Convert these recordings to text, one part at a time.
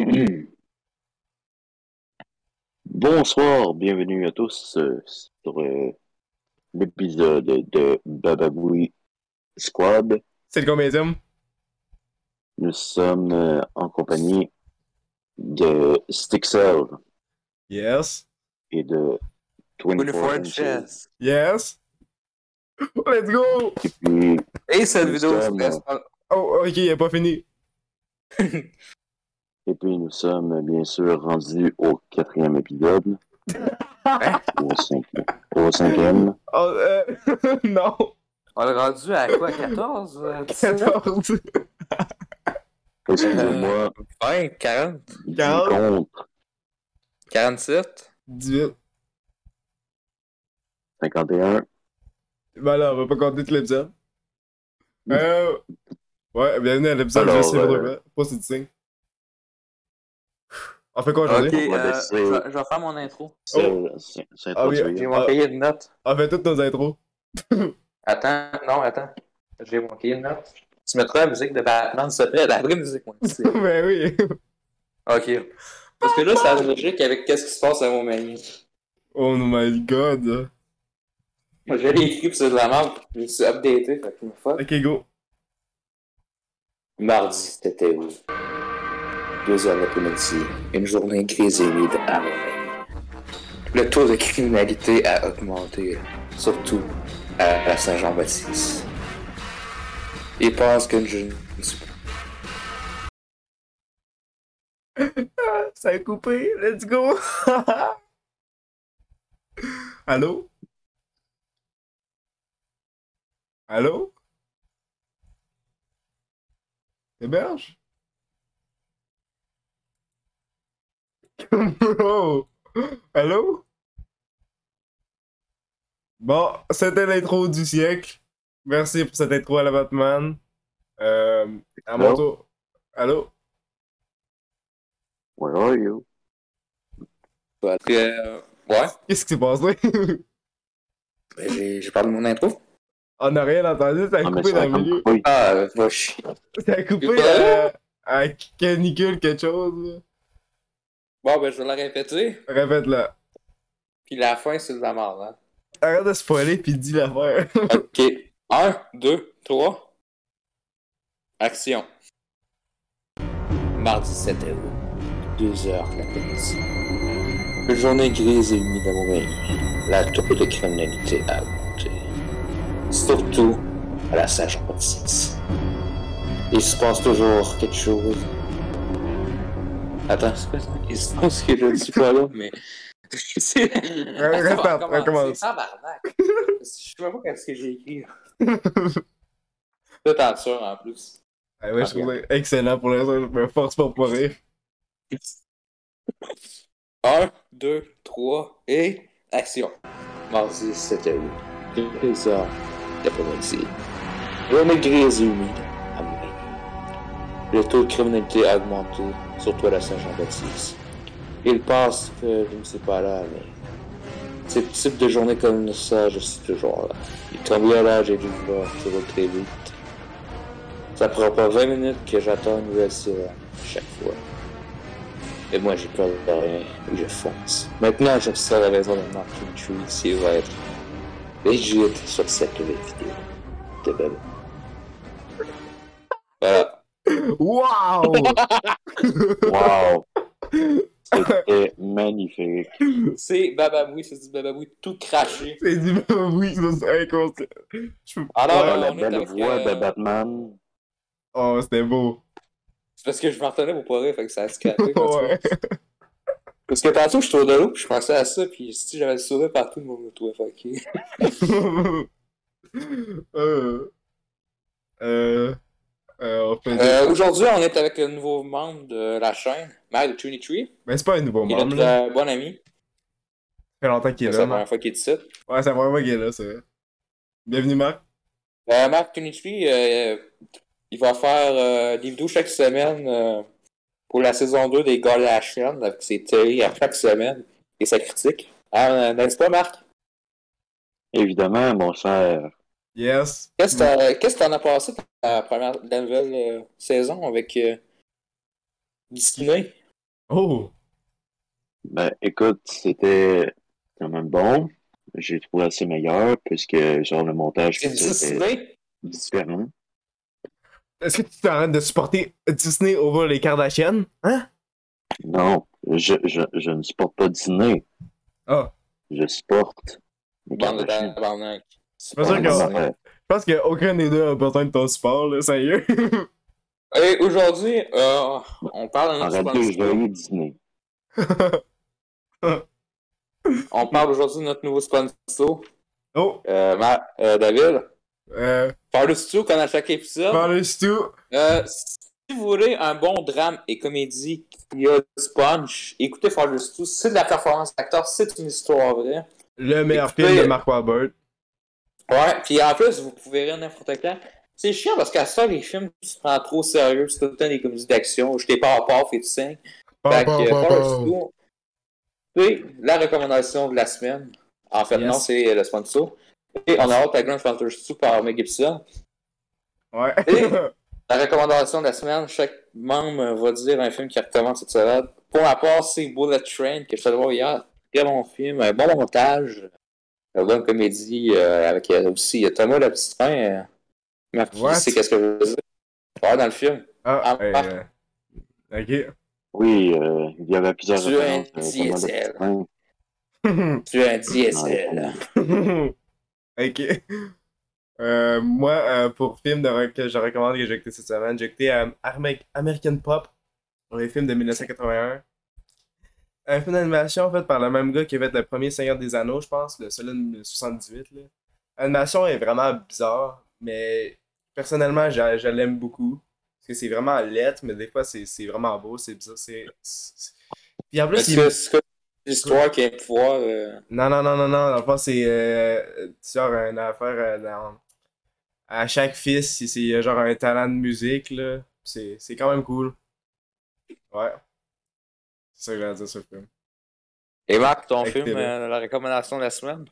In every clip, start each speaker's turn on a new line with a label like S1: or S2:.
S1: Bienvenue. Bonsoir, bienvenue à tous euh, sur euh, l'épisode de Bababoui Squad.
S2: C'est le comédium.
S1: Nous sommes euh, en compagnie de Stixel
S2: Yes.
S1: et de 24
S3: Uniform
S1: Inches.
S3: Chess.
S2: Yes. Let's go!
S1: Et puis,
S3: Et cette
S1: Nous
S3: vidéo
S1: sommes-
S3: spéciale.
S2: Oh, ok, il a pas fini.
S1: et puis nous sommes euh, bien sûr rendus au quatrième épisode. au, cinquième, au cinquième.
S2: Oh, euh, non.
S3: On est rendu à quoi 14 euh,
S2: 14.
S1: Excusez-moi,
S3: 20, 40,
S1: du
S2: Carl?
S1: contre
S3: 47.
S2: 18.
S1: 51.
S2: Ben là, on va pas compter tout l'épisode. Euh. Ouais, bienvenue à l'épisode
S1: Alors,
S2: de C'est
S1: euh,
S2: vrai. Pas si signe. On fait quoi
S3: Ok,
S2: aujourd'hui?
S1: on va
S3: euh,
S1: laisser-
S3: je, vais- je vais faire mon intro.
S1: C'est- c'est- c'est
S2: Ah oui,
S3: J'ai
S1: introduit.
S3: mon
S2: Ah.
S3: cahier de notes.
S2: On fait toutes nos intros.
S3: Attends, non, attends. J'ai mon cahier de notes. Tu mettras la musique de Batman, s'il te plaît, la vraie musique. moi. C'est-
S2: ben oui.
S3: ok. Parce que là, ça logique avec qu'est-ce qui se passe à Montmagny.
S2: Oh my god.
S3: Moi, je l'ai écrit, puis c'est de la merde, puis je me suis updaté, fait que je me fuck.
S2: Ok, go.
S3: Mardi, c'était où? Deux heures d'après-midi, une journée grise et humide à Montréal. Le taux de criminalité a augmenté, surtout à la Saint-Jean-Baptiste. Ils pensent que je ne suis
S2: Ça a coupé. Let's go. Allô? Allô? Héberge? Bro! Allô? Bon, c'était l'intro du siècle. Merci pour cette intro à la Batman. Euh, à mon
S1: Allô?
S2: tour. Allô?
S1: Where are you?
S3: pas. Euh, ouais,
S2: Qu'est-ce qui s'est passé?
S3: ben, j'ai- j'ai parlé de mon intro.
S2: On n'a rien entendu, ça a
S1: Ah, mais
S2: coupé
S1: ça
S2: dans le
S1: comme
S2: milieu.
S1: couille.
S3: Ah, euh, va chier.
S2: Ça a coupé
S3: Coupé.
S2: à, à canicule, quelque chose.
S3: Bon, ben, je vais la répéter,
S2: là. Répète-le.
S3: puis la fin, c'est de la merde. Hein.
S2: Arrête de spoiler puis dis l'affaire.
S3: Ok. Un, deux, trois. Action. Mardi 7 août, 2 heures l'après-midi. Une journée grise et humide à Montréal. La taux de criminalité a augmenté. Surtout à la Saint-Jean-Baptiste. Il se passe toujours quelque chose. Attends, c'est quoi ça? Il se passe que je ne suis pas là, mais. C'est- Ah,
S2: Recommence,
S3: Attends,
S2: recommence.
S3: Tabarnak. Je sais même pas ce que j'ai écrit. Tout en sûr en plus.
S2: Ah ouais, je trouve ça excellent pour l'instant, je me force pour pas rire.
S3: 1, 2, 3 et action. Mardi 7 août, 2 heures d'après-midi. Journée grise et humide à Montréal. Le taux de criminalité a augmenté, surtout à la Saint-Jean-Baptiste. Il pense que je ne suis pas là, mais. C'est le type de journée comme ça, je suis toujours là. Les cambriolages et du vol qui roulent très vite. Ça prend pas 20 minutes que j'attends une nouvelle sirène, chaque fois. Et moi, j'ai peur de rien, et je fonce. Maintenant, je serai à la maison de Martin Tree, s'il va être legit sur cette nouvelle vidéo. De belle. Voilà.
S2: Wow!
S1: Wow! C'était magnifique.
S3: C'est Bababoui, c'est du Bababoui tout craché.
S2: C'est du oui, ça, c'est inconscient. Je peux-
S3: Alors,
S2: Ouais.
S1: Ah, la
S3: on est
S1: belle
S3: avec,
S1: voix
S3: euh,
S1: de Batman.
S2: Oh, c'était beau.
S3: C'est parce que je m'en tenais pour pas rire, fait que ça a scrappé.
S2: Ouais.
S3: Parce que tantôt, je tourne de l'eau, puis je pensais à ça, puis si j'avais le sourire partout de mon auto, fait que-
S2: euh, euh, euh, on fait dire-
S3: Euh, Aujourd'hui, on est avec un nouveau membre de la chaîne, Mario de Trinity Tree,
S2: Mais c'est pas un nouveau
S3: qui est
S2: membre,
S3: notre
S2: là. Ça
S3: euh, bon ami.
S2: fait longtemps qu'il
S3: C'est
S2: est
S3: la
S2: là. man.
S3: première fois qu'il est ici.
S2: Ouais, c'est la première fois qu'il est là, c'est vrai. Bienvenue, Marc.
S3: Euh, Marc Trinity, euh, il va faire euh, des vidéos chaque semaine euh, pour la saison 2 des Gars de la chaîne, avec ses théories à chaque semaine et sa critique. Ah, euh, N'est-ce pas, Marc?
S1: Évidemment, mon cher.
S2: Yes.
S3: Qu'est-ce que t'as- qu'est-ce que t'en as passé de la première de la nouvelle euh, saison avec euh, Disney?
S2: Oh!
S1: Ben, écoute, c'était quand même bon. J'ai trouvé assez meilleur, puisque, genre, le montage
S3: C'est
S1: était
S3: Disney?
S1: différent.
S2: Est-ce que tu t'arrêtes de supporter Disney over les Kardashians? Hein?
S1: Non, je, je, je ne supporte pas Disney.
S2: Ah.
S1: Je supporte les
S3: Bande de
S1: Kardashians.
S3: tabarnak.
S2: pas sûr
S1: Ouais,
S2: que-
S1: non, ouais.
S2: Je pense qu'aucun des deux a besoin de ton support, là, sérieux.
S3: Et aujourd'hui, euh, on parle d'un
S1: En
S3: autre
S1: radio, je
S3: sponsor.
S1: voyais Disney.
S3: On parle aujourd'hui de notre nouveau sponsor,
S2: oh!
S3: euh, Ma- euh, David.
S2: Euh,
S3: Par le studio qu'on a chaque épisode.
S2: parle tout.
S3: Euh, si vous voulez un bon drame et comédie qui a du punch, écoutez Forge Tout. C'est de la performance d'acteur, c'est une histoire vraie.
S2: Le meilleur
S3: Écoutez-
S2: film de Mark Wahlberg.
S3: Ouais, puis en plus, vous pouvez rire n'importe quand. C'est chiant parce qu'à ça, les films, tu te prends trop sérieux. C'est tout le temps des comédies d'action. Je t'ai pas à part, fait du 5. Fait que, euh, Forge Tout, c'est la recommandation de la semaine. En fait,
S2: Yes.
S3: non, c'est euh, le sponsor. Et on a hâte à Grand Fantasy 2 par Meg Gibson.
S2: Ouais.
S3: Et- La recommandation de la semaine, chaque membre va dire un film qui recommande cette salade. Pour ma part, c'est Bullet Train que je suis allé voir hier. Très bon film, un bon montage, une bonne comédie euh, avec euh, aussi euh, Thomas le petit train. Euh, Marquis,
S2: What?
S3: c'est qu'est-ce que je veux dire. Ouais, dans le film.
S2: Ah,
S3: Ah,
S2: hey,
S3: ah.
S2: euh,
S1: Oui, euh, il y avait plusieurs
S3: Tu es
S1: références, euh,
S3: diesel.
S1: Thomas le Petit Train.
S2: ok.
S3: Tu es un DSL.
S2: ok. Euh, moi, euh, pour film de rec- que je recommande que j'ai écouté cette semaine, j'ai écouté euh, Arme- American Pop, les films de 1981. Un film d'animation fait par le même gars qui avait le premier Seigneur des Anneaux, je pense, le seul de 1978. là. L'animation est vraiment bizarre, mais personnellement, je, je l'aime beaucoup. Parce que c'est vraiment lettre, mais des fois, c'est c'est vraiment beau, c'est bizarre. c'est... c'est- Puis en plus,
S3: Est-ce
S2: il-
S3: que c'est l'histoire qui est pouvoir. euh,
S2: non, non, non, non, non. Dans le fond, c'est. euh, tu sors une affaire euh, dans- À chaque fils, c'est- c'est euh, genre un talent de musique, là. C'est c'est quand même cool. Ouais. C'est ça que j'ai à dire sur le film.
S3: Et Marc, ton
S2: Écoutez-le.
S3: film, euh, la recommandation de la semaine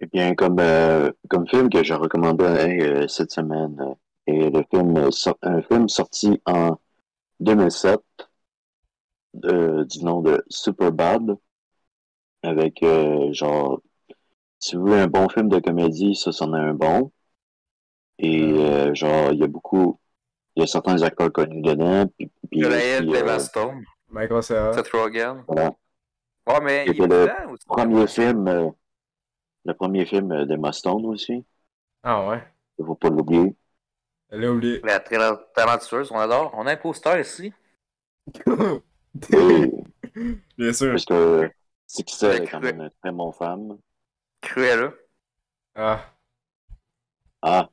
S1: Eh bien, comme, euh, comme film que je recommandais euh, cette semaine, euh, est le film, euh, sor- un film sorti en 2007 euh, du nom de Superbad, avec euh, genre, si vous voulez un bon film de comédie, ça, c'en est un bon. Et euh, genre, il y a beaucoup, il y a certains acteurs connus dedans. Puis, puis aussi, euh,
S3: Stone,
S2: Michael Cera.
S3: Rogen.
S1: voilà.
S3: Ouais, mais
S1: il est C'était le
S3: dedans aussi.
S1: premier film, euh, le premier film euh, d'Emma Stone aussi,
S2: Ah ouais.
S1: il faut pas l'oublier.
S2: Elle l'a oublié.
S3: La très talentueuse, on adore. On a un poster ici.
S2: Eh
S1: Et-
S2: Bien sûr.
S1: Parce que Sixta
S3: Avec
S1: est quand même une très bonne femme.
S3: Cruella.
S2: Ah.
S1: Ah.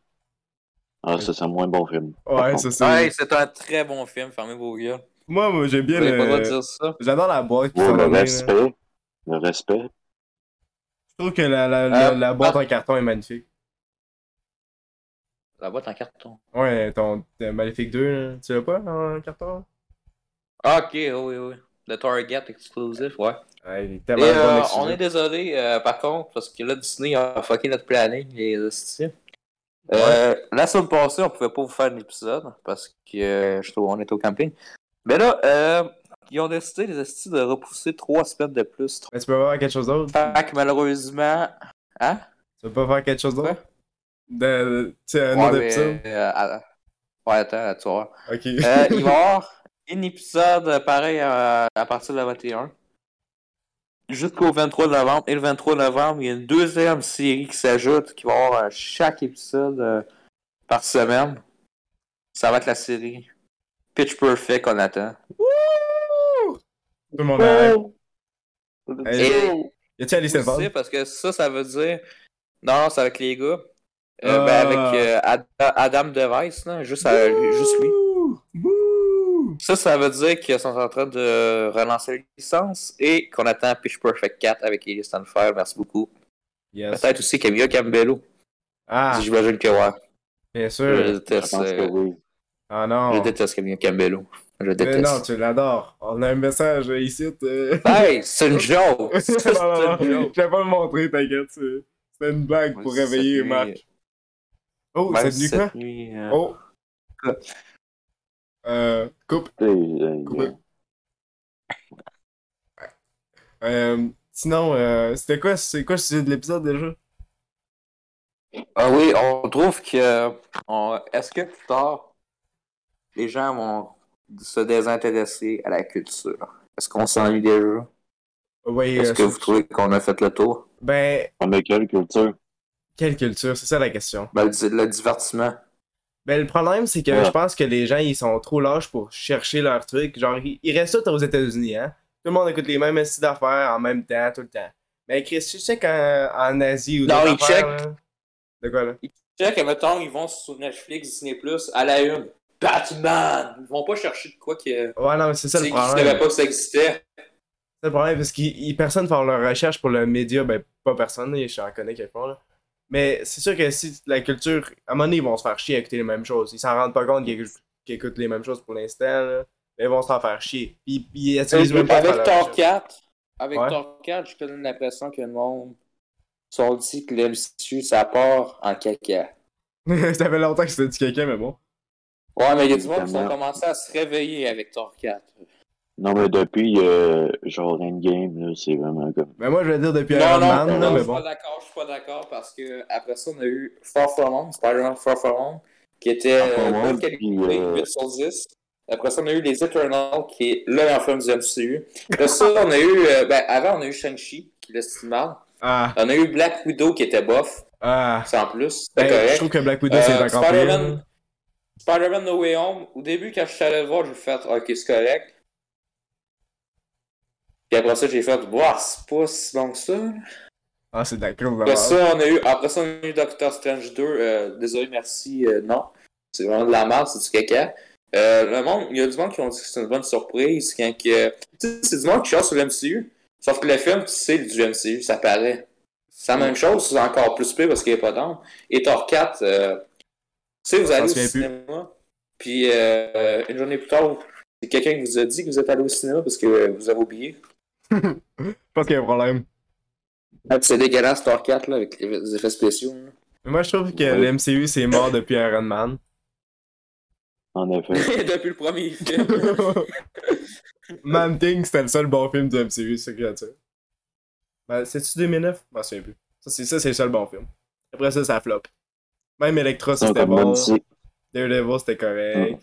S1: Ah, ça, c'est un moins bon film. Par
S2: Ouais,
S1: contre,
S2: ça c'est.
S3: Ah, Hey, c'est un très bon film, fermez vos gueules.
S2: Moi, moi j'aime bien
S3: Vous avez pas le droit de
S2: le.
S3: dire ça. ben,
S2: J'adore la boîte qui
S1: pour
S2: s'en
S1: Oh, le
S2: amène, là. Je
S1: respect, le respect,
S2: trouve que la, la, la,
S3: Euh,
S2: la boîte en carton est magnifique.
S3: La boîte en carton.
S2: Ouais, ton ton Maléfique 2, là, tu l'as pas en carton?
S3: Ah, Ok, oui, oui, oui. Le Target exclusif, ouais.
S2: Ouais, il est
S3: Et,
S2: tellement bon,
S3: euh,
S2: le sujet.
S3: on est désolé, euh, par contre, parce que là, Disney a fucké notre planning, les hosties. Euh, La semaine passée, on pouvait pas vous faire l'épisode parce que euh, je trouve on est au camping. Mais là, euh, ils ont décidé, les hosties, de repousser trois semaines de plus.
S2: Mais Ben, tu peux pas faire quelque chose d'autre?
S3: Fait que malheureusement. Hein?
S2: Tu veux pas faire quelque chose d'autre? De, de- tu sais, un
S3: Ouais,
S2: autre
S3: mais,
S2: épisode?
S3: euh, à- ouais, attends, tu vas voir.
S2: Ok.
S3: Euh, il va y avoir un épisode euh, pareil euh, à partir de la 21. Jusqu'au 23 novembre. Et le 23 novembre, il y a une deuxième série qui s'ajoute, qui va y avoir euh, chaque épisode euh, par semaine. Ça va être la série Pitch Perfect qu'on attend.
S2: Tout le monde arrête.
S3: Et
S2: Hey, y a-tu Alice
S3: aussi,
S2: Evans?
S3: parce que ça, ça veut dire. Non, non, c'est avec les gars. Euh,
S2: Ah.
S3: ben, avec euh, Ad- Adam Device, là, juste, à- Euh, juste lui.
S2: Bouh! Bouh!
S3: Ça, ça veut dire qu'ils sont en train de relancer les licences et qu'on attend Pitch Perfect 4 avec Ellie Stanford. Merci beaucoup.
S2: Yes.
S3: Peut-être aussi Camilla Campbello.
S2: Ah,
S3: Si J'imagine que ouais.
S2: bien
S3: Je
S2: sûr.
S1: je
S3: déteste,
S1: pense que
S3: euh,
S1: oui.
S2: Ah
S3: je
S2: non.
S3: déteste Camilla Campbello. Je
S2: Mais non,
S3: déteste.
S2: tu l'adores. On a un message euh, ici. euh.
S3: Hey, c'est une joke!
S2: Non,
S3: C'est
S2: non,
S3: une
S2: non.
S3: joke!
S2: Je vais pas le montrer, t'inquiète. c'est- C'était une blague pour
S3: Cette
S2: réveiller
S3: nuit,
S2: Marc. Oh,
S3: Même
S2: c'est devenu quoi?
S3: cette nuit, euh,
S2: Oh. Euh, coupe.
S1: Tu sais, euh,
S2: Coupé. Euh, sinon, euh, c'était quoi, c'est quoi le sujet de l'épisode déjà?
S3: Ah oui, on trouve que. on- Est-ce que plus tard, les gens vont se désintéresser à la culture? Est-ce qu'on s'ennuie déjà?
S2: Oui,
S3: Est-ce
S2: euh,
S3: que vous trouvez qu'on a fait le tour?
S2: ben,
S1: On a quelle culture?
S2: quelle culture? C'est ça la question.
S3: Ben, le le divertissement.
S2: Ben, le problème, c'est que
S1: Ouais.
S2: je pense que les gens, ils sont trop lâches pour chercher leur truc. Genre, ils, ils restent tous aux États-Unis, hein. Tout le monde écoute les mêmes styles d'affaires en même temps, tout le temps. Mais Chris, tu sais qu'en en Asie ou
S3: Non,
S2: d'autres
S3: ils
S2: affaires, là- De quoi, là?
S3: Tu sais que, mettons, ils vont sur Netflix, Disney+, à la une. Batman! Ils vont pas chercher de quoi que...
S2: Ouais, non, mais c'est ça le
S3: tu sais,
S2: problème.
S3: qu'ils savaient pas que ça existait.
S2: C'est le problème, parce que personne fait leur recherche pour le média, ben pas personne, là, je en connais quelqu'un là. Mais c'est sûr que si la culture, à un moment donné, ils vont se faire chier à écouter les mêmes choses. Ils s'en rendent pas compte qu'ils qu'ils écoutent les mêmes choses pour l'instant, là. Mais ils vont s'en faire chier. Puis puis ils utilisent même pas de faire leur
S3: Avec Thor
S2: recherche.
S3: 4, avec
S2: Ouais.
S3: Thor 4, j'ai quand même l'impression que le monde sont dit que l'MCU, ça part en caca.
S2: ça fait longtemps que c'était du quelqu'un, mais bon.
S3: Ouais, mais il y a du monde qui ont
S1: Évidemment.
S3: commencé à se réveiller avec Thor 4.
S1: Non, mais depuis, euh, genre, Endgame, là, c'est vraiment comme.
S2: Mais moi, je vais dire depuis
S3: non,
S2: Iron
S3: non,
S2: Man,
S3: non,
S2: là,
S3: je
S2: mais
S3: suis pas
S2: bon.
S3: d'accord, je suis pas d'accord, parce que après ça, on a eu Far From Home, Spider-Man Far From Home, qui était
S1: Far From
S3: euh,
S1: Home,
S3: bonne qualité,
S1: puis, euh,
S3: 8 sur 10. Après ça, on a eu Les Eternals, qui est le meilleur film du MCU. Après ça, on a eu, euh, ben, avant, on a eu Shang-Chi, qui est le style mal.
S2: Ah,
S3: On a eu Black Widow, qui était bof,
S2: ah.
S3: sans plus,
S2: Ben,
S3: c'était
S2: je
S3: correct.
S2: trouve que Black Widow,
S3: Euh,
S2: c'est encore pire.
S3: Spider-Man.
S2: là.
S3: Spider-Man No Way Home, au début, quand je suis allé le voir, j'ai fait OK, c'est correct. Puis après ça, j'ai fait Wow, c'est pas si bon que ça.
S2: Ah, c'est de la crème
S3: Après ça, on a eu, après ça, on a eu Doctor Strange 2. euh, désolé, merci, euh, non. C'est vraiment de la merde, c'est du caca. Euh, le monde, il y a du monde qui ont dit que c'est une bonne surprise. Quand que... Tu sais, c'est du monde qui chasse sur le MCU. Sauf que le film, tu sais, du MCU, ça paraît. C'est la même chose, c'est encore plus pire parce qu'il n'y a pas d'âme. Et Thor 4, euh, tu sais, vous
S2: On s'en
S3: allez au
S2: souvient plus.
S3: cinéma, puis euh, une journée plus tard, c'est quelqu'un qui vous a dit que vous êtes allé au cinéma parce que euh, vous avez oublié.
S2: Je pense qu'il y a un problème.
S3: Ah, puis c'est dégueulasse, Thor 4, là, avec les effets spéciaux. hein. là.
S2: Mais moi, je trouve que
S1: Ouais.
S2: le MCU, c'est mort depuis Iron Man.
S1: En effet.
S3: Depuis le premier film.
S2: Man Thing, c'était le seul bon film du MCU, c'est créature. Ben, c'est-tu 2009? Je m'en souviens plus. Ça, c'est, ça, c'est le seul bon film. Après ça, ça flop. Même Electra,
S1: Donc,
S2: c'était bon.
S1: même si-
S2: Daredevil, c'était correct.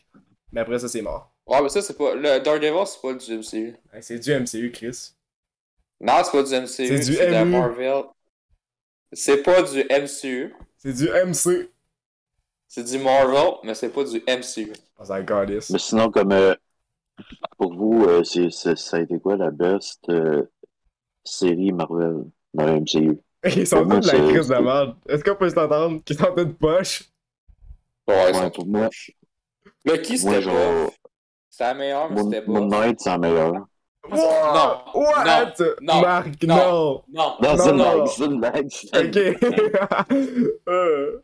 S2: Mais après ça, c'est mort.
S3: Ouais, mais ça, c'est pas. Le Daredevil, c'est pas du MCU.
S2: Hey, C'est du MCU, Chris.
S3: Non, c'est pas du MCU.
S2: C'est du
S3: de la
S2: MU.
S3: Marvel. C'est pas du MCU.
S2: C'est du MC.
S3: C'est du Marvel, mais c'est pas du MCU.
S2: On s'en calisse.
S1: Mais sinon, comme euh, pour vous, euh, c'est, c'est- ça a été quoi la best euh, série Marvel dans le MCU?
S2: Ils sont
S1: Pour moi,
S2: tous de la
S1: c'est-
S2: crise de merde. Est-ce qu'on peut s'entendre qu'ils sont une poche?
S3: Ouais, ils
S1: Ouais,
S3: sont
S1: pour moi,
S3: Lucky,
S1: moi,
S3: c'était
S1: genre,
S3: pas. C'était la meilleure, mais
S1: Moon
S3: c'était pas.
S1: Moon Knight, c'est la meilleure.
S2: Wow!
S3: Non,
S2: What?
S3: non,
S2: Marc,
S3: non.
S2: non.
S3: Non,
S1: Non, c'est une
S2: non, non.
S1: blague, c'est une blague. c'est une
S2: Ok. Euh.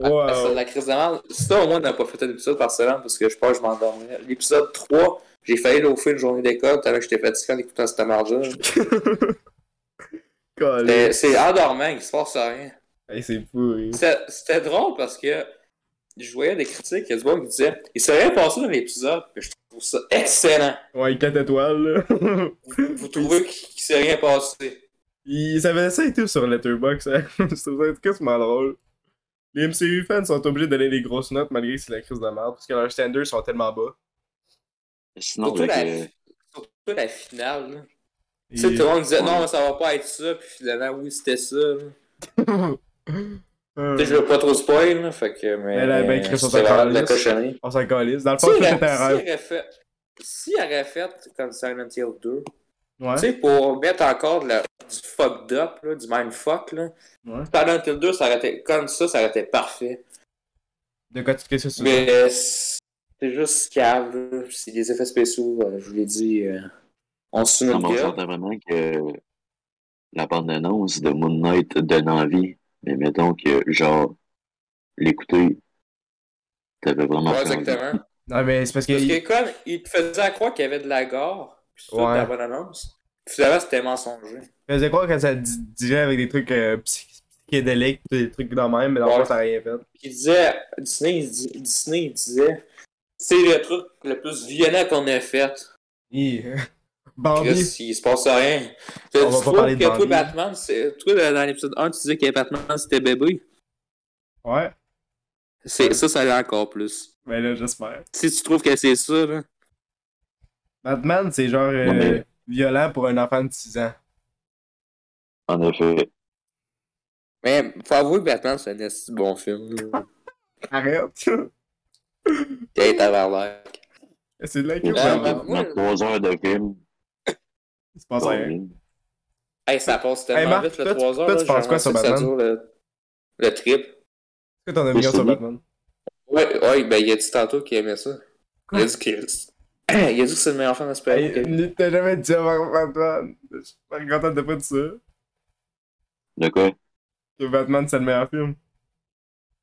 S3: Ah, c'est de
S2: wow.
S3: la crise de merde. Ça, au moins, on n'a pas fait un épisode par semaine parce que je pense que je m'endormais. L'épisode 3, j'ai failli l'offrir une journée d'école, tellement que j'étais fatigué en écoutant cette marge
S2: Calé.
S3: là C'est endormant, il se passe rien.
S2: Hey, c'est hein. pourri.
S3: C'était c'était drôle parce que je voyais des critiques, il y a du monde qui disait Il s'est rien passé dans l'épisode, mais je trouve ça excellent.
S2: Ouais, 4 étoiles, là.
S3: Vous, vous trouvez qu'il qu'il s'est rien passé
S2: Ils avaient ça et tout sur Letterboxd. Hein. Je trouve ça quasiment drôle. Les MCU fans sont obligés de donner des grosses notes malgré que c'est la crise de merde parce que leurs standards sont tellement bas.
S1: Sinon,
S3: surtout, la,
S1: avec, euh,
S3: surtout la finale. là.
S2: Et-
S3: Tu sais, tout le monde disait
S1: Ouais.
S3: Non, mais ça va pas être ça, puis finalement, oui, c'était ça. là.
S2: Euh,
S3: Tu sais, je veux pas trop spoil, là, fait que. Mais,
S2: Mais là, ben, Chris, on
S3: c'était
S2: s'en
S3: vraiment de la
S2: calisse.
S3: cochonnerie.
S2: On s'en calisse. Dans le fond,
S3: S'il
S2: c'était
S3: aurait,
S2: un rêve.
S3: s'il aurait fait. S'il aurait fait comme Silent Hill 2, Tu
S2: Ouais.
S3: sais, pour mettre encore de la- du fucked up, là, du mindfuck, là.
S2: Ouais.
S3: Silent Hill 2, ça aurait été, comme ça, ça aurait été parfait.
S2: De quoi tu te questionnes sur ça?
S3: Mais euh, c'est juste cave, là. C'est des effets spéciaux, euh, je vous l'ai dit. euh, on se
S1: non,
S3: notre
S1: mais on
S3: gueule.
S1: sentait vraiment que euh, la bande-annonce de Moon Knight donne envie. Mais mettons que, genre, l'écouter, t'avais vraiment
S3: Ouais,
S1: pas envie.
S3: exactement.
S2: Non, mais c'est parce que.
S3: Parce que comme il te faisait croire qu'il y avait de la gore, puis ça,
S2: Ouais.
S3: la bonne annonce, finalement, c'était mensonger.
S2: Je faisais croire que ça di- disait avec des trucs euh, psy- psychédéliques, pis des trucs de même, mais dans le fond,
S3: Ouais.
S2: ça n'a rien fait.
S3: Puis il disait, Disney, il, dit- Disney, il disait, c'est le truc le plus violent qu'on ait fait.
S2: Hi. Bambi.
S3: Chris, il se passe rien. Tu
S2: On va pas parler de
S3: trouves que toi,
S2: Bambi.
S3: Batman, c'est- toi, dans dans l'épisode 1, tu disais que Batman, c'était bébé.
S2: Ouais.
S3: C'est, ça, ça l'est encore plus.
S2: Mais Ben là, j'espère.
S3: Si tu trouves que c'est ça, là.
S2: Batman, c'est genre euh,
S1: Ouais, mais-
S2: violent pour un enfant de 6 ans.
S1: En effet.
S3: Mais, faut avouer que Batman, c'est un esti de bon film. là.
S2: Arrête.
S3: T'es tabarnak.
S2: c'est de la queue.
S1: C'est
S3: ben,
S1: sûr
S3: ben,
S1: que
S3: moi-
S1: notre trois heures de film.
S2: Il se passe rien.
S1: bon,
S3: Hey, ça passe tellement
S2: Hey, Marc,
S3: vite,
S2: toi,
S3: le
S2: tu-
S3: 3 heures.
S2: toi, tu
S3: là,
S2: penses
S3: j'ai
S2: quoi sur
S3: l'impression que ça
S2: Batman?
S3: dure le, le trip.
S2: Qu'est-ce que ton opinion sur
S1: Décidé.
S2: Batman?
S3: Ouais, ouais, ben, il a dit tantôt qu'il aimait ça.
S2: Quoi?
S3: Il a dit que... Il a dit que c'est le meilleur film de super-héros qu'il y a eu.
S2: Il t'a jamais dit avant Batman. Je suis pas content de pas dire ça.
S1: De quoi?
S2: Que Batman, c'est le meilleur film.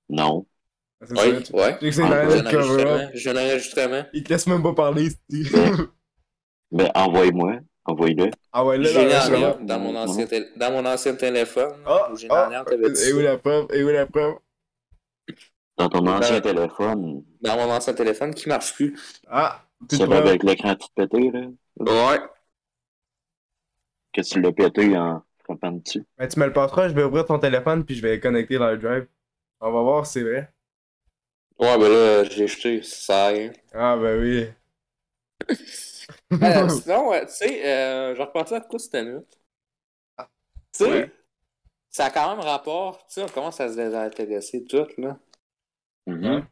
S1: Non.
S2: C'est
S3: Ouais,
S2: ça. Tu sais
S3: ouais.
S2: que c'est
S1: Ah,
S2: dans
S1: j'ai
S3: J'ai
S2: le
S3: un
S2: cover
S3: enregistrement. J'ai un enregistrement.
S2: Il te laisse même pas parler. c'est-
S1: Ben, ben, envoie-moi. Envoie-le.
S2: Ah ouais, là,
S3: J'ai
S2: là,
S3: une
S2: là.
S1: l'enregistrement.
S3: alerte dans mon ancien tél- dans mon ancien téléphone.
S2: Ah,
S3: où j'ai une
S2: ah,
S3: alerte, t'avais dit
S2: et où
S3: ça.
S2: la preuve? Et où la preuve?
S1: Dans ton
S3: Ben-
S1: ancien téléphone,
S3: Dans mon ancien téléphone qui marche plus.
S2: Ah, petite
S1: ça va
S2: preuve.
S1: avec l'écran tout pété, là.
S3: Ouais.
S1: Que tu l'as pété en frappant dessus.
S2: Ben, tu me le passeras, je vais ouvrir ton téléphone puis je vais connecter dans le drive. On va voir si c'est vrai.
S3: Ouais, ben là, j'ai jeté, ça sert à rien.
S2: Ah, ben oui.
S3: Euh, sinon, euh, tu sais, euh, je repensais à quoi cette nuit.
S2: Ah.
S3: Tu sais,
S1: Ouais.
S3: ça a quand même rapport, tu sais, on commence à se désintéresser tout, là.
S1: Mhm.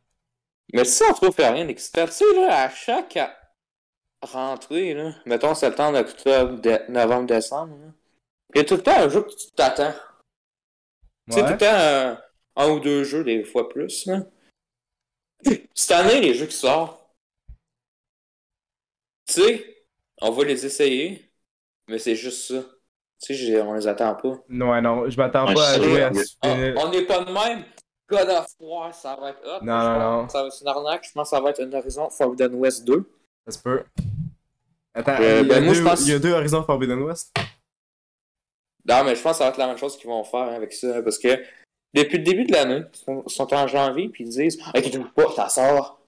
S3: Mais si on trouve rien d'excitant, tu sais, là, à chaque rentrée, là, mettons septembre, octobre, dé- novembre, décembre, là, il y a tout le temps un jeu que tu t'attends. Tu sais, tout
S2: Ouais.
S3: le temps euh, un ou deux jeux, des fois plus. Hein. Cette année, les jeux qui sortent, tu sais, on va les essayer, mais c'est juste ça. Tu sais, j'ai- on les attend pas.
S2: Ouais, non, je m'attends
S1: Ouais,
S2: pas à
S1: je sais,
S2: jouer à
S1: mais-
S2: ce
S3: Ah,
S2: film.
S3: on n'est pas de même. God of War, ça va être hot.
S2: Non,
S3: Je
S2: non, non.
S3: pense que Ça va être une arnaque. Je pense que ça va être un horizon Forbidden West 2.
S2: Ça se peut. Attends,
S3: Euh,
S2: il, y a
S3: ben, moi,
S2: deux,
S3: je pense-
S2: il y a deux Horizons Forbidden West.
S3: Non, mais je pense que ça va être la même chose qu'ils vont faire hein, avec ça. hein, Parce que depuis le début de l'année, ils sont- sont en janvier, puis ils disent Inquiétez-vous pas, ça sort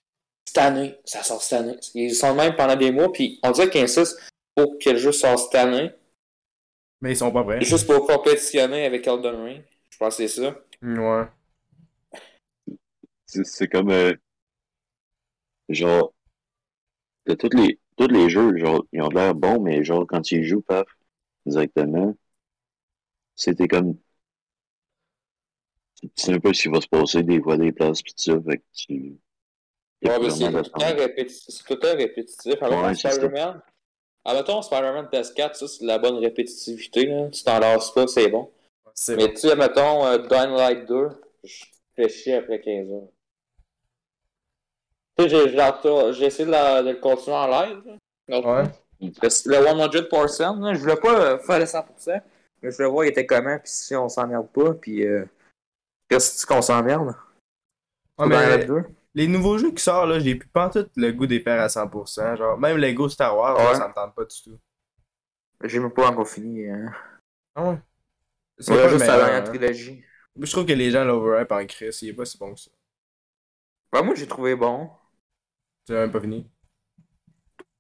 S3: cette année, ça sort cette année. Ils sont de même pendant des mois, puis on dirait qu'ils insistent pour que le jeu sorte cette année,
S2: Mais ils sont pas prêts.
S3: juste pour compétitionner avec Elden Ring. Je pense que c'est ça.
S2: Ouais.
S1: C'est- C'est comme euh, genre de tous les tous les jeux, genre, ils ont l'air bons, mais genre quand ils jouent, paf, directement, c'était comme tu sais un peu ce qui va se passer des fois des places pis tout ça, fait que tu t'as
S3: Ouais,
S1: plus
S3: mais c'est
S1: vraiment
S3: tout le temps
S1: d'attente.
S3: répétitif. C'est tout le temps répétitif. Alors,
S1: Ouais, c'est ça.
S3: Spider-Man, admettons, Spider-Man PS4, ça, c'est de la bonne répétitivité. Là. Tu t'en lasses pas, c'est bon.
S2: C'est
S3: Mais tu sais, admettons, euh, Dying Light 2, je fais chier après 15 heures. Tu sais, j'ai- j'ai la- j'ai essayé de, la- de le continuer en live. là. Donc,
S2: Ouais.
S3: Le, le 100%, là, je voulais pas euh, faire le 100%, mais je voulais voir il était comment, puis si on s'emmerde pas, puis euh, qu'est-ce qu'on s'emmerde?
S2: Ouais,
S3: Dying
S2: mais
S3: Light 2?
S2: les nouveaux jeux qui sortent, là, j'ai plus pas en tout le goût des faire à 100%. Genre, même Lego Star Wars, là,
S3: Ouais.
S2: ça me tente pas du tout.
S3: J'ai même pas encore fini. Hein.
S2: Ah ouais. C'est
S3: Ouais,
S2: pas le
S3: juste à
S2: meilleur,
S3: la
S2: hein.
S3: trilogie.
S2: Je trouve que les gens l'overhype en Chris, il est pas si bon que ça.
S3: Ben, moi, j'ai trouvé bon.
S2: Tu l'as même pas fini.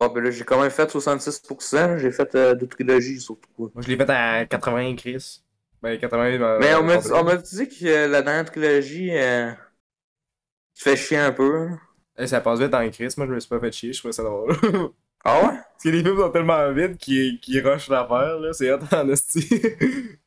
S3: Ah, ben là, j'ai quand même fait 66%. J'ai fait euh, deux trilogies, surtout.
S2: Moi, je l'ai fait à 80, Chris. Ben, 80. ben,
S3: Mais on m'a
S2: complet.
S3: Euh, on m'a dit que euh, la dernière trilogie, euh, tu fais chier un peu. hein.
S2: Eh, ça passe vite en Chris. Moi, je me suis pas fait chier. Je trouvais ça drôle. Parce
S3: Ah ouais?
S2: que les films sont tellement vite qu'ils qu'ils rushent l'affaire, là. C'est hot en esti.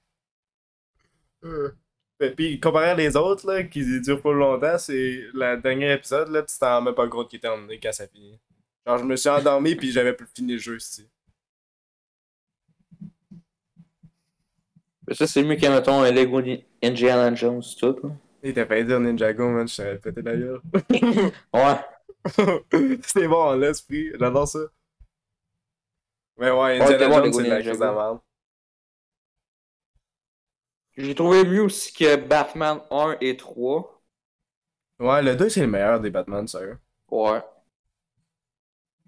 S2: Euh. Et Puis, comparé à les autres, là, qui durent pas longtemps, c'est le dernier épisode, là, tu t'en mets pas compte qu'il est terminé quand ça finit. Genre, je me suis endormi, puis j'avais plus fini le jeu, esti.
S3: Ben, ça, c'est mieux qu'à, mettons, un Lego Ni- Indiana Jones, tout. là.
S2: Et t'as failli dire Ninjago, man, je t'aurais pété la gueule.
S3: Ouais.
S2: C'était bon en l'esprit, j'adore ça. Mais ouais,
S3: t'es
S2: Indiana
S3: bon,
S2: Jones,
S3: Lego
S2: c'est de la
S3: Ninjago.
S2: crise de la merde.
S3: J'ai trouvé mieux aussi que Batman 1 et 3.
S2: Ouais, le 2, c'est le meilleur des Batman, sérieux.
S3: Ouais.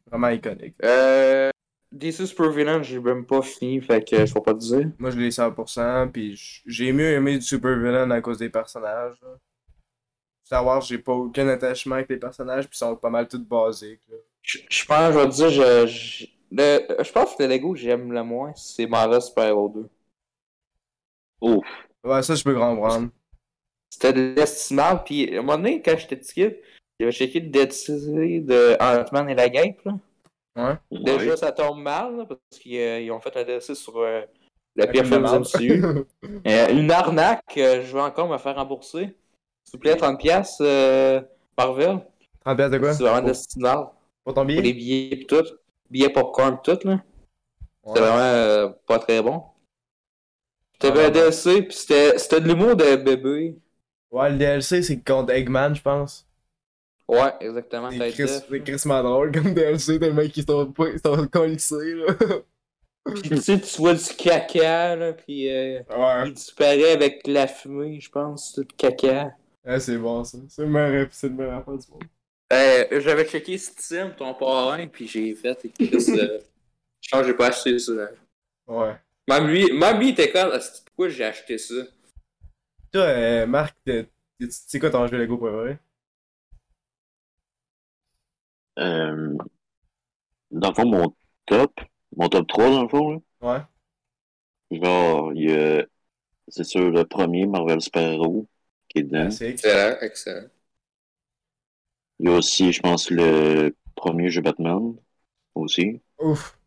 S2: Vraiment iconique.
S3: Euh. DC Super Villain, j'ai même pas fini, fait que je peux pas te dire.
S2: Moi, je l'ai 100%, puis j- j'ai mieux aimé du super villain à cause des personnages. là. Star Wars, j'ai pas aucun attachement avec les personnages, puis ils sont pas mal tous basiques. là.
S3: Je je pense, je vais te dire, je- je- Le, je pense que le Lego que j'aime le moins, c'est Marvel Super-Hero 2.
S1: Ouf.
S2: Ouais, ça, je peux comprendre.
S3: C'était de l'estimable, puis à un moment donné, quand j'étais petit kid, j'avais checké le DLC de Ant-Man et la Guêpe, là.
S2: Ouais.
S3: Déjà,
S1: Ouais.
S3: ça tombe mal, là, parce qu'ils euh, ils ont fait un DLC sur euh,
S2: La
S3: le pire
S2: film
S3: film
S2: de
S3: du
S2: merde.
S3: MCU. Euh, une arnaque, euh, je vais encore me faire rembourser. S'il vous plaît, 30$, euh, Marvel.
S2: 30 piastres de quoi
S3: C'est vraiment
S2: Pour-
S3: destinal.
S2: Pour ton
S3: Pour les
S2: billet
S3: billets pis tout. Billets popcorn pis tout, là. C'était
S2: Ouais.
S3: vraiment euh, pas très bon.
S2: Ah,
S3: T'avais un
S2: ouais.
S3: DLC, pis c'était c'était de l'humour de bébé.
S2: Ouais, le DLC, c'est contre Eggman, je pense.
S3: Ouais, exactement.
S2: C'est
S3: Tête
S2: Chris-
S3: d'œuf.
S2: c'est crissement drôle comme DLC, tellement qu'ils sont pas- ils sont collissés, là.
S3: Pis tu sais, tu vois du caca, là, pis euh,
S2: Ouais.
S3: il disparaît avec la fumée, je pense, tout le caca.
S2: Ah, c'est bon, ça. C'est le meilleur c'est le meilleur affaire du monde.
S3: Euh, j'avais checké Steam, ton parrain, pis j'ai fait, et Chris, euh, je pense que j'ai pas acheté ça.
S2: Ouais.
S3: Même lui, même lui, il était comme, Ah, c'est pourquoi j'ai acheté ça?
S2: Toi, euh, Marc, t'es- t'es- c'est quoi ton jeu Lego préféré
S1: Euh, dans le fond, mon top, mon top 3, dans le fond, là,
S2: Ouais.
S1: genre, il y a, c'est sûr, le premier, Marvel Super-Héros, qui est dedans.
S2: Classique.
S3: Excellent, excellent.
S1: Il y a aussi, je pense, le premier jeu Batman, aussi.
S2: Ouf.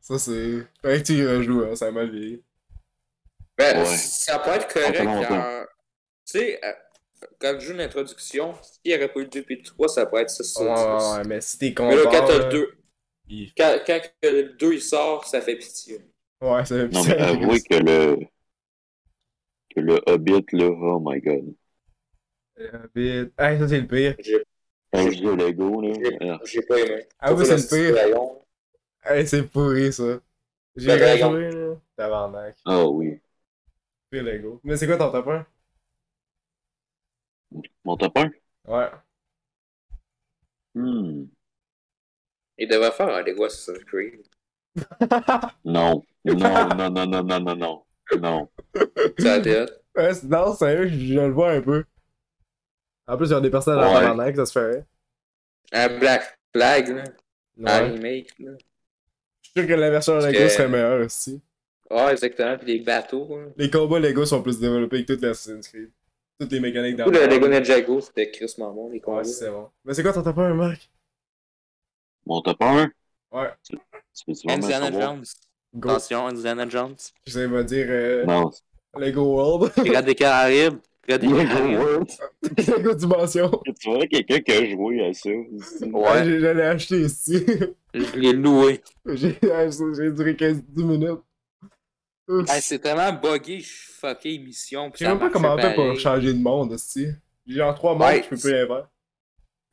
S2: Ça, c'est. Fallait que tu y rejoues, hein, ça m'a vieilli.
S3: Ben,
S1: Ouais.
S3: ça peut être correct.
S1: Attends, attends.
S3: en- Tu sais, euh, quand je joue l'introduction, s'il n'y aurait pas eu le 2 et le 3, ça pourrait être ça. ça,
S2: Ouais, ouais, euh,
S3: ça.
S2: ouais, mais si t'es
S3: Mais
S2: content.
S3: là, quand t'as
S2: là,
S3: le 2,
S2: il-
S3: quand, quand que le 2 il sort, ça fait pitié.
S2: Ouais, c'est.
S1: Non, mais avouez que le, que le Hobbit, là, oh my god.
S2: Euh, vite. Hey, ça, c'est le pire.
S3: J'ai
S1: Quand je dis au Lego, là,
S3: j'ai-
S1: ah,
S3: j'ai pas aimé.
S2: Ah oui, c'est le pire.
S3: Rayon.
S2: Hey, c'est pourri, ça. J'ai
S3: Le dragon.
S2: rejoué, là. Tabarnak.
S1: ah oui.
S2: Pire Lego. Mais c'est quoi ton top 1
S1: Mon top 1?
S2: Ouais.
S1: Hmm.
S3: Il devait faire un Lego Assassin's Creed.
S1: Non. Non, non, non, non, non, non, non. Non.
S3: Ça a été hot.
S2: Ouais, c'est- non, sérieux, je, je le vois un peu. En plus, il y a des personnes à
S1: Ouais.
S2: tabarnak, ça se ferait.
S3: Un Black Flag, là. Un
S2: Ouais.
S3: remake, là.
S2: Je suis sûr que la version
S3: Parce
S2: Lego
S3: que-
S2: serait meilleure aussi.
S3: Ouais, exactement. Puis les bateaux, hein. là.
S2: Les combats Lego sont plus développés que toutes les Assassin's Creed. Toutes les mécaniques dans
S3: Tout le Lego Ninjago, c'était Chris Mamon, les combats.
S2: Ouais, c'est bon. Mais c'est quoi ton top 1, Marc
S1: Mon top 1?
S2: Ouais.
S1: Tu peux-tu vraiment
S3: Indiana
S1: savoir?
S3: Jones.
S2: Go.
S3: Attention, Indiana Jones.
S2: Je sais pas dire euh,
S1: Non.
S2: Lego World.
S3: Pirates des Caraïbes. Pirates des Caraïbes.
S2: Lego Dimension.
S1: Ah, Tu vois quelqu'un qui a joué à ça.
S2: Ouais.
S3: Ouais,
S2: J'ai J'allais acheter ici.
S3: je l'ai loué.
S2: J'ai j'ai duré 15-10 minutes. Ouf.
S3: Hey, c'est tellement buggy, je suis fucké émission.
S2: Je sais même pas comment on fait pour changer de monde aussi. J'ai genre 3 mois,
S3: Ouais.
S2: je peux plus rien faire.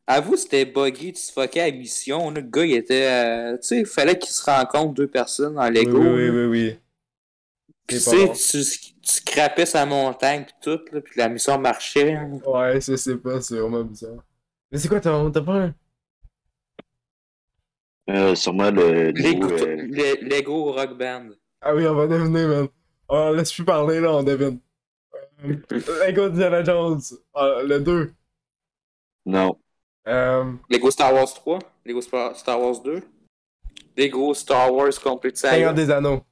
S3: Avoue, c'était buggy, tu se fuckais à émission. là. Le gars, il était. euh, Tu sais, il fallait qu'il se rencontre deux personnes dans Lego.
S2: Oui,
S3: là.
S2: oui, oui, oui.
S3: Puis,
S2: c'est
S3: tu sais,
S2: pas
S3: tu, tu scrapais sa montagne, puis tout, là, puis la mission marchait. hein.
S2: oui. Ouais, je sais pas, c'est vraiment bizarre. Mais c'est quoi ton top 1
S1: Euh, sûrement le.
S3: Les-
S1: Lego, euh,
S3: le- Lego Rock Band.
S2: Ah oui, on va deviner, man. On laisse plus parler, là, on devine. Euh, Lego Diana Jones, Ah, le 2.
S1: Non.
S2: Euh,
S3: Lego Star Wars 3. Lego Spa- Star Wars 2. Lego Star Wars Complete
S2: Seigneur
S3: Saga.
S2: des Anneaux.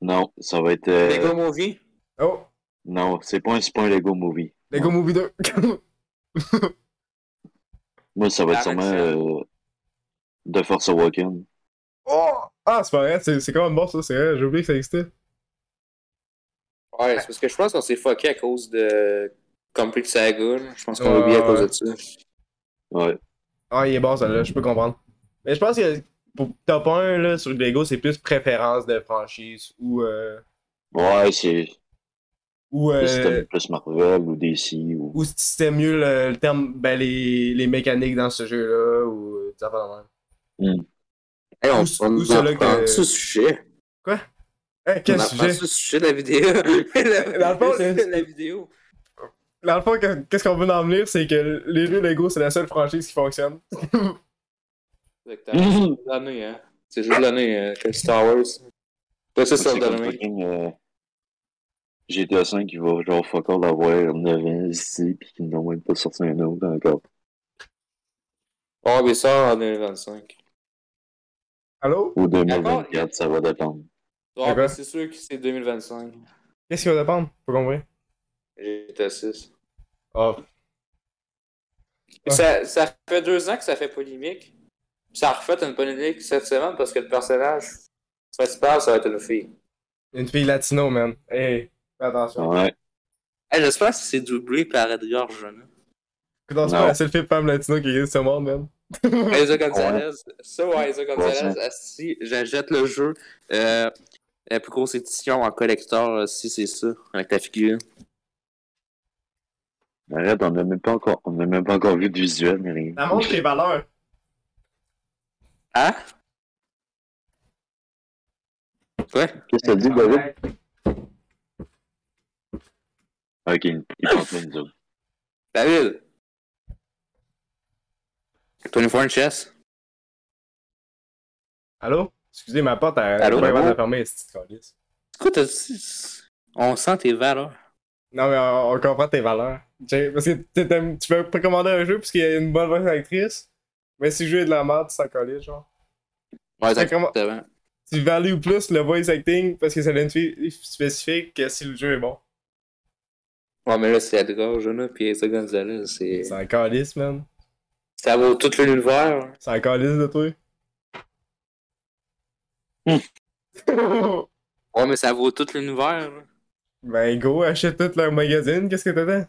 S1: Non. Ça va être. euh,
S3: Lego Movie.
S2: Oh,
S1: Non, c'est pas un, c'est pas un Lego Movie.
S2: Lego Movie 2.
S1: Moi, ça va être
S3: Ah,
S1: sûrement
S3: excellent.
S1: euh, The Force Awakens.
S2: oh! Ah, c'est pas vrai, c'est c'est quand même bon ça, c'est vrai, j'ai oublié que ça existait.
S3: Ouais, c'est parce que je pense qu'on s'est fucké à cause de Complete Saga. là. Je pense qu'on
S2: Ouais,
S3: l'a oublié à
S2: ouais,
S3: cause de ça.
S1: Ouais.
S2: Ah, il est bon ça, là, je peux comprendre. Mais je pense que pour top 1 là, sur Lego, c'est plus préférence de franchise ou. Euh,
S1: Ouais, c'est.
S2: ou
S1: plus
S2: euh,
S1: c'était plus Marvel ou DC ou.
S2: ou si c'était mieux le, le terme, ben, les, les mécaniques dans ce jeu-là, ou euh, des affaires de même.
S3: Hey, on,
S2: Où-
S3: on
S2: où
S3: nous
S2: ça, là,
S3: apprend
S2: que-
S3: ce sujet.
S2: Hey, quel
S3: on
S2: sujet?
S3: apprend ce sujet de la vidéo. la,
S2: Dans le fond, le-
S3: de la vidéo.
S2: Dans le fond, que- qu'est-ce qu'on veut en venir, c'est que les jeux Lego, c'est la seule franchise qui fonctionne.
S3: Exactement. C'est le jeu de l'année, hein. C'est le jeu de l'année, euh, que Star Wars. Ouais, c'est ça,
S1: C'est
S3: le
S1: comme
S3: dernier.
S1: fucking, euh, GTA V qui va genre fuck all avoir 9 ans ici pis qu'ils n'ont même pas sorti un autre encore.
S3: Ah, Oh, mais ça, en 2025.
S2: Allô?
S1: Ou 2024, ça va dépendre.
S3: Ah,
S2: D'accord.
S3: ben, c'est sûr que c'est 2025.
S2: Qu'est-ce qu'il va dépendre? Pas compris.
S3: J'étais 6.
S2: Ah, Ah.
S3: Ça, ça fait deux ans que ça fait polémique. Ça a refait une polémique cette semaine parce que le personnage principal, ça va être une fille.
S2: une fille latino, man. Hey, fais attention.
S1: Ouais.
S3: Hey, J'espère que c'est doublé par Edgar Jeunet.
S2: Écoute, on se
S1: Non.
S2: fait la seule fille femme latino qui existe au monde, man.
S3: Isa Gonzalez, ça ouais, Isa Gonzalez,
S1: Ouais.
S3: si j'achète le jeu, euh, la plus grosse édition en collector, euh, si c'est ça, avec ta figurine.
S1: Arrête, on n'a même pas encore, on n'a même pas encore vu de visuel, ni rien.
S2: Ça montre tes valeurs.
S3: Hein? Ouais?
S1: Qu'est-ce que t'as dit, David? Ah, Ok, il il parle pas de nous autres.
S3: Euh, David! 24 inches? chess?
S2: Allô? Excusez, ma porte, elle
S3: Allô?
S2: elle est vraiment fermée, c'est calice.
S3: C'est quoi t'as dit? On sent tes valeurs.
S2: Non, mais on, on comprend tes valeurs. Jay, Parce que t'es- t'aimes- tu veux précommander un jeu parce qu'il y a une bonne voix actrice, mais si le jeu est de la merde, tu t'en colles, genre.
S3: Ouais,
S2: Mais comment-
S3: exactement.
S2: Tu values plus le voice acting parce que ça donne une fille spécifique que si le jeu est bon.
S3: Ouais, mais là, c'est Edgar Jeunet puis Isa Gonzalez, c'est...
S2: C'est un calice, man.
S3: Ça vaut tout l'univers. hein.
S2: C'est un calice de toi.
S3: Hmm. Ouais, mais ça vaut tout l'univers. hein.
S2: ben, go, achète tout leur magazine, qu'est-ce que t'attends?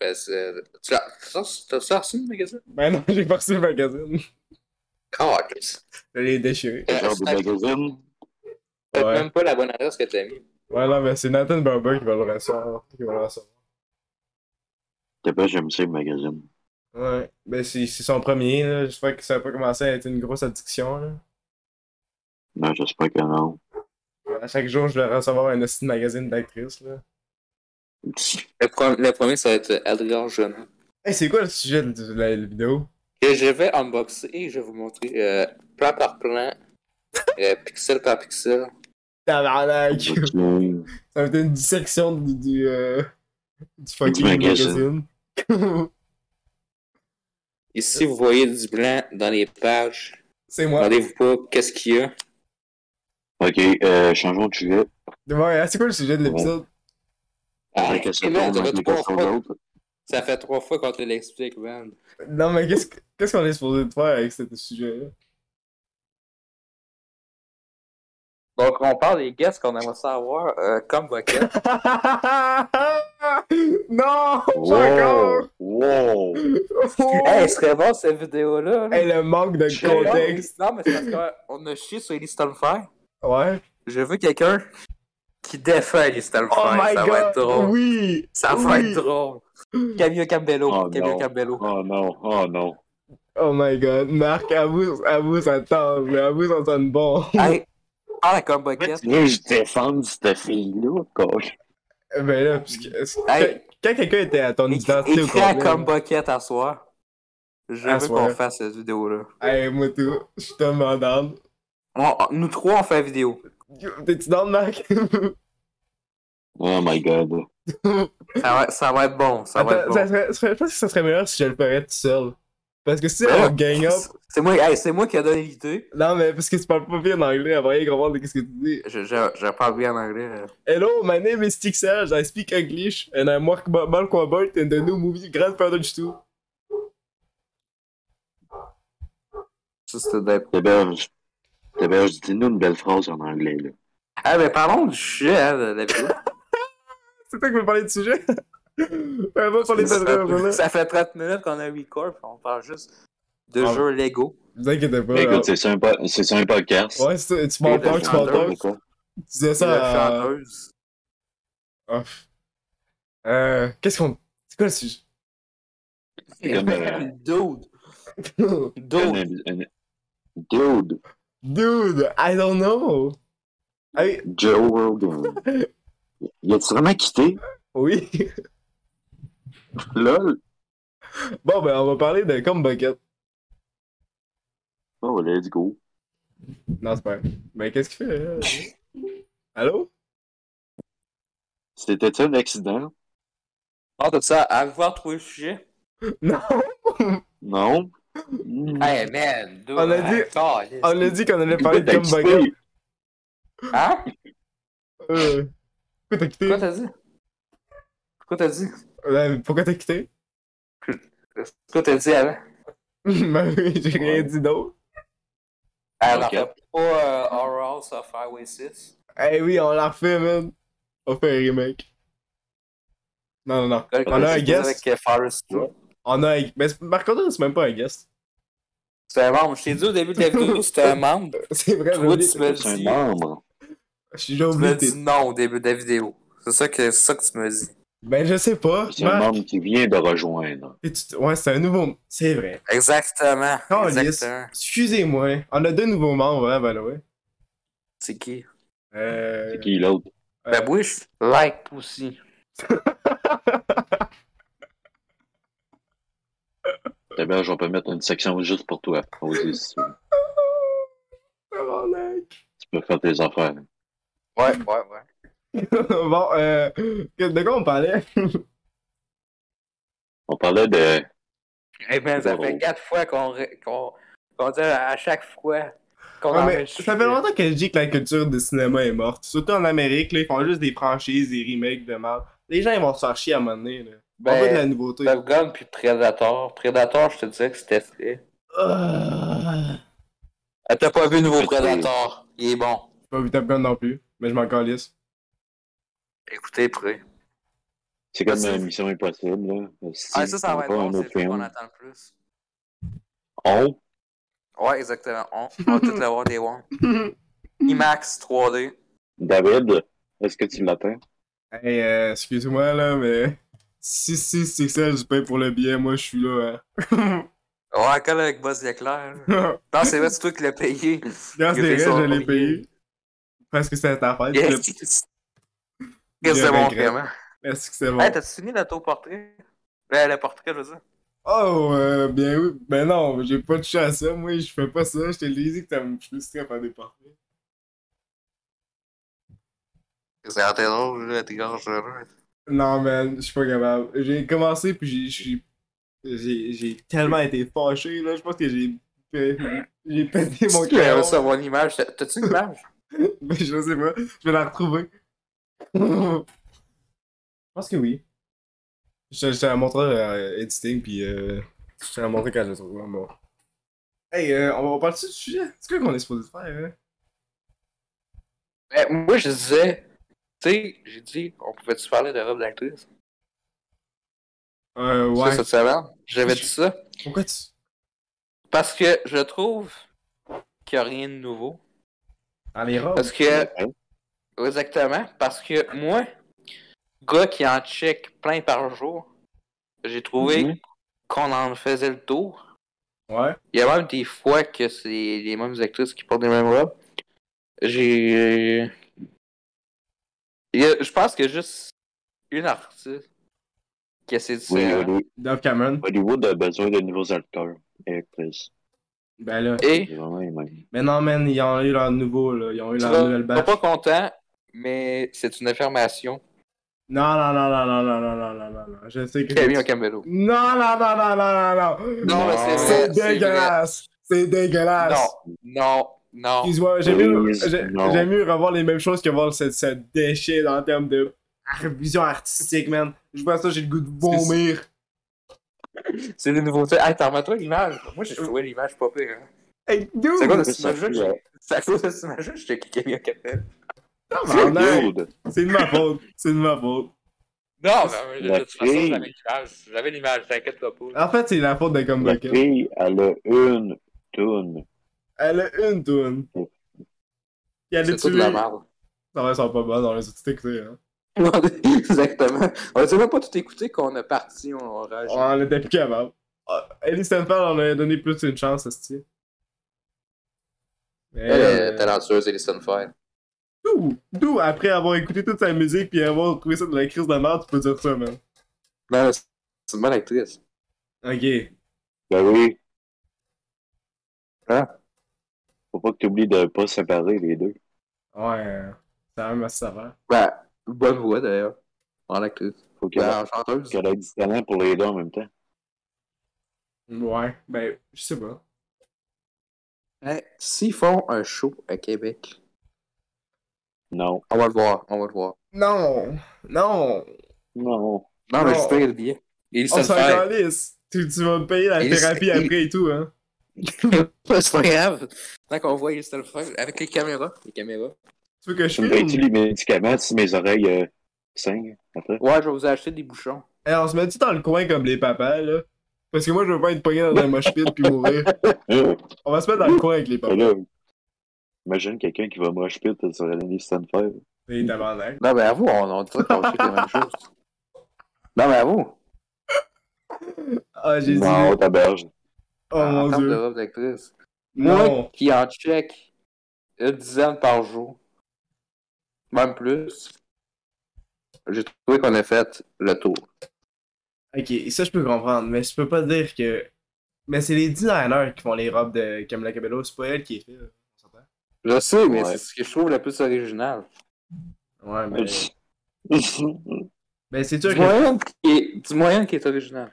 S3: Ben, c'est... Tu l'as... ça, c'est- T'as ça reçu, le magazine?
S2: Ben non, j'ai pas reçu le magazine.
S3: Calice.
S2: Je l'ai déchiré.
S1: Quel genre de magazine?
S3: Peut-être
S2: Ouais.
S3: même pas la bonne adresse que t'as mis.
S2: Ouais, non, mais c'est Nathan Barber qui va le recevoir. Qui va le recevoir.
S1: T'as pas, j'aime ça, le magazine.
S2: Ouais, ben c'est c'est son premier, là. J'espère que ça va pas commencer à être une grosse addiction, là.
S1: Non, j'espère que non.
S2: À chaque jour, je vais recevoir un hostie de magazine d'actrice, là.
S3: Le, pro- le premier, ça va être Edgar Jeunet.
S2: Hey, c'est quoi le sujet de, de la, la vidéo?
S3: Que je vais unboxer et je vais vous montrer euh, plan par plan, euh, pixel par pixel.
S2: Tabarnak!
S1: Ok. Ben,
S2: Ça va être une dissection du, du, euh, du
S1: Du
S2: fucking magazine.
S1: magazine.
S3: Ici, vous voyez du blanc dans les pages.
S2: c'est moi.
S3: Demandez-vous pas qu'est-ce qu'il y a.
S1: Ok, euh, changeons de sujet.
S2: Ouais, hein, c'est quoi le sujet de l'épisode?
S3: Ah,
S1: Après que ça
S3: man,
S1: tourne,
S3: ça,
S1: on
S3: fait
S1: n'est
S3: trois
S1: pas sur
S3: fois,
S1: d'autres.
S3: ça fait trois fois qu'on te l'explique, man.
S2: Non, mais qu'est-ce que- qu'est-ce qu'on est supposé de faire avec ce sujet-là?
S3: Donc, on parle des guests qu'on aimerait savoir euh, comme vocal.
S2: non! J'ai encore!
S1: Wow! Wow!
S3: hey, serait bon cette vidéo-là. là.
S2: Hey, le manque de
S1: Je-
S2: contexte!
S3: Non, mais c'est parce qu'on a chié sur Ellie Stonefire.
S2: Ouais.
S3: Je veux quelqu'un qui défait Ellie Stonefire. ça va être drôle.
S2: Oui!
S3: Ça
S2: oui.
S3: va être drôle. Camille Cambello.
S1: Oh,
S3: Camille
S1: non.
S3: Cambello.
S1: Oh non, oh non.
S2: Oh my god, Marc, avoue, avoue, ça tente, mais avoue, ça sonne bon.
S3: Hey, parle à Combo Quête.
S1: Tu veux que je défende cette fille-là, quoi?
S2: ben là, puisque.
S3: Hey.
S2: Quand, quand quelqu'un était à ton identité au
S3: Écris à
S2: complet.
S3: Combo Quête à soir. Je
S2: À
S3: veux
S2: soir.
S3: qu'on fasse cette vidéo-là.
S2: Hey, moi tout, je suis tellement down.
S3: On- on- nous trois, on fait la vidéo.
S2: Yo, T'es-tu down, Marc?
S1: Oh my god.
S3: Ça va, ça va être bon. Ça va être
S2: Attends,
S3: bon.
S2: ça serait, ça serait- je pense que ça serait meilleur si je le ferais tout seul. Parce que si
S3: Ouais.
S2: on gang up.
S3: C'est moi, hey, c'est moi qui ai donné l'idée.
S2: Non, mais parce que tu parles pas bien anglais, avant rien comprendre de ce que tu dis.
S3: Je, je, je parle bien en anglais. euh.
S2: Hello, my name is Tixage, I speak English, and I'm Mark Ma- Mark Wahlberg in the new movie Grandfather 2.
S3: Ça, c'était d'être.
S1: T'héberge. T'héberge, dis-nous une belle phrase en anglais, là.
S3: Ah, mais parlons du chien, hein, de la vidéo.
S2: C'est toi qui veux parler de sujet? On va parler de
S3: ça,
S2: cette là
S3: fait, ça fait 30 minutes qu'on a record. puis On parle juste de
S2: Ah.
S3: jeux Lego.
S2: Vous inquiétez pas.
S1: Écoute, c'est ça un po- c'est ça un podcast.
S2: Ouais, c'est ça, tu m'en
S3: Et le
S2: parles, tu m'en
S3: chanteur.
S2: parles. Tu
S1: D'accord.
S2: disais
S3: C'est la
S2: ça euh, à...
S3: chanteuse.
S2: Ah. Euh, qu'est-ce qu'on... C'est quoi le sujet?
S1: Comme, euh,
S3: Dude. Dude.
S1: un- un- Dude,
S2: Dude, I don't know! Hey,
S1: Joe Rogan. Y a-tu vraiment quitté?
S2: oui!
S1: LOL?
S2: Bon, ben, on va parler de Comme Bucket.
S1: Oh, let's go.
S2: Non, c'est pas vrai. Mais qu'est-ce qu'il fait? là? Allô?
S1: C'était ça un accident?
S3: Ah, comme ça, à voir trouver le sujet.
S2: Non!
S1: Non? Mm.
S3: Hey, man. hein, dude,
S2: On a dit-
S3: attends, yes.
S2: On a dit qu'on allait parler
S1: Écoute, t'as
S2: de Tom
S1: quitté.
S2: Bucket.
S3: Hein?
S2: Euh, Pourquoi t'as quitté?
S3: Quoi t'as dit? Quoi t'as dit?
S2: Ouais, Pourquoi t'as quitté?
S3: Quoi t'as dit avant?
S2: Ben oui, J'ai rien
S1: Ouais.
S2: dit d'autre.
S3: Ah, non,
S1: Ok.
S3: pas euh, Oral of Highway 6.
S2: Eh oui, on l'a refait, man. On fait un remake. Non, non, non. On a un guest.
S3: Avec euh, Forrest Gump.
S2: On a un... Mais c'est- Marc-André, c'est même pas un guest.
S3: C'est un membre. Je t'ai dit au début de la vidéo, c'était un membre.
S2: C'est vrai,
S3: Toi,
S2: j'ai
S3: tu
S2: oublié.
S3: me
S1: C'est un
S3: dis.
S1: membre.
S2: Je suis déjà
S3: Tu m'as
S2: oublié.
S3: dit
S2: t'es-
S3: non au début de la vidéo. C'est ça que, c'est ça que tu me dis.
S2: Ben, je sais pas.
S1: C'est un
S2: Marc,
S1: membre qui vient de rejoindre.
S2: t'es-tu- Ouais, c'est un nouveau... C'est vrai.
S3: Exactement.
S2: Oh, yes.
S3: Exactement.
S2: Excusez-moi. On a deux nouveaux membres, hein, Valois.
S3: C'est qui?
S2: Euh...
S1: C'est qui l'autre?
S2: Euh.
S3: Ben oui, je like aussi.
S1: D'abord, je vais pas mettre une section juste pour toi. Vas-y, si tu veux.
S2: Tabarnak.
S1: Tu peux faire tes affaires.
S3: Ouais, ouais, ouais.
S2: bon, euh... De quoi on parlait?
S1: On parlait de.
S3: Eh ben, ça fait
S1: Zéro.
S3: quatre fois qu'on ré- qu'on qu'on dit à chaque fois qu'on
S2: Ouais, Ah, mais
S3: enregistre.
S2: ça fait longtemps que je dis que la culture du cinéma est morte. Surtout en Amérique, là, ils font juste des franchises, des remakes de mal. Les gens, ils vont se faire chier à un moment donné. Là.
S3: Ben,
S2: on veut de la nouveauté.
S3: Top Gun puis Predator. Predator, je te disais que c'était frais.
S2: Ah.
S3: Ah, T'as pas vu le nouveau
S1: Écoutez.
S3: Predator? Il est bon.
S2: J'ai Pas vu Top Gun non plus, mais je m'en calisse.
S3: Écoutez, prêt.
S1: C'est comme
S3: C'est-
S1: une mission impossible, là. Si
S3: Ah, ça, ça
S1: on
S3: va être
S1: prend
S3: bon,
S1: un
S3: c'est
S1: autre
S3: le film qu'on
S1: film.
S3: attend le plus.
S1: On,
S3: Ouais, exactement. On, on va tout l'avoir des one. IMAX 3D.
S1: David, est-ce que tu l'attends?
S2: Hey, euh, excuse-moi là, mais si, si, c'est ça, je paye pour le billet, moi je suis là. Hein.
S3: Ouais, colle avec Buzz l'éclair. là.
S2: Quand
S3: Non, c'est vrai, c'est toi qui l'as payé.
S2: c'est vrai, je l'ai payé. Parce que c'était ta fête.
S3: Yes.
S2: je l'ai-
S3: Yes,
S2: Je
S3: c'est bon,
S2: regrette.
S3: film. hein.
S2: Est-ce que c'est bon?
S3: Hey, t'as-tu fini l'autoportrait? Ben, le portrait, je veux dire.
S2: Oh, euh, bien oui. Ben non, j'ai pas touché à ça. Moi, je fais pas ça. Je te l'ai dit que t'as- je me suis très pas déporté.
S3: C'est un drôle, là, t'es gorgeux.
S2: Non, man, je suis pas capable. J'ai commencé, puis j'ai- j'ai- j'ai j'ai tellement été fâché, là. Je pense que j'ai fait- j'ai pété mon
S3: Tu aimerais
S2: cœur.
S3: ça voir l'image. T'as- T'as-tu une image?
S2: Mais je sais pas. Je vais la retrouver. je pense que oui. Je, je te la montrerai euh, editing, puis euh, je te la montrerai quand je la trouverai. Bon. Hey, euh, on, on parle-tu du sujet? C'est quoi qu'on est supposé faire, hein?
S3: Ben, moi, je disais, tu sais, j'ai dit, on pouvait-tu parler de robe d'actrice?
S2: Euh, ouais.
S3: Ça, cette semaine, j'avais dit ça.
S2: Pourquoi tu.
S3: Parce que je trouve qu'il n'y a rien de nouveau.
S2: Dans les robes.
S3: Parce que, exactement, parce que moi, gars qui en check plein par jour, j'ai trouvé
S1: Mhm.
S3: qu'on en faisait le tour.
S2: Ouais.
S3: Il y a même des fois que c'est les mêmes actrices qui portent les mêmes robes. J'ai. Il y a- Je pense que juste une artiste qui a séduit.
S1: Oui, Holly-
S2: Dove Cameron.
S1: Hollywood a besoin de nouveaux acteurs et actrices.
S2: Ben là.
S3: Et
S1: C'est vraiment les mêmes.
S2: Mais non, man, ils ont eu leur nouveau, là. Ils ont eu
S3: tu
S2: leur
S3: vas-
S2: nouvelle
S3: vas
S2: batch.
S3: pas content, mais c'est une affirmation.
S2: Non, non, non, non, non, non, non, non, non, non, non. Je sais que.
S3: Camille Ocambello.
S2: Non, non, non, non, non, non, non.
S3: Non, mais c'est vrai.
S2: C'est
S3: c'est vrai.
S2: dégueulasse. C'est dégueulasse.
S3: Non, non, non.
S2: Excuse-moi, j'aime mieux,
S1: Please,
S2: j'ai-
S1: non.
S2: j'aime mieux revoir les mêmes choses que voir ce, ce déchet en termes de ar- vision artistique, man. Je vois ça, j'ai le goût de vomir.
S3: C'est des nouveautés. Hey, t'en remets-toi l'image. Moi, j'ai trouvé l'image pas pire. hein.
S2: Hey, dude!
S3: C'est à cause de
S1: Ça,
S3: ce image-là que
S1: ça,
S3: j'ai- c'est à cause de ce image-là que j'ai cliqué Camille Ocambello.
S2: tabarnak.
S1: Dude,
S2: C'est de ma faute. C'est de ma faute.
S3: Non, mais de
S1: La
S3: toute façon,
S1: fille.
S3: j'avais l'image. J'avais l'image, t'inquiète-toi pas.
S2: En fait, c'est la faute de
S1: la
S2: Comeback.
S1: fille, elle a une toune.
S2: Elle a une toune. Puis elle
S3: C'est
S2: est
S3: tout de
S2: tuée.
S3: la
S2: Ça
S3: merde.
S2: va, sont pas bonnes, on les a tout écoutées. Hein.
S3: Non, Exactement. On s'est même pas tout écouté qu'on est parti, on rage.
S2: On était plus capable. Ah, Ellie Stanford, on a donné plus une chance à ce Mais,
S3: Elle est
S2: euh,
S3: talentueuse, Alison Fair.
S2: D'où? D'où, après avoir écouté toute sa musique puis avoir trouvé ça de la crise de merde, tu peux dire ça, man.
S3: Non, mais Ben, c'est une bonne actrice.
S2: Ok.
S1: Ben oui.
S3: Hein?
S1: Faut pas que tu oublies de pas séparer les deux.
S2: Ouais. C'est la même assez sévère.
S3: Ben, bonne voix d'ailleurs. En actrice.
S1: Faut qu'elle
S3: Ben, en chanteuse.
S1: qu'elle ait du talent pour les deux en même temps.
S2: Ouais, ben, je sais pas.
S3: Hein, S'ils font un show à Québec,
S1: Non.
S3: on va le voir, on va le voir.
S2: Non! Non!
S1: Non.
S3: Non, mais
S2: Non.
S3: je paye le billet. Oh, Ils
S2: On
S3: se le
S2: s'en
S3: faire.
S2: calisse! Tu, tu vas me payer la
S3: Et
S2: thérapie
S3: c'est-
S2: après et tout, hein?
S3: C'est pas grave. Tant qu'on voit, ils se le faire avec les caméras. Les caméras.
S2: Tu veux que je
S1: Ben, Tu me payes-tu
S2: filme?
S1: les médicaments si mes oreilles euh, saignent après?
S3: Ouais, je vais vous acheter des bouchons.
S2: Eh, on se met-tu dans le coin comme les papas, là? Parce que moi, je veux pas être pogné dans un mosh pit puis mourir.
S1: Euh,
S2: On va se mettre dans le coin avec les
S1: ben
S2: papas.
S1: là, imagine quelqu'un qui va moche pit sur la ligne Stanford.
S2: C'est tabarnak.
S3: Non, mais avoue, ben, on, on dirait qu'on fait les mêmes choses. Ben, Non, mais avoue.
S2: Ah, j'ai dit.
S1: Non, taberge.
S2: Oh
S3: en
S2: mon
S3: termes de
S2: dieu.
S3: robe d'actrice.
S2: Non.
S3: Moi qui en check une dizaine par jour, même plus, j'ai trouvé qu'on a fait le tour.
S2: Ok, ça je peux comprendre, mais je peux pas dire que. Mais c'est les designers qui font les robes de Camila Cabello, c'est pas elle qui les fait. là. On s'entend?
S3: Je sais, mais
S1: Ouais.
S3: c'est ce que je trouve le plus original.
S2: Ouais, mais.
S1: T'as
S2: ben c'est sûr
S3: Du
S2: que.
S3: moyen qui est, du moyen qui est original.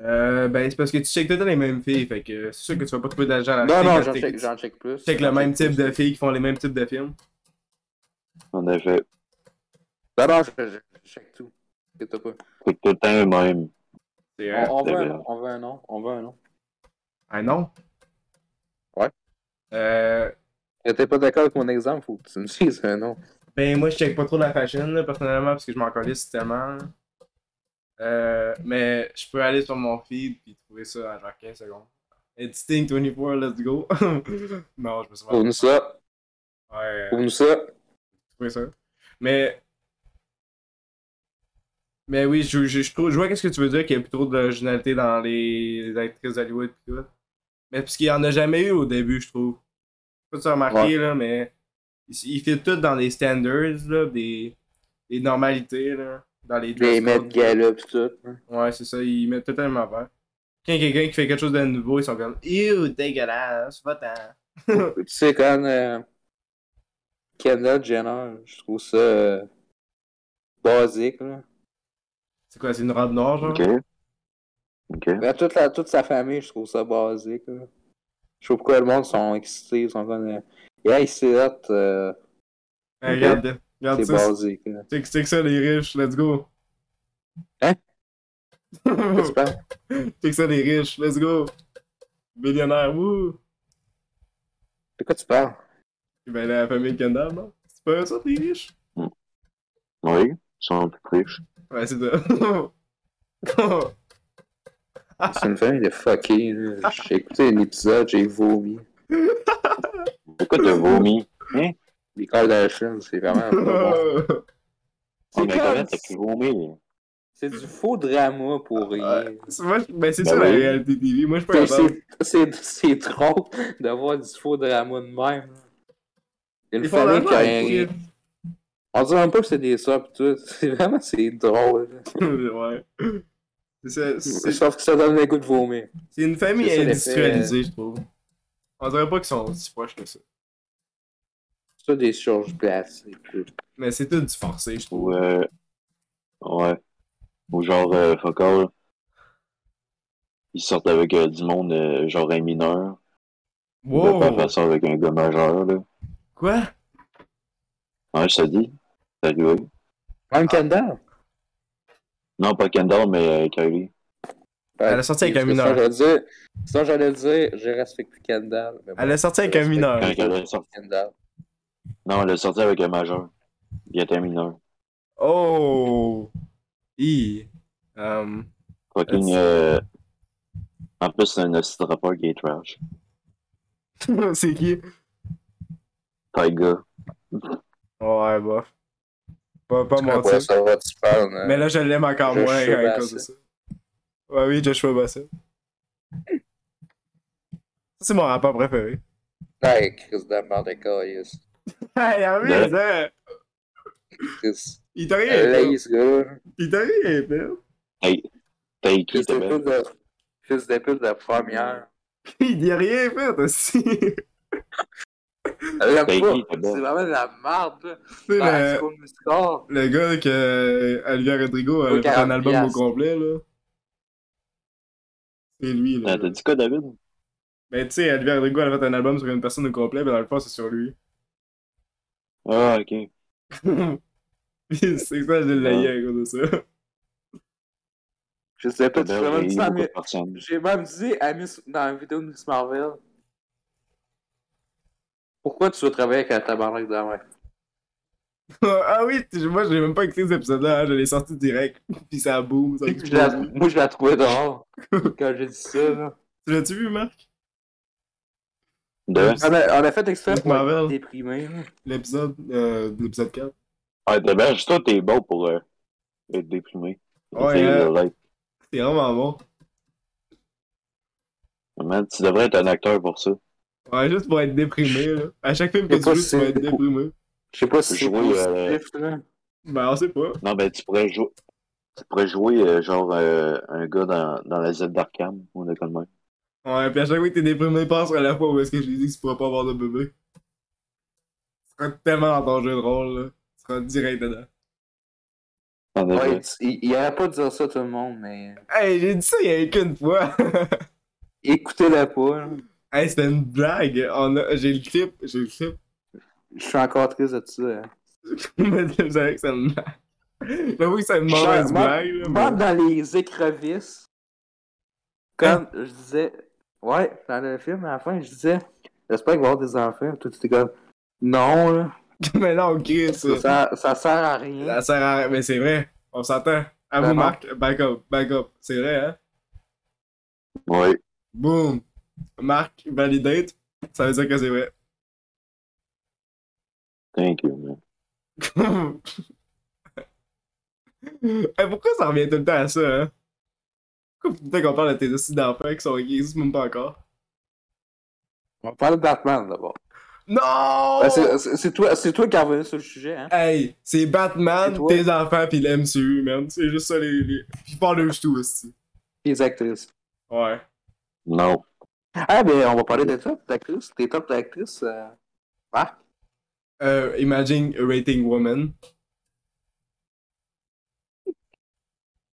S2: Euh, ben c'est parce que tu checkes tout le temps les mêmes filles, fait que c'est sûr que Ah, tu vas pas trouver d'argent à
S3: Non,
S2: acheter
S3: non,
S2: quand
S3: j'en
S2: t'es-
S3: check, j'en check plus.
S2: tu checkes le
S3: J'en
S2: même
S3: check
S2: type
S3: plus.
S2: de filles qui font les mêmes types de films.
S1: fait
S3: Non, non, je, je- je check tout. T'inquiète pas.
S1: tout le temps le même.
S2: C'est
S3: On, on
S1: c'est
S3: veut un
S1: bien.
S3: nom, on veut un nom, on veut un nom.
S2: Ah non?
S3: Ouais.
S2: Euh.
S3: Si T'es pas d'accord avec mon exemple, faut que tu me dises un nom.
S2: Ben moi je check pas trop la fashion là, personnellement parce que je m'en calisse tellement. Euh, mais je peux aller sur mon feed puis trouver ça en genre 15 secondes. Editing 24, let's go. non, je me suis pas.
S3: Ouvre-nous ça,
S2: Ouais, euh,
S3: ouvre-nous ça.
S2: trouver ça. Mais. Mais oui, je, je, je, trouve- je vois qu'est-ce que tu veux dire qu'il y a plus trop d'originalité dans les, les actrices d'Hollywood pis tout. Mais parce qu'il y en a jamais eu au début, je trouve. Je sais pas si tu as remarqué, là, mais. Ils, ils filent tout dans des standards, là, des, des normalités, là. Dans les
S3: Des
S2: dress
S3: Met
S2: codes.
S3: Gala pis tout. hein.
S2: Ouais, c'est ça, ils mettent totalement vert. Quand il y a quelqu'un qui fait quelque chose de nouveau, ils sont comme. Ew, dégueulasse, va-t'en.
S3: Tu sais, quand euh, Kendall Jenner, je trouve ça euh, basique. Là.
S2: C'est quoi, c'est une robe noire, genre?
S1: OK. OK.
S3: Mais Ben, toute, la, toute sa famille, je trouve ça basique. Là. Je sais pas pourquoi le monde sont excités, ils sont comme. Euh, yeah, c'est hot, euh,
S2: Ouais, Regarde, regarde
S3: c'est
S2: ça,
S3: basique. là.
S2: Ah, C'est que- c'est que ça, les riches, let's go.
S3: Hein? Qu'est-ce que tu
S2: C'est
S3: penses?
S2: que ça, les riches, let's go. Millionnaire, wouh.
S3: De quoi tu parles?
S2: Et ben, la famille de Kendall, non? C'est pas ça, les riches?
S1: Oui, ils sont plus riches.
S2: Ouais, c'est ça.
S3: C'est une famille de fuckés. là. J'ai écouté un épisode, j'ai vomi.
S1: Pourquoi t'as vomi? Hein?
S3: Les Kardashians, c'est vraiment. pas bon.
S1: On
S3: C'est comme-
S1: t'as plus vomi.
S3: C'est du faux drama pour rien.
S2: C'est- moi, je- ben, c'est
S1: Ben
S2: ça, la
S1: oui.
S2: réalité TV. Moi, je suis pas
S3: C'est-
S2: capable.
S3: c'est- Ben, C'est c'est drôle de voir du faux drama de même. Une
S2: Ils font
S3: famille qui a
S2: l'argent,
S3: rien. On dirait même pas que c'est des sœurs pis tout. C'est vraiment c'est drôle.
S2: Ouais. C'est ça, c'est-
S3: Sauf que ça donne le goût de vomir.
S2: c'est une famille
S3: c'est ça, l'effet, euh,
S2: industrialisée, je trouve. On dirait pas qu'ils sont si proches que ça.
S3: C'est ça des surges plastiques.
S2: Mais c'est tout du forcé, je
S1: Ou,
S2: trouve.
S1: euh, ouais. Ou genre, euh, fuck all. Ils sortent avec euh, du monde, euh, genre un mineur.
S3: Ben,
S1: Ils peuvent pas
S2: Wow!
S1: faire ça avec un gars majeur, là.
S2: Quoi?
S1: Ouais, je te dis. C'est arrivé.
S3: Même Kendall.
S1: Non, pas Kendall, mais euh, Kylie.
S2: Elle a sorti avec un mineur.
S3: Ça, j'allais dire, ça, j'allais dire, je respecte plus Kendall. mais bon,
S2: Elle est sortie avec
S3: je
S2: un
S3: respecte
S2: mineur.
S1: Quand elle est sortie-
S3: Kendall.
S1: Non, elle est sortie avec un majeur. Il était un mineur.
S2: Oh! I. Um,
S1: Fucking.
S2: That's-
S1: Euh... En plus, c'est un hostie de rappeur qui est trash.
S2: c'est qui?
S1: Tyga.
S2: Ouais, bah. Pas, pas
S3: Ouais,
S2: mentir.
S3: ça va, tu parles. hein.
S2: Mais là, je l'aime encore
S3: Joshua
S2: moins à cause
S3: Bassett.
S2: de ça. Ouais, oui, Joshua Bassett. Ça, c'est mon rapport préféré.
S3: Ouais, Chris de merde de calice.
S2: Hey, arrête, hein!
S3: Chris. euh,
S2: Il t'a rien
S3: Elle
S2: fait.
S3: haït ce gars-là.
S2: Il t'a rien fait.
S1: Hey. Hey, qui
S3: Fils
S1: était
S3: de
S1: belle?
S3: pute de, fils de pute de première.
S2: Il t'a rien fait aussi.
S3: Elle l'aime
S1: Ben,
S3: pas.
S1: il était
S3: Euh, C'est
S1: bon.
S3: vraiment de la merde, là.
S2: C'est
S3: Ah,
S2: le,
S3: C'est comme le score.
S2: le gars que euh, Olivia Rodrigo a
S3: Oui,
S2: fait un
S3: 40
S2: album au
S3: piastres.
S2: complet, là. C'est lui, là.
S3: Ah,
S1: T'as t'as dit quoi, David?
S2: Ben, tu sais, Olivier Rodrigo, elle a fait un album sur une personne au complet, mais dans le fond, c'est sur lui.
S1: Ah, ok.
S2: Puis c'est ça, je l'ai laillé à cause de ça.
S3: Je sais pas, tu
S1: T'as
S3: fais même
S1: oublié
S3: ça à
S1: beaucoup de
S3: Miss-
S1: personnes.
S3: J'ai même dit à Miss- dans la vidéo de Miss Marvel. Pourquoi tu veux travailler avec un tabarnak de la main?
S2: ah oui, tu- moi, j'ai même pas écouté cet épisode-là, hein, je l'ai sorti direct. Puis ça boum, ça
S3: Je la-
S2: explose.
S3: Moi, je la trouvais drôle quand j'ai dit ça. Là.
S2: Tu l'as-tu vu, Marc?
S1: De?
S3: On, a, Ah, ben, on a fait exprès
S2: Miss
S3: pour être
S2: Marvel.
S3: déprimé. là.
S2: L'épisode, euh, l'épisode 4.
S1: Ouais, Ah, t'es bien, toi, t'es bon pour euh, être déprimé.
S2: Ouais,
S1: T'sais,
S2: euh.
S1: like,
S2: C'est vraiment bon.
S1: man, tu devrais être un acteur pour ça.
S2: Ouais, juste pour être déprimé, là. À chaque film que
S3: Je sais
S2: tu
S3: pas
S2: joues,
S3: si
S2: tu vas
S3: c'est-
S2: être déprimé.
S3: Je sais pas si c'est
S1: Jouer, euh,
S3: positif. là.
S2: Ben, on sait pas.
S1: Non, ben, tu pourrais jouer. Tu pourrais jouer, euh, genre, euh, un gars dans, dans la Z d'Arkham, ou de comme même.
S2: Ouais, puis à chaque fois que t'es déprimé, pense à la fois où est-ce que je lui dis que tu pourras pas avoir de bébé. Tu seras tellement dans ton jeu de rôle, là. Tu seras direct dedans.
S1: En effet.
S3: Ouais, il il y aurait pas de dire ça à tout le monde, mais euh,
S2: Hey, j'ai dit ça il y a qu'une fois.
S3: écoutez-la pas. là.
S2: hey, c'était une blague. On a... J'ai le clip, j'ai le clip.
S3: Je suis encore triste de ça. hein.
S2: Mais Vous savez que c'est une blague. J'avoue que c'est une mauvaise
S3: Genre,
S2: blague,
S3: même-
S2: là.
S3: même
S2: mais-
S3: dans les écrevisses, comme
S2: Hein?
S3: je disais, ouais, dans le film, à la fin, je disais, j'espère qu'il va y avoir des enfants. Tout était comme, non, là,
S2: Mais... non, Chris. Ça,
S3: ça, ça sert à rien.
S2: ça sert à rien. Mais c'est vrai, on s'entend. À vous,
S3: Ben non.
S2: Marc. Back up, back up. C'est vrai, hein?
S1: Ouais.
S2: Boom. Marc, validate. Ça veut dire que c'est vrai.
S1: Thank you, man.
S2: Hey, pourquoi ça revient tout le temps à ça, hein? Pourquoi peut-être qu'on parle de tes aussi d'enfants qui sont qui existent même pas encore?
S3: On parle de Batman d'abord.
S2: Non!
S3: Ben, c'est- c'est c'est toi, c'est toi qui as revenu sur le sujet, hein.
S2: Hey, c'est
S3: Et
S2: Batman,
S3: toi?
S2: tes enfants, pis l'MCU, man. C'est juste ça, les. les... Pis parle tout aussi.
S3: Les actrices.
S2: Ouais.
S1: Non.
S3: Ah, ben, on va parler de top d'actrices. Tes top d'actrices, euh, Marc?
S2: Euh, imagine a Rating Woman.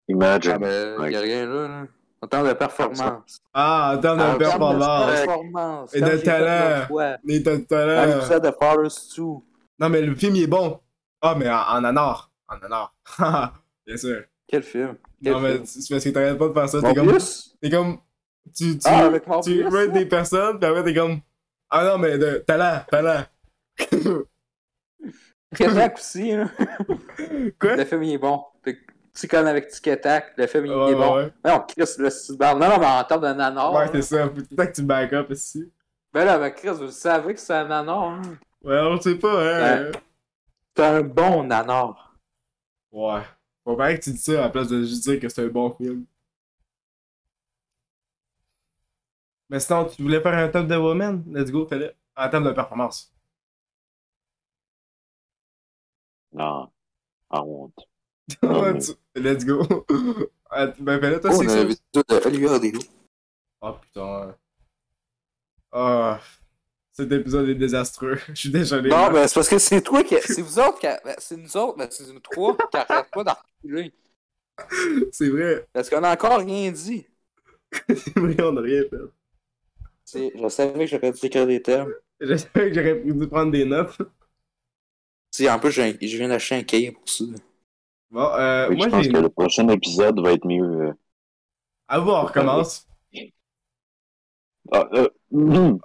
S1: Imagine.
S3: Ah, ben,
S1: Ouais.
S3: y a rien là, là. En termes de performance.
S2: Ah, en termes
S3: En
S2: de
S3: termes de Euh,
S2: performance.
S3: performance.
S2: Et Euh.
S3: comme
S2: de
S3: j'ai fait
S2: talent.
S3: l'autre fois,
S2: Les tas de
S3: Dans
S2: talents.
S3: l'épisode de Forest 2.
S2: Non, mais le film il est bon. Ah, mais en, en anor. En anor. Bien sûr.
S3: Quel film? Quel
S2: Non, mais
S3: film?
S2: c'est parce que t'arrêtes pas de faire ça. T'es comme.
S3: Morbius?
S2: T'es comme. Tu, tu,
S3: Ah, avec Morbius?
S2: tu rates
S3: là?
S2: des personnes, pis après t'es comme. Ah non, mais de talent, talent.
S3: Tic Tac aussi, hein.
S2: Quoi?
S3: Le film, il est bon. Fait que Tu connais avec Tic Tac, le film, il
S2: Ouais,
S3: est bon. Ah.
S2: ouais, ouais.
S3: Non, Chris, le style barbe. Non, non, mais en termes de nanor.
S2: Ouais,
S3: là.
S2: c'est ça. Faut tout le temps que tu back up ici.
S3: Ben là, mais Chris, vous savez que c'est un nanor. hein.
S2: Ouais, on sait pas, hein.
S3: C'est un bon nanor.
S2: Ouais. Faut bien que tu dis ça à la place de juste dire que c'est un bon film. Mais sinon, tu voulais faire un top de Woman? Let's go, fais-le. En termes de performance.
S1: Non. I won't.
S2: Ouais, tu- Let's go. Ah, ben fais-le,
S1: Oh,
S2: toi, c'est ça.
S3: vidéo de hein. Olivier Rodrigo.
S2: Oh putain. Ah. Cet épisode est désastreux. Je suis désolé.
S3: Non,
S2: Marc.
S3: mais c'est parce que c'est toi qui. C'est vous autres qui. ben, C'est nous autres, ben, c'est nous trois qui arrêtent pas d'articuler.
S2: C'est vrai.
S3: Parce qu'on a encore rien dit.
S2: C'est vrai, on n'a rien fait.
S3: C'est- Je savais que j'aurais dû écrire des termes.
S2: Je savais que j'aurais dû prendre des notes.
S3: Tu sais, en plus, j'ai un- je viens d'acheter un cahier pour ça.
S2: Bon, euh,
S1: Fait que
S2: moi,
S1: je pense
S2: j'ai.
S1: que le prochain épisode va être mieux. euh.
S2: À vous, on recommence.
S1: Ah, euh, hum,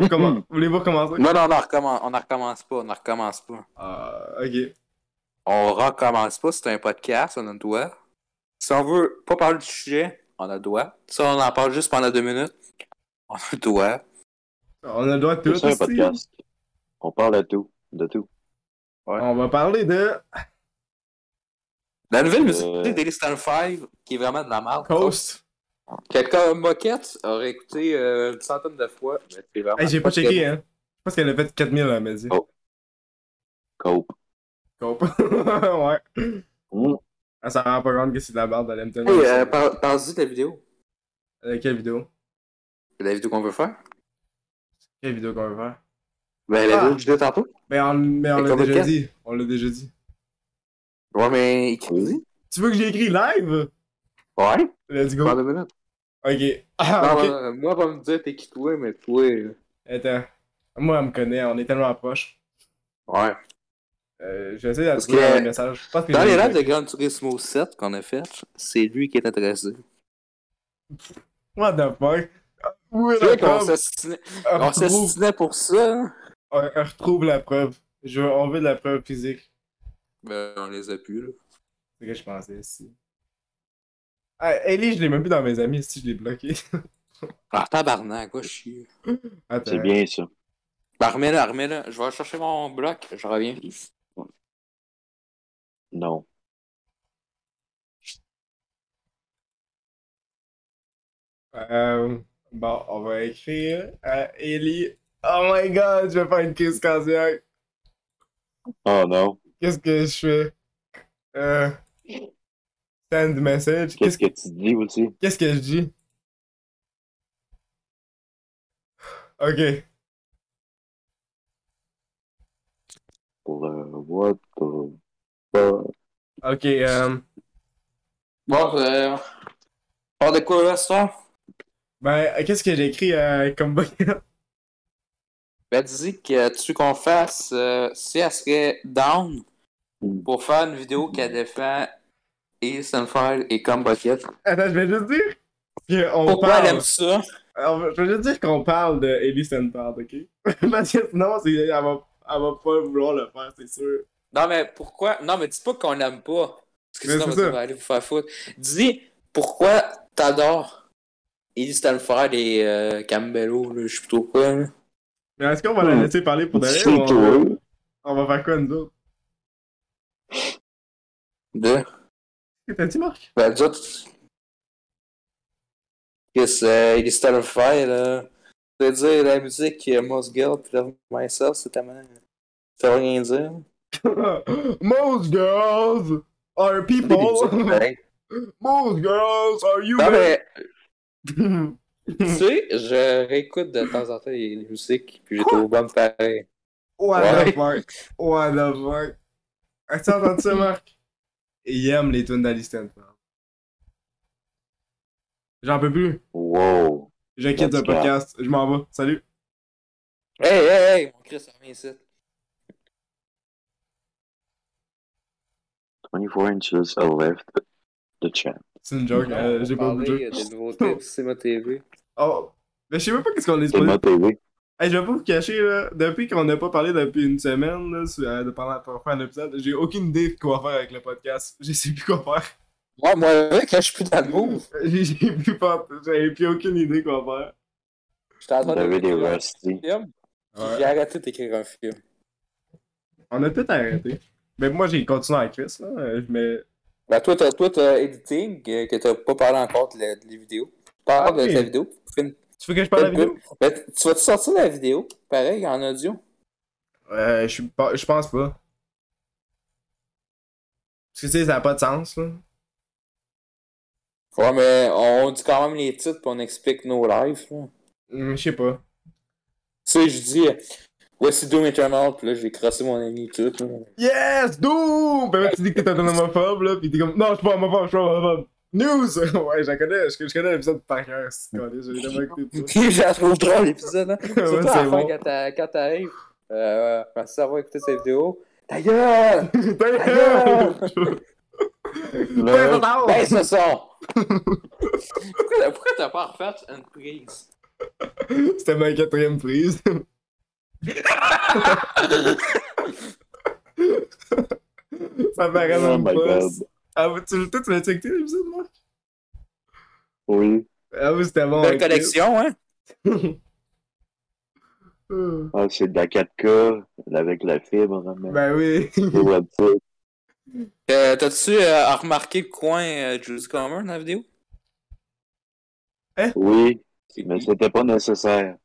S2: recommen- voulez-vous recommencer?
S3: Non, non, non, on recommence, on en recommence pas, on en recommence pas.
S2: Ah, ok.
S3: On recommence pas, c'est un podcast, on a le doigt. Si on veut pas parler du sujet, on a le doigt. Si on en parle juste pendant deux minutes, on a le doigt.
S2: On a le droit de
S1: c'est
S2: tout.
S1: ça, un
S2: aussi.
S1: podcast. On parle de tout. De tout.
S2: On va parler de
S3: La nouvelle musique
S1: Euh.
S3: d'Elistan 5, qui est vraiment de la marque.
S2: Coast.
S3: Oh, Quelqu'un moquette aurait écouté euh, une centaine de fois. mais c'est vraiment
S2: Hey, j'ai pas checké, hein. Je pense qu'elle a fait 4000, elle m'a dit.
S1: Oh. Cope.
S3: Oh.
S2: Cope. ouais. Ah,
S1: Hum,
S2: Elle s'en rend pas compte que c'est de la barbe, elle aime tellement.
S3: Hey,
S2: ça.
S3: euh, par- parle-y de la vidéo.
S2: Euh, quelle vidéo
S3: De La vidéo qu'on veut faire?
S2: Quelle vidéo qu'on veut faire
S3: Ben, la
S2: Ah.
S3: vidéo que je disais tantôt.
S2: Mais on, mais on
S3: Et
S2: l'a
S3: comme
S2: déjà
S3: lequel?
S2: dit. On l'a déjà dit.
S3: Ouais,
S2: Ah,
S3: mais écris
S1: oui.
S2: Tu veux que j'ai écrit live
S3: Ouais,
S2: Let's go.
S3: pendant deux minutes.
S2: Ok. Ah,
S3: Non,
S2: ok.
S3: euh, moi, pas me dire t'es qui toi, mais toi. euh,
S2: Attends. Moi, elle me connaît, on est tellement proches.
S3: Ouais.
S2: Euh, je vais essayer de
S3: Parce
S2: trouver
S3: que-
S2: un message. Je pense que
S3: Dans
S2: j'ai-
S3: les rêves de Gran Turismo 7 qu'on a fait, c'est lui qui est intéressé.
S2: What the fuck? Ah, Où est
S3: Tu
S2: la
S3: sais qu'on
S2: preuve?
S3: s'assassinait-
S2: On
S3: on
S2: retrouve,
S3: s'assassinait pour ça. hein?
S2: on- on retrouve la preuve. Je, veux- on veut de la preuve physique.
S3: Ben, on les a plus, là.
S2: C'est ce que je pensais ici. Ah, Ellie, je l'ai même plus dans mes amis si je l'ai bloqué.
S3: Ah, tabarnak, quoi, chier.
S2: Attends.
S1: C'est bien ça.
S3: Ben, remets-le, remets-le. Je vais chercher mon bloc, je reviens.
S1: Non.
S2: Euh, bon, on va écrire à Ellie. Oh my god, je vais faire une crise cardiaque.
S1: Oh non.
S2: Qu'est-ce que je fais? Euh, send message.
S1: Qu'est-ce
S2: Qu'est-ce
S1: que tu dis aussi?
S2: qu'est-ce que je dis? Ok.
S1: Le- euh, What the fuck?
S2: Ok. euh,
S3: Bon, euh, on de quoi, là, ce soir?
S2: ben, qu'est-ce que j'ai écrit euh, comme bucket?
S3: Ben, dis que tu veux qu'on fasse, euh, si elle serait down pour faire une vidéo qu'elle défend et Sunfire et comme bucket.
S2: Attends, je vais juste dire qu'on
S3: Pourquoi
S2: parle.
S3: elle aime ça?
S2: Alors, je veux juste dire qu'on parle de Ellie Sandberg, ok? Parce que sinon, c'est- elle va, elle va pas vouloir le faire, c'est sûr.
S3: Non, mais pourquoi? Non, mais dis pas qu'on l'aime pas. Parce que
S2: Mais
S3: sinon,
S2: c'est
S3: on va dire,
S2: ça.
S3: Ben, allez vous faire foutre. Dis pourquoi t'adores Ellie Stanford et euh, Campbello, là, je suis plutôt quoi, là.
S2: Mais est-ce qu'on va la
S1: Hmm.
S2: laisser parler pour d'ailleurs?
S1: C'est toi.
S2: On va faire quoi, nous autres?
S3: De...
S2: Qu'est-ce que T'as dit, Marc?
S3: Ben, nous autres. Chris, euh, Ellie Stanford, là. Je veux dire, la musique euh, Most Girl puis Love Myself, c'est tellement. Ça veut rien dire.
S2: Most girls are people.
S3: Ben,
S2: Most girls are
S3: Non,
S2: human.
S3: mais, tu sais, je réécoute de temps en temps les les musiques, puis j'ai trouvé bonne pareil.
S2: What
S3: Ouais.
S2: the fuck? What the fuck? As-tu entendu ça, Marc? Il aime les tunes d'Alice Stanford. J'en peux plus.
S1: Wow.
S2: Je quitte le
S1: Let's go.
S2: podcast. Je m'en vais. Salut.
S3: Hey, hey, hey, mon Chris, reviens ici.
S1: 24 inches are left the chat.
S2: C'est une joke. euh, J'ai pas
S3: parlé,
S2: beaucoup de
S3: Il y a des nouveautés sur ma TV.
S2: Oh! Mais je sais même pas qu'est-ce qu'on est
S1: C'est
S2: supposé.
S1: ma TV.
S2: Hey, je vais pas vous cacher, là. Depuis qu'on n'a pas parlé depuis une semaine, là, sur- euh, de pendant pour faire un épisode, j'ai aucune idée de quoi faire avec le podcast. Je sais plus quoi faire.
S3: Moi, moi, avec, là, je suis plus dans le move.
S2: J'ai j'ai plus pas. J'avais plus aucune idée quoi
S3: Je suis en
S1: Vous
S3: train
S1: avez
S3: d'écrire
S1: des
S3: un
S1: rusty.
S3: film. puis
S2: faire.
S3: J'ai arrêté d'écrire un film.
S2: On a peut-être arrêté. Mais moi, j'ai continué à Chris, là. euh, Mais.
S3: Ben, toi, t'as, toi, t'as editing, euh, que t'as pas parlé encore de la- de les vidéos. Tu parles
S2: Ah,
S3: de
S2: oui.
S3: ta vidéo. fais une-
S2: Tu veux que je parle à la vidéo?
S3: Ben, tu vas-tu sortir la vidéo? Pareil, en audio.
S2: Euh, je suis pas- je pense pas. Parce que, tu sais, ça a pas de sens, là.
S3: Ouais, mais on dit quand même les titres, puis on explique nos lives. là.
S2: Hum, Je sais pas.
S3: Tu sais, je dis, euh, voici Doom Eternal, puis là, j'ai crossé mon ami et tout. là.
S2: Yes, Doom! Ben, tu dis que t'es un homophobe, là, pis t'es comme, non, je suis pas homophobe, je suis pas homophobe. News! ouais, j'en connais, je, je connais l'épisode par cœur, c'est collé, j'ai jamais écouté ça.
S3: J'ai trouvé drôle l'épisode, hein.
S2: Ouais,
S3: Surtout à
S2: c'est
S3: la fin,
S2: bon.
S3: quand t'a- quand t'arrives, euh, merci d'avoir écouté cette vidéo. Ta gueule!
S2: Ta
S3: gueule!
S2: gueule! Ben,
S1: Le-
S2: ça
S3: Baisse le son! pourquoi pourquoi t'as pas refait une prise?
S1: Ben,
S2: va. C'était ma quatrième prise. ça paraît
S1: Oh
S2: même
S1: my
S2: pas.
S1: god.
S2: Ah, vous- tu toi, tu l'as checké l'épisode, Marc?
S1: Oui.
S2: Ah oui, c'était bon.
S3: Belle
S2: ok.
S3: collection, hein?
S2: Euh,
S1: Ah, c'est de la 4K avec la fibre. hein, mais-
S2: Ben oui.
S1: C'est website.
S3: Euh, T'as-tu euh, remarqué le coin euh, Juice Comer dans la vidéo?
S1: Oui. Mais c'était pas nécessaire.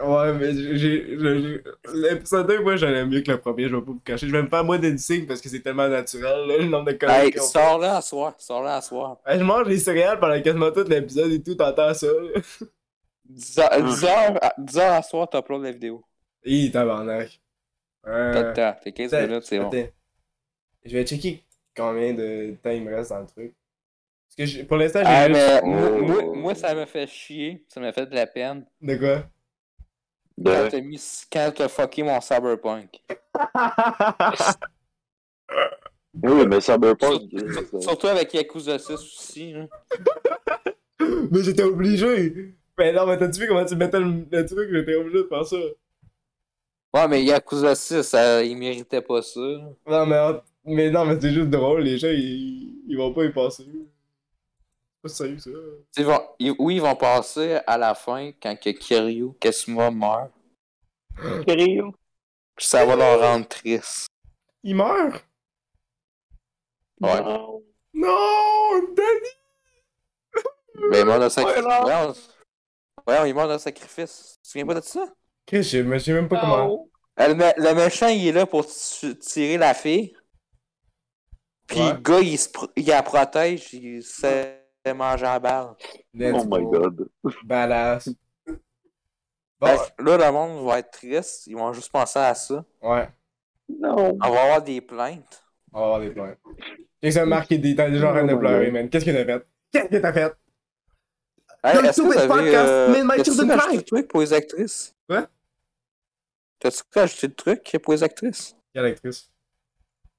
S2: Ouais, mais j'ai- j'ai. j'ai- L'épisode 2, moi, j'en aime mieux que le premier, je vais pas vous cacher. Je vais me faire moins d'editing parce que c'est tellement naturel, là, le nombre de collègues.
S3: Hey,
S2: qu'on fait.
S3: sors-la à soir, sors-la à soir.
S2: Hey, je mange les céréales pendant quasiment tout l'épisode et tout, t'entends ça, là.
S3: 10 heures, 10 heures, à- 10 heures ah, à soir, t'uploades la vidéo.
S2: Hi, tabarnak.
S3: T'as le
S2: Euh,
S3: temps, t'es 15
S2: attends,
S3: minutes, c'est bon.
S2: attends. Je vais checker combien de temps il me reste dans le truc. Parce que j'ai- pour l'instant, j'ai
S3: Ah,
S2: juste-
S3: mais
S4: Oh.
S3: moi, moi- moi, ça m'a fait chier. Ça m'a fait de la peine.
S2: De quoi?
S1: De...
S3: Quand t'as mis... Quand t'as fucké mon cyberpunk.
S1: Oui, mais Cyberpunk. euh,
S3: Surtout avec Yakuza 6 aussi. hein.
S2: mais j'étais obligé! Mais non, mais t'as-tu vu comment tu mettais le, le truc? J'étais obligé de faire ça.
S3: Ouais, mais Yakuza 6, ça, il méritait pas ça. là.
S2: Non, mais, en- mais non, mais c'est juste drôle, les gens, ils, ils vont pas y passer. C'est pas sérieux, ça.
S3: Ils vont... ils- Oui, ils vont passer à la fin quand que Kiryu Kasuma meurt.
S1: euh,
S4: Kiryu.
S3: Puis ça va leur rendre triste.
S2: Il meurt!
S3: Ouais.
S4: Non.
S2: Non! Daddy!
S3: Mais il meurt de
S4: Ouais,
S3: sacrifice.
S4: là.
S3: Voyons, Voyons, il meurt de sacrifice. Tu te souviens pas de ça?
S2: Chris, je me- je sais même pas comment.
S4: Non.
S3: Euh, Le, mé- le méchant, il est là pour tu- tirer la fille. Puis
S2: Ouais.
S3: le gars, il, se pr- il la protège, il se fait manger à balle.
S1: Oh my god.
S2: Badass. Bon,
S3: Fait que Là, le monde va être triste, ils vont juste penser à ça.
S2: ouais,
S4: Non.
S3: On va avoir des plaintes.
S2: on va avoir des plaintes. Jason Marc, il était déjà en
S1: Oh
S2: train de pleurer, man. Qu'est-ce qu'il a fait? Qu'est-ce que t'as fait?
S3: Hey,
S2: Don't
S3: est-ce
S2: do
S3: que
S2: it,
S3: vous avez,
S2: podcast,
S3: euh,
S2: man, my
S3: t'as-tu
S2: children
S3: rajouté
S2: cry.
S3: le truc pour les actrices?
S2: Quoi?
S3: T'as-tu rajouté le truc pour les actrices?
S2: Quelle actrice?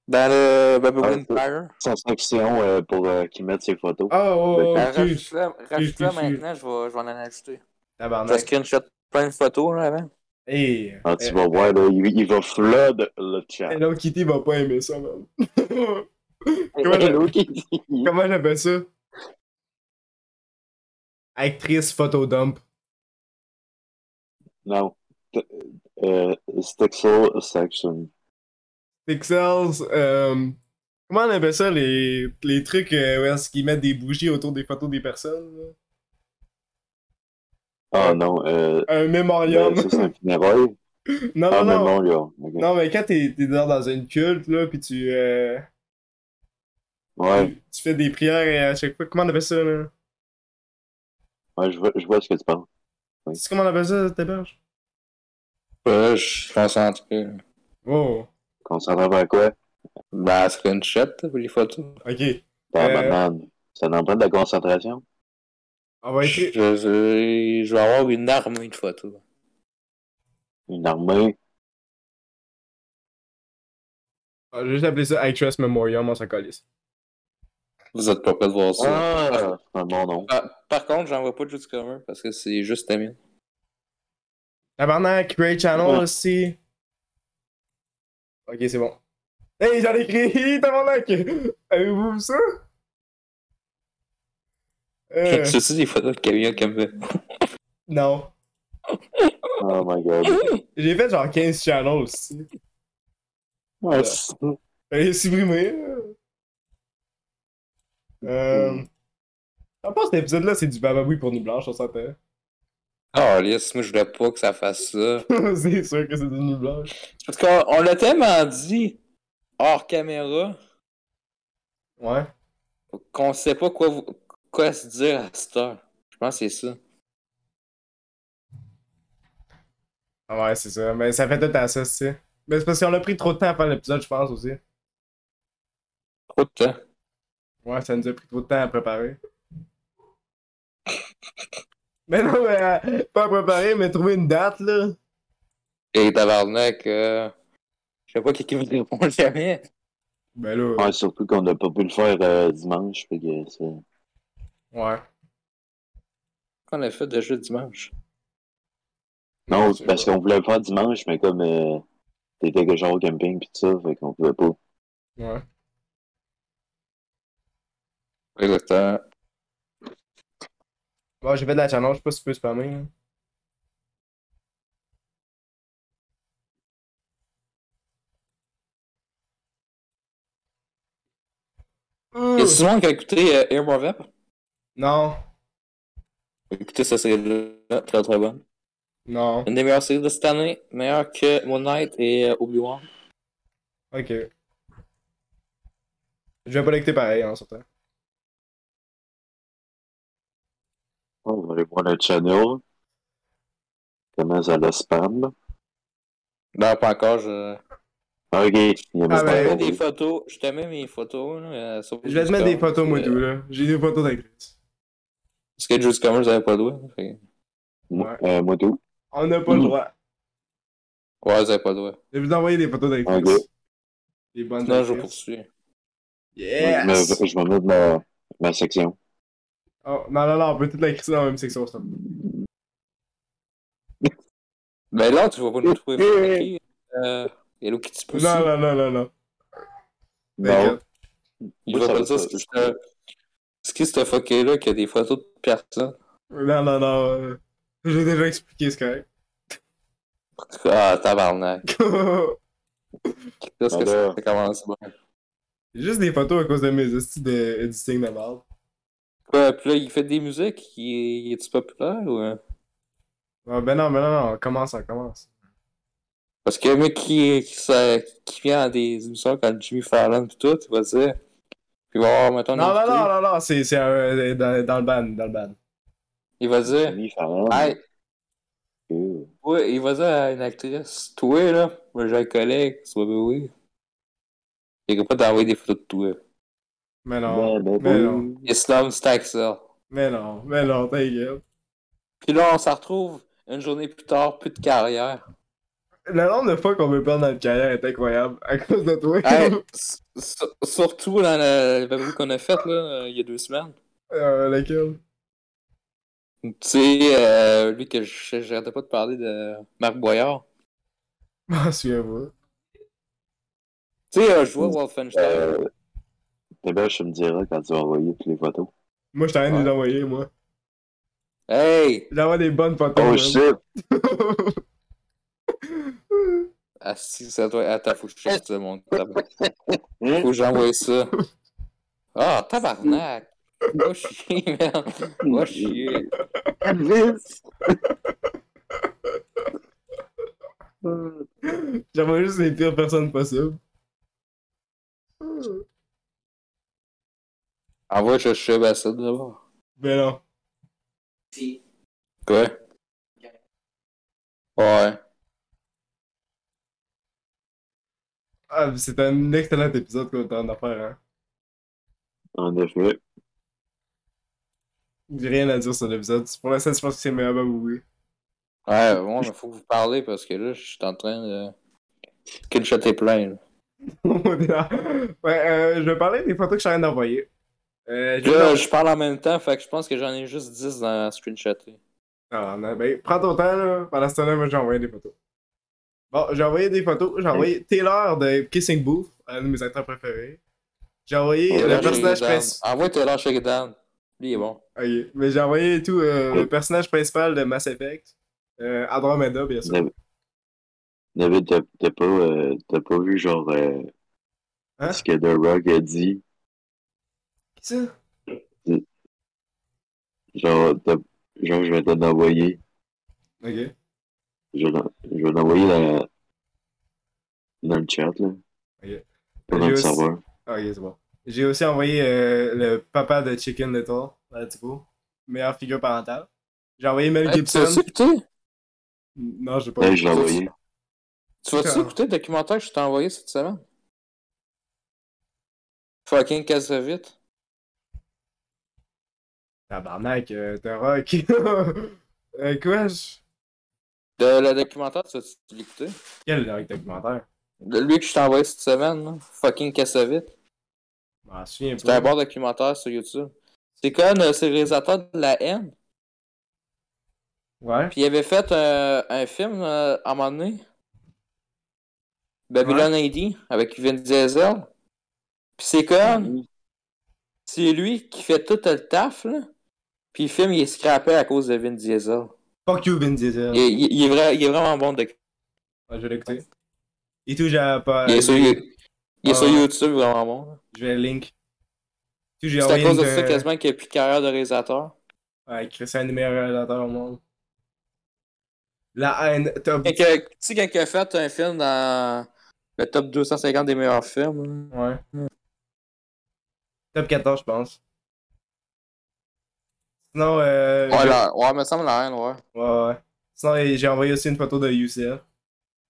S3: Dans le Baby
S1: Ah,
S3: Wind
S1: c'est-
S3: Fire?
S1: Sans sanction euh, pour euh, qu'ils mettent ses photos.
S2: Oh, oh,
S3: Euh,
S2: oh, excuse.
S3: Rajoute-le rajoute-le
S2: excuse.
S3: maintenant, je vais, je vais en ajouter. Je vais
S2: Tabarnak.
S3: screenshot plein de photos là, avant.
S2: Hey.
S1: Ah, tu vas voir, là, il, il va flood le chat.
S2: Hello Kitty va pas aimer ça, man. Comment
S1: Hello Kitty.
S2: Comment j'appelle ça? Actrice photodump.
S1: Non. T- Euh, Stexel Section.
S2: Pixels. euh, comment on appelle ça les, les trucs euh, où est-ce qu'ils mettent des bougies autour des photos des personnes? là?
S1: Ah non, euh,
S2: Un mémorium.
S1: euh, ça, c'est un funérail.
S2: non,
S1: Ah,
S2: non,
S1: mais
S2: non.
S1: bon, là. ok.
S2: Non, mais quand t'es t'es genre dans une culte, là, pis tu, euh,
S1: Ouais,
S2: tu, tu fais des prières et à chaque fois. Comment on appelle ça, là?
S1: ouais, je vois, je vois ce que tu parles.
S2: Tu sais comment on appelle ça, t'héberge?
S3: Ouais, je suis concentré.
S2: Oh,
S1: Concentre à quoi?
S3: Ben, screenshot là, pour les photos.
S2: ok.
S1: Ta
S2: Euh.
S1: banane. Ça n'emprunte de la concentration?
S2: On va écrire.
S3: Je, je- je vais avoir une armée de photos.
S1: Une armée?
S2: on va juste appeler ça Actress Memoriam, on s'en calisse.
S3: Vous êtes pas prêts de voir
S1: Ah! C'est un bon nom.
S3: Par, par contre, j'en vois pas de Discover parce que c'est juste Amine.
S2: Tabarnak, Great Channel
S1: Ouais.
S2: aussi. Ok, c'est bon. Hey, j'en ai écrit! Tabarnak! Avez-vous vu ça? Euh,
S3: C'est-tu des photos de Camilla Campbell?
S2: non.
S1: Oh my god.
S2: J'ai fait genre 15 channels aussi.
S1: Ouais, c'est-
S2: Allez, supprimer. Euh. Je pense que cet épisode-là, c'est du bababoui pour nous blanches, on s'entend.
S3: Ah, yes, moi je voulais pas que ça fasse ça.
S2: c'est sûr que c'est du nuit blanche.
S3: Parce qu'on on l'a tellement dit hors caméra
S2: Ouais.
S3: qu'on sait pas quoi, vous- quoi se dire à cette heure. Je pense que c'est ça.
S2: Ah ouais, c'est ça. Mais ça fait tout à ça, tu sais. Mais c'est parce qu'on a pris trop de temps à faire l'épisode, je pense aussi.
S3: Trop de temps.
S2: Ouais, ça nous a pris trop de temps à préparer. mais non, mais euh, pas à préparer, mais trouver une date, là.
S3: Et tabarnak, euh, je sais pas quelqu'un me répond jamais.
S2: Ben là.
S1: Ouais, surtout qu'on n'a pas pu le faire euh, dimanche, fait que c'est...
S2: Ouais.
S3: Qu'on a fait déjà dimanche.
S1: Non,
S2: c'est
S1: parce
S2: vrai.
S1: qu'on voulait le faire dimanche, mais comme euh, t'étais quelque genre au camping pis tout ça, fait qu'on pouvait pas.
S2: Ouais.
S3: Exactement.
S2: Bon, j'ai fait de la challenge, je sais pas si tu peux spammer, là. Hmm.
S3: Il y a souvent qui a écouté euh, Air Mauvais.
S2: Non,
S3: Écoutez, ça c'est là, très très bonne.
S2: non.
S3: Une des meilleures séries de cette année, meilleure que Moon Knight et euh, Obi-Wan.
S2: Ok. Je vais pas l'écouter pareil, hein, en sortant.
S1: On va aller voir le channel. Comment ça le spam?
S3: Non, pas encore, je.
S1: Ok, il y a pas
S2: Ah,
S3: Je te
S2: ben,
S3: mets
S1: de
S3: des photos. Je te mets mes photos. Là, euh, sur
S2: Je vais te mettre des photos, moi, tout, là. J'ai des photos d'actrice.
S3: Parce que Juice Commerce n'avait pas le droit. fait que-
S1: Moi, euh, moi tout.
S2: On n'a pas le
S1: Mm.
S2: droit.
S3: Ouais, ils n'avaient pas le droit.
S2: Je vais vous envoyer des photos d'actrice.
S1: Ok.
S2: Des bonnes
S3: Non, je
S2: actrices.
S3: poursuis.
S1: Moi,
S2: Yes!
S1: Je me, je me mets de ma, ma section.
S2: Oh, non, non, non, on peut toutes la crisser dans la même section, ça.
S3: Mais Ben là, tu vas pas nous trouver. ok? Euh, Hello Kitty Pussy.
S2: Non, non, non, non, non. Ben
S1: Non.
S3: Il
S1: Moi,
S3: va
S1: ça
S3: pas
S1: va
S3: dire
S1: pas.
S3: ce qui se ce qui se fucké là, qu'il y a des photos de personnes.
S2: Non, non, non. euh, J'ai déjà expliqué, c'est correct.
S3: Ah, tabarnak. Qu'est-ce que
S1: Alors.
S3: ça ça commence bon.
S2: Juste des photos à cause de mes hosties de editing de merde.
S3: Quoi, puis là, il fait des musiques, il est, il tu populaire ou. hein?
S2: Ah, ben non, ben non, non, on commence, on commence.
S3: Parce que le mec qui, qui, ça- qui vient à des émissions comme Jimmy Fallon pis tout, il va dire. Puis il va avoir, mettons, un
S2: Non, non,
S3: invité,
S2: non, non, non, c'est c'est, euh, dans, dans le ban, dans le ban.
S3: Il va dire.
S1: Jimmy Fallon.
S3: Hey,
S1: Euh,
S3: ouais, il va dire à une actrice, toi là, moi j'ai un collègue, sois oui. Il va pas t'envoyer des photos de toi.
S2: Mais
S1: ben,
S2: non,
S1: ben,
S2: mais
S1: ben.
S2: non,
S3: Islam, c'est avec ça.
S2: mais non, mais non, t'inquiète.
S3: Puis là, on s'en retrouve une journée plus tard, plus de carrière.
S2: Le nombre de fois qu'on veut perdre notre carrière est incroyable à cause de toi.
S3: Hey, s- s- surtout dans la vidéo qu'on a faite là, euh, il y a deux semaines.
S2: Euh, lequel?
S3: Tu sais, euh, lui que je- j'arrêtais pas de parler de Marc Boyard.
S2: Je m'en souviens pas.
S3: Tu sais, euh, je vois Wolfenstein.
S1: Euh, T'es bien, je me diras quand tu vas envoyer toutes les photos.
S2: Moi, je t'arrête de les envoyer, moi.
S3: Hey!
S2: J'envoie des bonnes hein. photos.
S1: Oh
S2: man.
S1: shit!
S3: Asti, ça doit... Attends, faut que je cherche ça, mon tabac.
S1: Hein?
S3: Faut que j'envoie ça. Ah, tabarnak! Moi, chier, merde! Moi, chier!
S2: J'envoie juste les pires personnes possibles.
S3: Envoie, Ah, je chève à ça d'abord.
S2: Mais non.
S3: Quoi? Ouais.
S2: Ah, c'est un excellent épisode qu'on est en train de faire, hein.
S1: En effet.
S2: J'ai rien à dire sur l'épisode. Pour l'instant, je pense que c'est meilleur à oui.
S3: Ouais, bon, il faut que vous parlez parce que là, je suis en train de. Kinshot plein. là.
S2: ouais, euh, je vais parler des photos que je suis en train d'envoyer. Euh, je vais
S3: Là,
S2: leur-
S3: je parle en même temps, fait que je pense que j'en ai juste 10 dans screenshoté.
S2: Ah, non, ben, prends ton temps, là. Pendant ce temps-là, moi, j'ai envoyé des photos. Bon, j'ai envoyé des photos. J'ai envoyé Taylor de Kissing Booth, un de mes acteurs préférés. J'ai envoyé
S1: Ouais,
S2: le
S1: là,
S2: personnage
S3: Shakedown.
S2: principal.
S3: Envoie Taylor Shakedown. Lui, il est bon.
S2: Ok, Mais j'ai envoyé tout euh, le personnage principal de Mass Effect. Euh, Andromeda, bien sûr.
S1: David, David, t'as- t'as pas, euh, t'as pas vu genre euh,
S2: Hein?
S1: ce que The Rock a dit?
S2: Qui ça?
S1: Genre, t'as- genre je vais t'en envoyer.
S2: Ok.
S1: Je vais l'en- je vais l'envoyer dans, dans le chat là.
S2: Ben,
S1: Pas dans
S2: J'ai
S1: le
S2: aussi-
S1: serveur.
S2: Ah, ok, c'est bon. J'ai aussi envoyé euh, le papa de Chicken Little, let's go. Meilleure figure parentale. J'ai envoyé Mel
S3: Hey, tu
S2: Gibson.
S3: vas-tu écouter?
S2: Non, j'ai pas.
S1: Là, Ben, je l'ai envoyé.
S3: Tu vas-tu
S2: Putain.
S3: écouter le documentaire que je t'ai envoyé cette semaine? Fucking Casavite.
S2: Tabarnak, euh, t'es rock. euh, quoi? Je...
S3: De, le documentaire, tu vas-tu l'écouter?
S2: Quel direct documentaire?
S3: De lui que je t'ai envoyé cette semaine, là. Fucking Casavite.
S2: Je m'en souviens
S3: C'est un
S2: pas.
S3: bon documentaire sur YouTube. C'est comme euh, c'est le réalisateur de la haine.
S2: Ouais.
S3: Puis il avait fait euh, un film euh, à un moment donné. Babylon ID avec Vin Diesel. Puis c'est comme c'est lui qui fait tout le taf là. Puis le film il est scrappé à cause de Vin Diesel.
S2: Fuck you, Vin Diesel.
S3: Il, il- il est, vra- il est vraiment bon doc-
S2: Ouais, je vais l'écouter. Et tout, j'ai pas.
S3: Il est sur, il est sur
S2: Ah.
S3: YouTube vraiment bon. là.
S2: Je vais link. Et tout, j'ai
S3: C'est à
S2: envoyé.
S3: cause de
S2: une-
S3: ça quasiment qu'il n'y a plus de carrière de réalisateur.
S2: Ouais, Chris, c'est un des meilleurs réalisateurs au monde. La haine. Top.
S3: Quand que- Tu sais, quand il a fait un film dans le top 250 des meilleurs films. là.
S2: Ouais. Top 14, je pense. Sinon, euh,
S3: Ouais, la- ouais, me semble la haine, ouais.
S2: j'ai- ouais, ouais. Sinon, euh, j'ai envoyé aussi une photo de Youssef.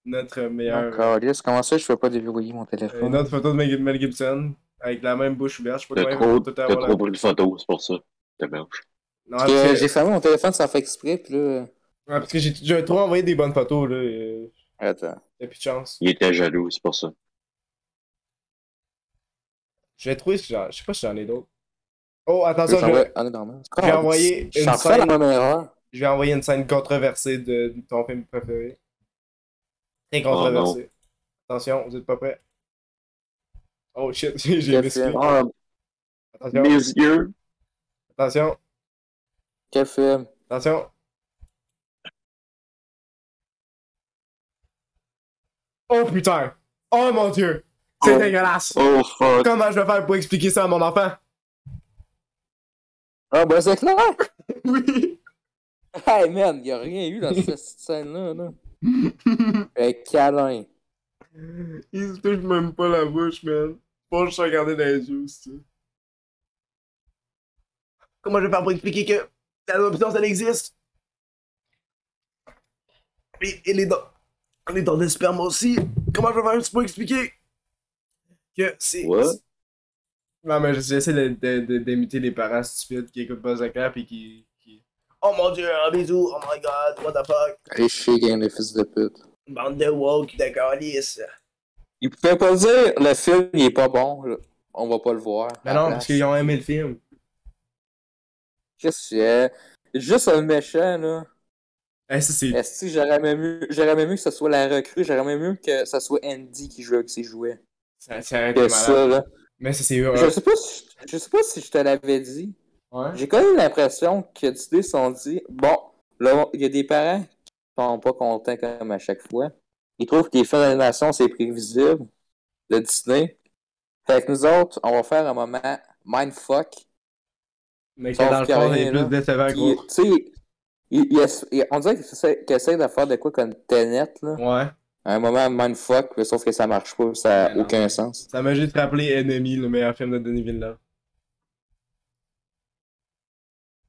S2: notre meilleur.
S3: Encore, yes, Ah, comment ça, je peux pas déverrouiller mon
S2: Euh,
S3: téléphone?
S2: Une autre photo de Mel Mel Gibson avec la même bouche ouverte. Je sais pas
S1: T'as
S2: comment
S1: trop,
S2: ils vont tout
S1: t'as
S2: avoir
S1: trop
S2: la-
S1: pris de photos, c'est pour ça. T'as marche.
S2: Non,
S3: Parce
S2: parce
S3: que
S2: que,
S3: j'ai fermé mon téléphone sans faire exprès, puis là.
S2: ah, parce que j'ai j'ai trop envoyé des bonnes photos, là. euh,
S3: Attends.
S2: T'as plus de chance.
S1: Il était jaloux, c'est pour ça.
S2: Je vais trouver si j'en. Je sais pas si j'en ai d'autres. Oh,
S3: Je
S2: attention, je
S3: t'envoie-
S2: vais,
S3: Ah, non, normal.
S2: j'ai envoyé
S3: Je suis
S2: une
S3: en train de la
S2: scène-
S3: même erreur.
S2: je vais envoyer une scène controversée de de ton film préféré. Très
S1: non.
S2: controversée. attention, vous êtes pas prêts? Oh shit, j'ai j'ai
S3: Quel
S2: misclic.
S3: film?
S1: Ah,
S2: Attention,
S1: mes yeux!
S2: attention,
S3: Quel film?
S2: attention. Oh putain! Oh mon dieu! C'est
S1: Oh.
S2: dégueulasse!
S1: Oh fuck!
S2: Comment je vais faire pour expliquer ça à mon enfant?
S3: Ah, ben c'est clair!
S2: Oui!
S3: Hey man, y'a rien eu dans cette scène-là, là. Un câlin.
S2: Il se touche même pas la bouche, man. Faut juste regarder dans les yeux, c'est Comment je vais faire pour expliquer que la l'option, ça existe? Et, et les dents. Les dents de sperme aussi. Comment je vais faire pour expliquer que c'est.
S1: What?
S2: Non, mais j'essaie de- de- de- d'imiter les parents stupides qui écoutent pas Zacap et qui. qui- Oh mon dieu, un bisou, oh my god, what the fuck,
S3: Allez chier, gang, les fils de pute.
S2: bande de woke, de calice.
S3: Il pouvait pas dire, le film, il est pas bon, là. On va pas le voir.
S2: Mais Ben non, parce qu'ils ont aimé le film.
S3: Qu'est-ce que c'est? Juste un méchant, là.
S2: Eh, ça, c'est.
S3: Est-ce que j'aurais même eu, j'aurais même eu que ce soit la recrue, j'aurais même eu que ce soit Andy qui joue, qui s'y jouait.
S2: Ça, ça aurait été
S3: Que
S2: malade.
S3: ça, là.
S2: Mais ça, c'est
S3: Je
S2: heureux.
S3: sais pas si, je sais pas si je te l'avais dit.
S2: Ouais.
S3: J'ai quand même l'impression que Disney se sont dit bon, là, il y a des parents qui sont pas contents comme à chaque fois. Ils trouvent que les films d'animation, c'est prévisible de Disney. Fait que nous autres, on va faire un moment mindfuck.
S2: Mais que
S3: Sauf
S2: dans le
S3: qu'il y a
S2: fond, il est
S3: rien, là.
S2: plus décevant que
S3: Puis,
S2: l'autre.
S3: Tu sais, il- il essa- il- on dirait qu'ils essaient qu'ils essaient de faire de quoi comme Tenet, là.
S2: Ouais.
S3: À un moment mindfuck, mais sauf que ça marche pas, ça
S2: Mais
S3: a
S2: non.
S3: aucun sens.
S2: Ça m'a juste rappelé Enemy, le meilleur film de Denis Villeneuve.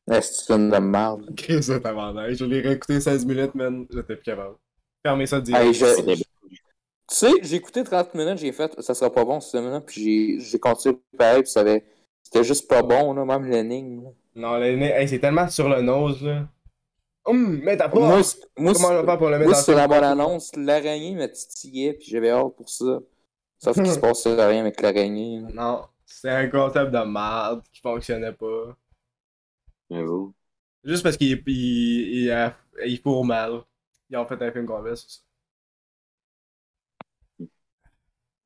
S3: Là, C'est une film de merde.
S2: Qu'est-ce que t'as vendu? Je l'ai réécouté 16 minutes, man. J'étais plus capable. Fermez ça direct.
S3: Hey, je-
S1: C'était
S3: Tu sais, j'ai écouté 30 minutes, j'ai fait ça sera pas bon ce film-là, puis j'ai- j'ai continué pareil, puis ça avait- C'était juste pas bon, là, même l'énigme. là.
S2: Non, le nez, hey, c'est tellement sur le nose, là. Hum, mais t'as pas.
S3: Moi, c'est-
S2: Comment
S3: moi,
S2: je vais
S3: c'est-
S2: faire pour le mettre
S3: moi,
S2: dans
S3: sur
S2: le
S3: la bonne annonce, l'araignée me titillait, puis j'avais hâte pour ça. Sauf qu'il se
S2: Hmm.
S3: passait rien avec l'araignée. là.
S2: Non, c'est un concept de merde qui fonctionnait pas.
S1: J'avoue.
S2: Juste parce qu'il il, il, il, a- il fourre mal. Ils ont fait un film complet sur ça.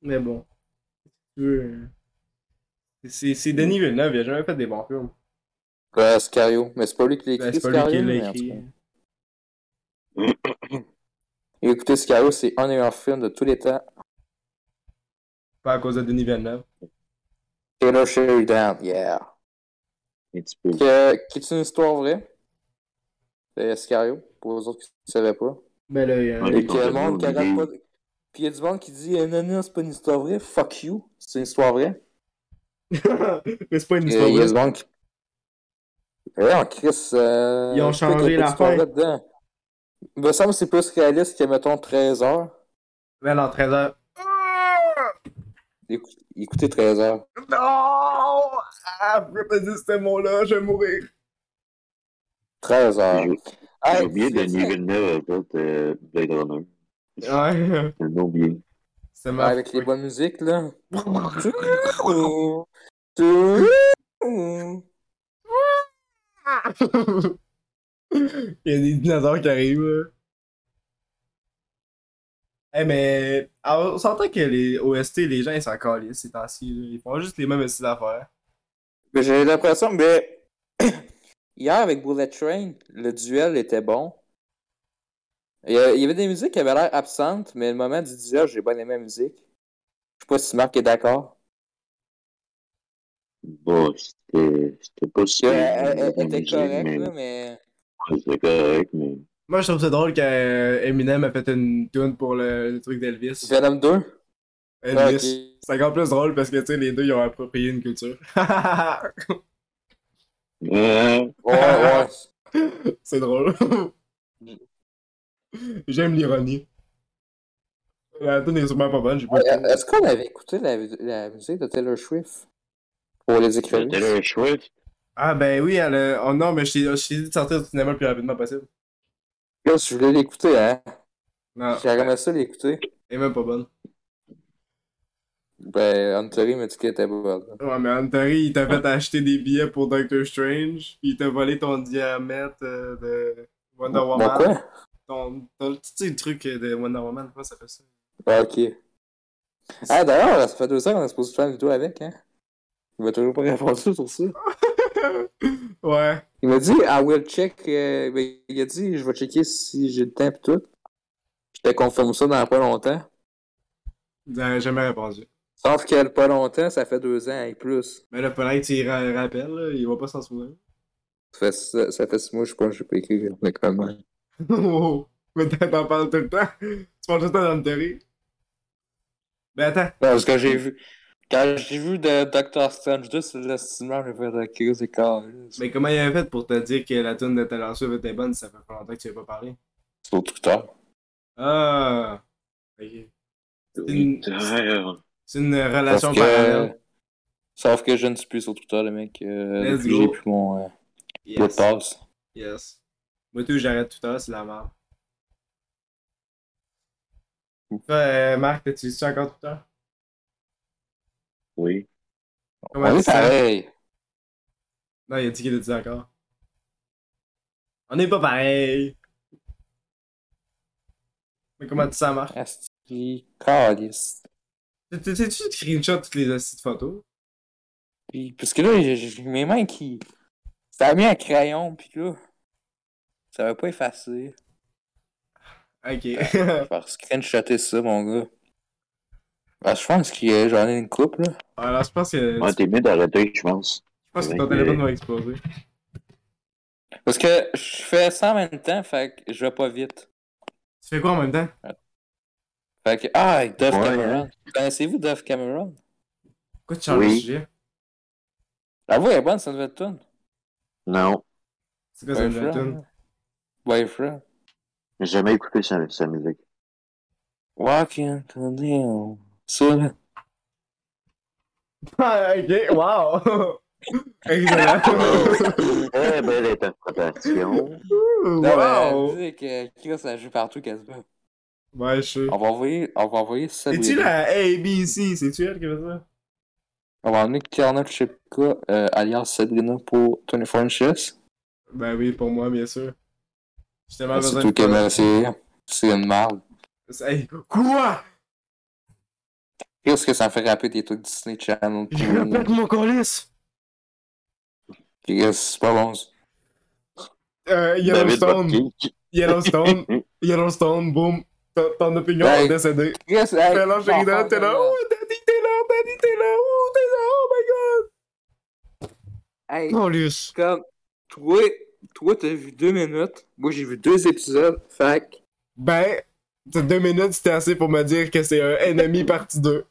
S2: Mais bon. Euh, C'est c'est Denis Villeneuve, il a jamais fait des bons films.
S3: Ouais, Euh, Scario. Mais c'est pas lui qui l'a
S2: Ben, c'est
S3: écrit,
S2: pas lui qui
S3: Scario.
S2: l'a
S3: mais en tout
S2: écrit.
S3: cas. Et Écoutez, Scario, c'est un des meilleurs films de tous les temps.
S2: Pas à cause de Denis Villeneuve.
S3: Taylor Sheridan, yeah.
S1: Un petit peu.
S3: Que, qui est une histoire vraie. C'est Scario, pour les autres qui ne savaient pas.
S2: Mais là, il y a-
S1: Ouais.
S3: Et
S1: ils
S3: que
S1: ont
S3: le monde qui
S1: jamais
S3: arrête
S1: oublié.
S3: pas. Puis il y a du monde qui dit eh, Non, non, c'est pas une histoire vraie, fuck you, c'est une histoire vraie.
S2: Mais c'est pas une
S3: Et
S2: histoire.
S3: Il y a
S2: vraie.
S3: du monde qui. Ouais, en Chris. euh,
S2: Ils ont
S3: je sais pas qu'il y
S2: changé
S3: a pas
S2: la
S3: d'histoire
S2: fin.
S3: là-dedans. Il me semble que c'est plus réaliste que, mettons, 13 heures.
S2: Mais non, 13 heures.
S3: Écou- Écoutez 13 heures.
S2: Non! Ah, je pas dire ce mot-là, je vais mourir.
S3: 13 heures.
S1: J'ai-
S3: Hey,
S1: J'ai oublié
S3: tu sais-
S1: Denis Villeneuve, en fait, euh, Blade Runner.
S2: Ouais,
S1: J'ai oublié.
S2: c'est
S3: Ouais,
S2: ma
S3: avec les bonnes musiques, là.
S2: Il y a des dinosaures qui arrivent. là. Eh mais alors, on s'entend que les OST, les gens ils s'en calissent ces temps-ci. là. Ils font juste les mêmes styles d'affaires.
S3: Mais J'ai l'impression, mais. Hier, avec Bullet Train, le duel était bon. Il y a- il y avait des musiques qui avaient l'air absentes, mais le moment du duel, j'ai bien aimé la musique. Je sais pas si Marc est d'accord.
S1: Bon, c'était c'était pas
S3: Elle,
S1: super.
S3: elle- elle
S1: la
S3: était
S1: musique,
S3: correcte,
S1: mais-
S3: là, mais.
S1: Ouais, C'était correct, mais.
S2: Moi je trouve ça drôle qu'Eminem a fait une tune pour le, le truc d'Elvis.
S3: Venom 2.
S2: Elvis.
S3: Ok.
S2: C'est encore plus drôle parce que tu sais, les deux ils ont approprié une culture.
S1: Ouais,
S3: Ouais, ouais.
S2: c'est drôle. J'aime l'ironie. La tune est sûrement pas bonne, j'ai pas
S3: Euh, Est-ce qu'on avait écouté la, la musique de Taylor Swift pour les écrivains?
S1: Taylor Swift.
S2: Ah ben oui, elle a- oh non, mais je t'ai- je t'ai dit de sortir du cinéma le plus rapidement possible.
S3: Là, je voulais l'écouter, hein?
S2: Non,
S3: J'ai aimé ça l'écouter.
S2: elle est même pas bonne.
S3: Ben, Huntery m'a dit qu'elle était bonne.
S2: Ouais, mais Anthony, il t'a fait acheter des billets pour Doctor Strange, puis il t'a volé ton diamètre euh, de Wonder
S3: Mais
S2: Woman.
S3: quoi?
S2: Ton, ton petit truc euh, de Wonder Woman, comment ça fait ça?
S3: Ah, ok. Ah, d'ailleurs, ça fait deux ans qu'on est supposé faire une vidéo avec, hein? Il m'a toujours pas répondu sur ça.
S2: ouais.
S3: Il m'a dit, I will check. euh, ben, il a dit, je vais checker si j'ai le temps pis tout. Je te confirme ça dans pas longtemps.
S2: J'avais jamais répondu.
S3: Sauf que le pas longtemps, ça fait deux ans et plus.
S2: Mais là, peut-être que tu y ra- rappelles, là, il va pas s'en souvenir.
S3: Ça fait, ça, ça fait six mois, je pense, que j'ai pas écrit le commande.
S2: Oh, mais t'en t'en parles tout le temps. Tu parles tout le temps d'Anthony. Mais attends,
S3: Non, parce que j'ai vu. Quand j'ai vu de Doctor Strange 2, c'est l'estimant, j'ai fait la crise et
S2: mais comment il avait fait pour te dire que la tune de Taylor Swift était bonne si ça fait pas longtemps que tu n'avais pas parlé?
S3: Sur Twitter.
S2: Ah! Ok. C'est une,
S1: Putain.
S2: c'est une
S3: Sauf
S2: relation
S3: que...
S2: parallèle.
S3: Sauf que je ne suis plus sur Twitter, le mec. Euh,
S2: Let's
S3: depuis
S2: go.
S3: que j'ai plus mon euh, mot de
S2: Yes.
S3: passe.
S2: yes. Moi, tout, j'arrête tout à l'heure, c'est la merde. Toi, euh, Marc, t'utilises-tu encore tout à l'heure?
S1: Oui.
S2: Comment
S3: On
S2: tu
S3: est
S2: sens?
S3: Ah pareil.
S2: Non, il a dit qu'il l'utilisait encore. On n'est pas pareil! Mais comment tu sens, Marc?
S3: Asti, calice.
S2: T'es-tu screenshot toutes les assises de photos?
S3: Puis, parce que là, j'ai- j'ai mes mains qui. Ça a mis un crayon, puis là. Ça va pas effacer.
S2: Ok.
S3: Je vais faire screenshotter ça, mon gars. Bah, je pense que euh, j'en ai une coupe, là.
S2: Alors, je pense que,
S1: Ouais,
S2: je
S1: t'es mieux d'arrêter, je pense.
S2: pense que
S1: Ouais,
S2: ton
S1: mais-
S2: téléphone va exploser.
S3: Parce que je fais ça en même temps, fait que je vais pas vite.
S2: Tu fais quoi en même temps?
S3: Fait que. Ah, Dove
S1: Ouais,
S2: hein.
S3: Cameron. Connaissez-vous Dove Cameron?
S2: Pourquoi tu changes de
S1: Oui.
S2: sujet?
S3: La voix est bonne, ça devait être tune.
S1: Non.
S2: C'est
S3: Ben,
S2: quoi ça, une tune?
S3: Boyfriend. Boyfriend.
S1: J'ai jamais écouté sa, sa musique.
S3: Walking to the So,
S2: Ah, ok, wow! Excellent!
S1: Très belle interprétation.
S2: wow!
S3: dit que Chris a joué partout quasiment.
S2: Ouais, je suis.
S3: On va envoyer, on va envoyer ça.
S2: Es-tu la ABC? C'est-tu elle qui fait ça?
S3: On va emmener Carnot Chipka, euh, alias Sabrina pour 24 Inches.
S2: Ben oui, pour moi, bien sûr. J'ai tellement besoin
S3: Surtout
S2: de-
S3: que ben, c'est, c'est une merde.
S2: Hey, quoi?
S3: Qu'est-ce que ça me fait rappeler des trucs Disney Channel? euh,
S2: Je répète mon colis!
S3: Chris, c'est pas bon. ça.
S2: Euh,
S1: David
S2: Yellowstone!
S1: Bucky.
S2: Yellowstone! Yellowstone, boum! Ton- Ton opinion
S3: Hey.
S2: est décédée.
S3: Chris,
S2: T'es
S3: hey,
S2: là,
S3: t'en
S2: t'es là,
S3: parles
S2: t'es là,
S3: de
S2: oh, Daddy, t'es là, Daddy, t'es là, oh, t'es là, oh my god!
S3: merde. Hey,
S2: Colis!
S3: comme, toi, toi, t'as vu deux minutes. Moi, j'ai vu deux épisodes. Fait que,
S2: Ben, ces deux minutes, c'était assez pour me dire que c'est un ennemi partie 2.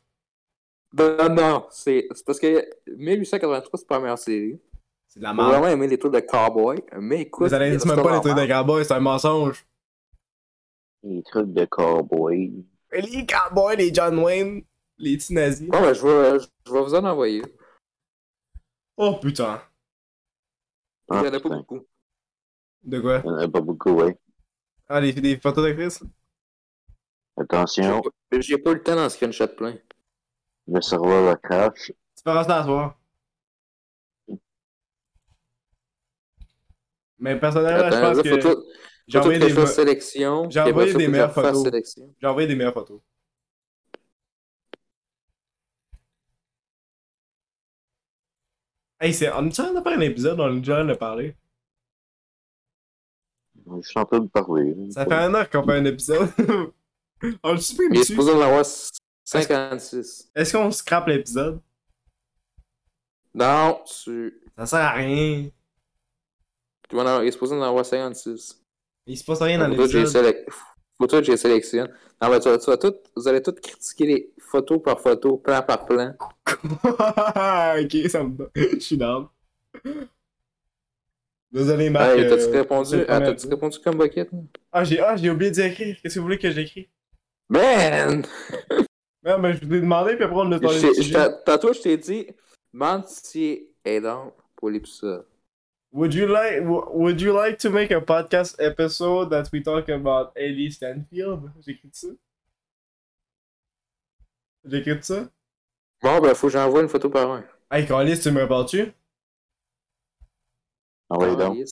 S3: ben non, c'est, c'est parce que 1883, c'est pas la meilleure série.
S2: C'est
S1: Ah,
S2: de la
S3: J'ai vraiment aimé les trucs de cowboy, mais écoute.
S2: Vous allez
S3: c'est
S2: même pas les
S3: vraiment
S2: trucs de
S3: mal.
S2: cowboys, c'est un mensonge.
S1: Les trucs de cowboy.
S2: Et Les cowboys, les John Wayne, les petits nazis.
S3: Bon, ben, je vais, je vais vous en envoyer.
S2: Oh putain.
S3: Il
S1: Ah,
S3: y en a pas
S1: putain,
S3: beaucoup.
S2: De quoi?
S1: il y en a pas beaucoup, ouais.
S2: Ah, les, des photos d'actrices?
S1: Attention,
S3: J'ai pas- J'ai pas eu le temps d'en screenshot plein.
S1: le serveur le crash.
S2: Tu peux rester à soir. Mais personnellement, Ah, je
S3: Attends,
S2: pense
S3: là, faut
S2: que
S3: tout,
S2: j'ai
S3: faut tout
S2: envoyé
S3: que
S2: des
S3: je fasse
S2: me-
S3: sélection.
S2: J'ai
S3: puis après
S2: envoyé
S3: ça,
S2: des
S3: faut que je
S2: meilleures
S3: refasse
S2: photos.
S3: sélection.
S2: j'ai envoyé des meilleures photos. Hey, c'est... on est en train de faire un épisode, on est déjà en train de parler.
S1: Je suis en train de parler.
S2: Ça fait un heure qu'on fait un épisode. on le supprime
S3: Il est
S2: dessus.
S3: supposé en avoir 56.
S2: Est-ce qu'on scrape l'épisode?
S3: Non, tu...
S2: Ça sert à rien.
S3: tu vas en avoir- il est supposé en avoir 56.
S2: Il se passe rien dans
S3: Faut tout que j'ai
S2: l'épisode.
S3: sélec- faut tout que j'ai sélectionné. Non, ben, tu vas, tu vas tout- vous allez tous critiquer les photos par photo, plan par plan.
S2: ok, ça me Je suis down. Désolé, Marc.
S3: Hey,
S2: euh,
S3: t'as-tu
S2: c'est
S3: répondu?
S2: le
S3: Ah,
S2: premier
S3: t'as-tu répondu comme bucket? là?
S2: Ah, j'ai ah, j'ai oublié d'écrire. Qu'est-ce que vous voulez que j'écris?
S3: Man!
S2: Ouais, mais je vous ai demandé, puis après on a parlé
S3: Je
S2: de
S3: t'ai- je
S2: sujet.
S3: t'ai- Tantôt, je t'ai dit, demande si elle est dans pour l'épisode.
S2: Would you like wo- Would you like to make a podcast episode that we talk about Ellie Stanfield? J'écris ça. J'écris ça.
S3: Bon, ben, faut que j'envoie une photo par un.
S2: Hey, Carlis, tu me réponds-tu?
S1: Envoyez Ah donc.
S3: yes.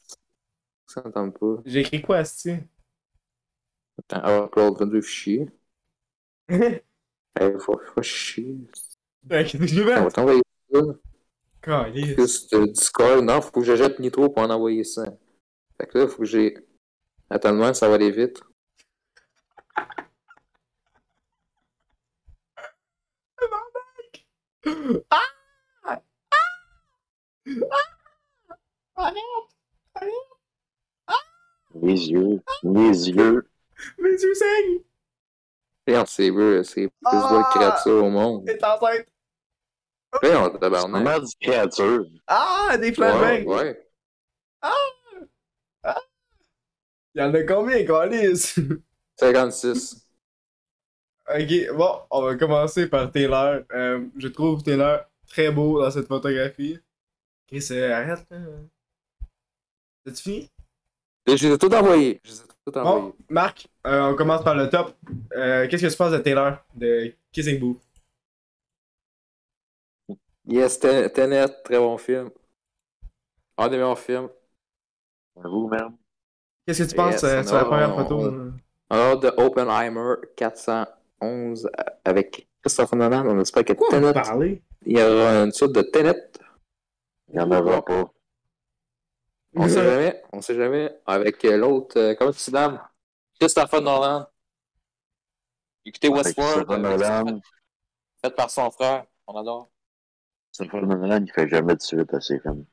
S3: Ça n'entend pas.
S2: J'écris quoi, Asti?
S3: Attends, oh, upload deux fichiers.
S2: Fait
S3: Eh, faut, faut chier.
S2: que je
S3: On
S2: vais.
S3: va t'envoyer
S2: Carlis.
S3: plus de Discord. Non, faut que j'achète Nitro pour en envoyer ça. Fait que là, faut que j'ai. Attends, moi, ça va aller vite.
S1: Les yeux. Les yeux.
S2: Mes yeux saignent!
S3: Regarde, c'est bleu, c'est plus
S2: Ah!
S3: beau de créature au monde.
S2: T'es enceinte!
S3: Regarde,
S1: On
S3: tabarnak.
S1: a des créatures.
S2: Ah, des
S3: Ouais,
S2: flashbangs!
S3: ouais.
S2: Y'en a combien, Carlis?
S3: 56.
S2: Ok, bon, on va commencer par Taylor. Euh, je trouve Taylor très beau dans cette photographie. Chris, euh, arrête là. T'as-tu fini?
S3: Et je les ai tout envoyés. Je les ai tout envoyés.
S2: Bon, Marc, euh, on commence par le top. Euh, Qu'est-ce que tu penses de Taylor, de Kissing Booth?
S3: Yes, Ten- Tenet, très bon film. Un des meilleurs films.
S1: Vous, même.
S2: Qu'est-ce que tu
S3: Yes,
S2: penses euh,
S3: on
S2: sur la
S3: a-
S2: première
S3: on-
S2: photo?
S3: on-
S2: euh?
S3: Alors, de Oppenheimer 411 euh, avec Christopher Nolan. On espère que
S2: Pourquoi on va
S3: Tenet,
S2: parler?
S3: il y aura une sorte de Tenet.
S1: Il n'y en aura pas.
S3: On sait jamais. On sait jamais. Avec euh, l'autre, euh, comment tu dis, dame? Christopher Nolan. Écoutez
S1: Avec
S3: Westworld.
S1: Christopher
S3: euh,
S1: Nolan.
S3: Fait par son frère. On adore.
S1: Christopher Nolan, il fait jamais de suite à ses films.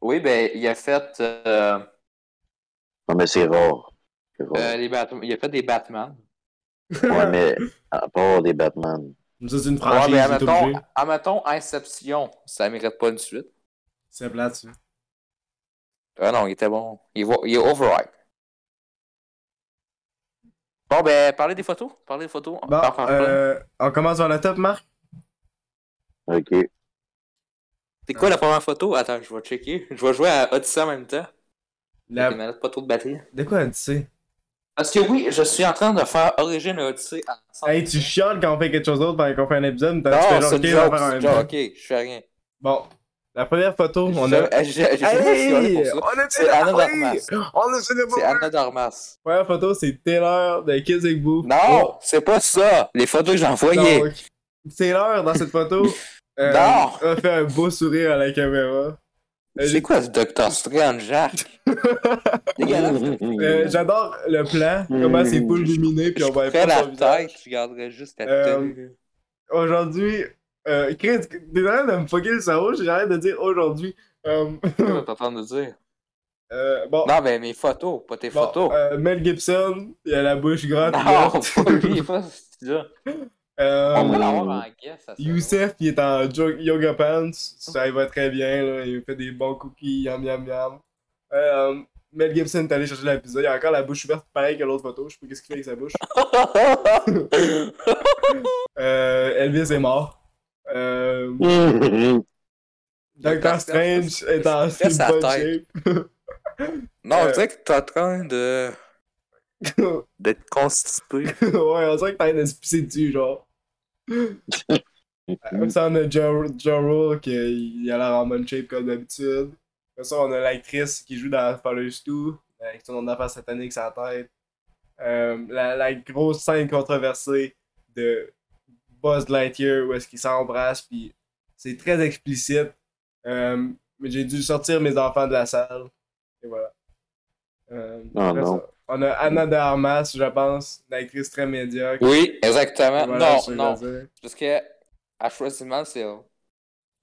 S3: Oui, ben, il a fait, euh,
S1: Non, mais c'est rare. C'est
S3: euh,
S1: rare.
S3: les Batman. Il a fait des Batman.
S1: Ouais, mais à part des Batman.
S2: Ça, c'est une
S3: Ouais,
S2: franchise,
S3: mais
S2: c'est obligé.
S3: admettons, admettons, Inception, ça mérite pas une suite.
S2: C'est plat, ça.
S3: Ah non, il était bon. Il, va- il est override. Bon, ben, parlez des photos. Parlez des photos. On
S2: Bon,
S3: part par plein.
S2: euh, on commence par le top, Marc?
S1: OK.
S3: C'est quoi la première photo? Attends, je vais checker. Je vais jouer à Odyssey en même temps.
S2: La-
S3: Avec des manettes pas trop de batterie.
S2: De quoi tu sais?
S3: Parce que oui, je suis en train de faire Origin et Odyssey ensemble.
S2: Hey, tu chiales quand on fait quelque chose d'autre pendant qu'on fait un épisode, mais
S3: Non,
S2: t'as- tu fais genre,
S3: c'est
S2: ok,
S3: une
S2: on va
S3: joke,
S2: faire un
S3: c'est une
S2: épisode.
S3: joke. Ok, je fais rien.
S2: Bon, la première photo, on a.
S3: Je- eh, je- je- je- je- je- je-
S2: On a
S3: C'est Anna Dormas.
S2: On a tué
S3: C'est Anna Dormas.
S2: La première photo, c'est Taylor de Kissing Booth.
S3: Non, c'est pas ça. Les photos que j'ai envoyées.
S2: Oh, Donc, Taylor, dans cette photo, euh,
S3: Non.
S2: a fait un beau sourire à la caméra. Euh,
S3: C'est quoi ce Docteur Strange, Jacques? Dégueulasse.
S2: Euh, J'adore le plan, comment c'est full lumineux, puis
S3: Hmm. Je
S2: on va
S3: couperais la
S2: son visage.
S3: tête, je garderais juste la
S2: Euh,
S3: tenue.
S2: Aujourd'hui, euh, Chris, t'es en train de me fucker le cerveau, j'arrête de dire aujourd'hui. Euh,
S3: Qu'est-ce que t'es en train de dire?
S2: euh, bon,
S3: Non, mais mes photos, pas tes
S2: bon,
S3: photos.
S2: euh, Mel Gibson, il a la bouche grande.
S3: non, pas lui, pas ce style-là.
S2: Euh,
S3: On va l'avoir en guest, ça. c'est
S2: Youssef, il est en jo- yoga pants, ça y va très bien, là. il fait des bons cookies, yam yam yam. Euh, Mel Gibson est allé chercher l'épisode, il a encore la bouche ouverte pareil que l'autre photo, je sais pas qu'est-ce qu'il fait avec sa bouche.
S3: drôle.
S2: Euh, Elvis est mort. Euh, Doctor
S3: Doctor
S2: Strange
S3: Strange,
S2: est en
S3: je suis très
S2: bonne
S3: sa
S2: shape.
S3: Non,
S2: Euh.
S3: on dirait que t'es en train de.
S2: ouais,
S3: d'être constipé.
S2: on dirait que t'as envie de se pisser dessus, genre. Comme ça, on a Ja Ja Rule qui il a l'air en bonne shape comme d'habitude. Comme ça, on a l'actrice qui joue dans euh, Fallout 2, avec son nom d'affaires satanique sur la tête. Euh, la, la grosse scène controversée de Buzz Lightyear où est-ce qu'ils s'embrassent, puis c'est très explicite. Euh, mais j'ai dû sortir mes enfants de la salle. Et voilà. Euh,
S1: Oh
S2: après
S1: non.
S2: ça, On a Anna de Armas, je pense, une actrice très médiocre.
S3: Oui, exactement.
S2: Et voilà, je
S3: non,
S2: voulais
S3: non.
S2: dire.
S3: Parce que. À choisir mal, c'est.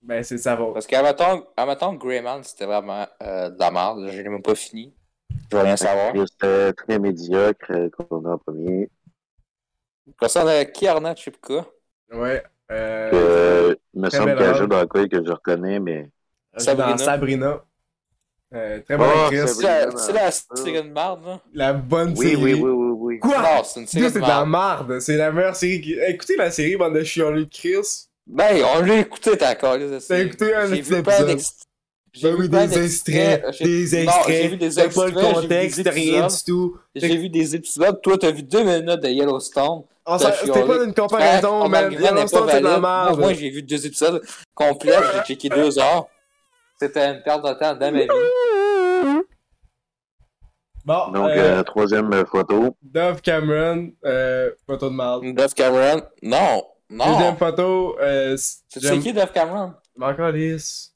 S2: Ben, c'est sa faute.
S3: Parce qu'à mettons, à mettons Greyman, c'était vraiment euh, de la merde. Je l'ai même pas fini. Je veux rien savoir.
S1: C'était très médiocre euh, qu'on a en premier.
S3: Personne euh, qui Arnaud Chipka.
S2: Ouais. Euh,
S1: Euh, il me
S2: Très
S1: semble
S2: belle
S1: qu'elle
S2: robe.
S1: joue dans quoi que je reconnais, mais.
S2: Sabrina.
S3: Sabrina. Ah,
S2: Dans Sabrina. Euh, très bonne
S1: Oh,
S2: actrice.
S1: Sabrina.
S3: C'est la, c'est la série de merde, là.
S2: La bonne
S1: Oui,
S2: série.
S1: oui, oui, oui, oui.
S3: oui.
S2: Quoi?
S3: Non, c'est une
S2: Dude,
S3: série
S2: c'est
S3: de
S2: de la
S3: merde.
S2: merde. C'est la meilleure série. Qui... Écoutez la série, bande de chialus de Chris.
S3: Ben, on l'a écouté, ta calice.
S2: T'as écouté un
S3: J'ai
S2: petit
S3: vu plein
S2: épisode.
S3: d'ex- j'ai
S2: Ben
S3: vu
S2: oui,
S3: plein
S2: des extraits.
S3: euh, j'ai-
S2: Des
S3: Non, j'ai vu
S2: extraits.
S3: des
S2: T'as pas
S3: extraits, j'ai
S2: le
S3: vu
S2: contexte,
S3: des
S2: t'as rien
S3: épisodes.
S2: du tout.
S3: J'ai vu des épisodes. Toi, t'as vu deux minutes de Yellowstone.
S2: On
S3: T'as
S2: s'en- Ah, C'était
S3: chialé.
S2: pas une
S3: Frère,
S2: comparaison,
S3: ton
S2: man.
S3: argument n'est
S2: Yellowstone, c'est de la
S3: valide. Moi, Moi,
S2: merde.
S3: j'ai vu deux épisodes complets. J'ai checké deux heures. C'était une perte de temps dans ma vie.
S2: Bon,
S1: Donc,
S2: euh,
S1: euh, troisième photo.
S2: Dove Cameron, euh, photo de merde.
S3: Dove Cameron? Non.
S2: Deuxième
S3: Non.
S2: photo, euh, c-
S3: Tu sais
S2: j'aime-
S3: qui Dove Cameron?
S2: Mais Encore lisse.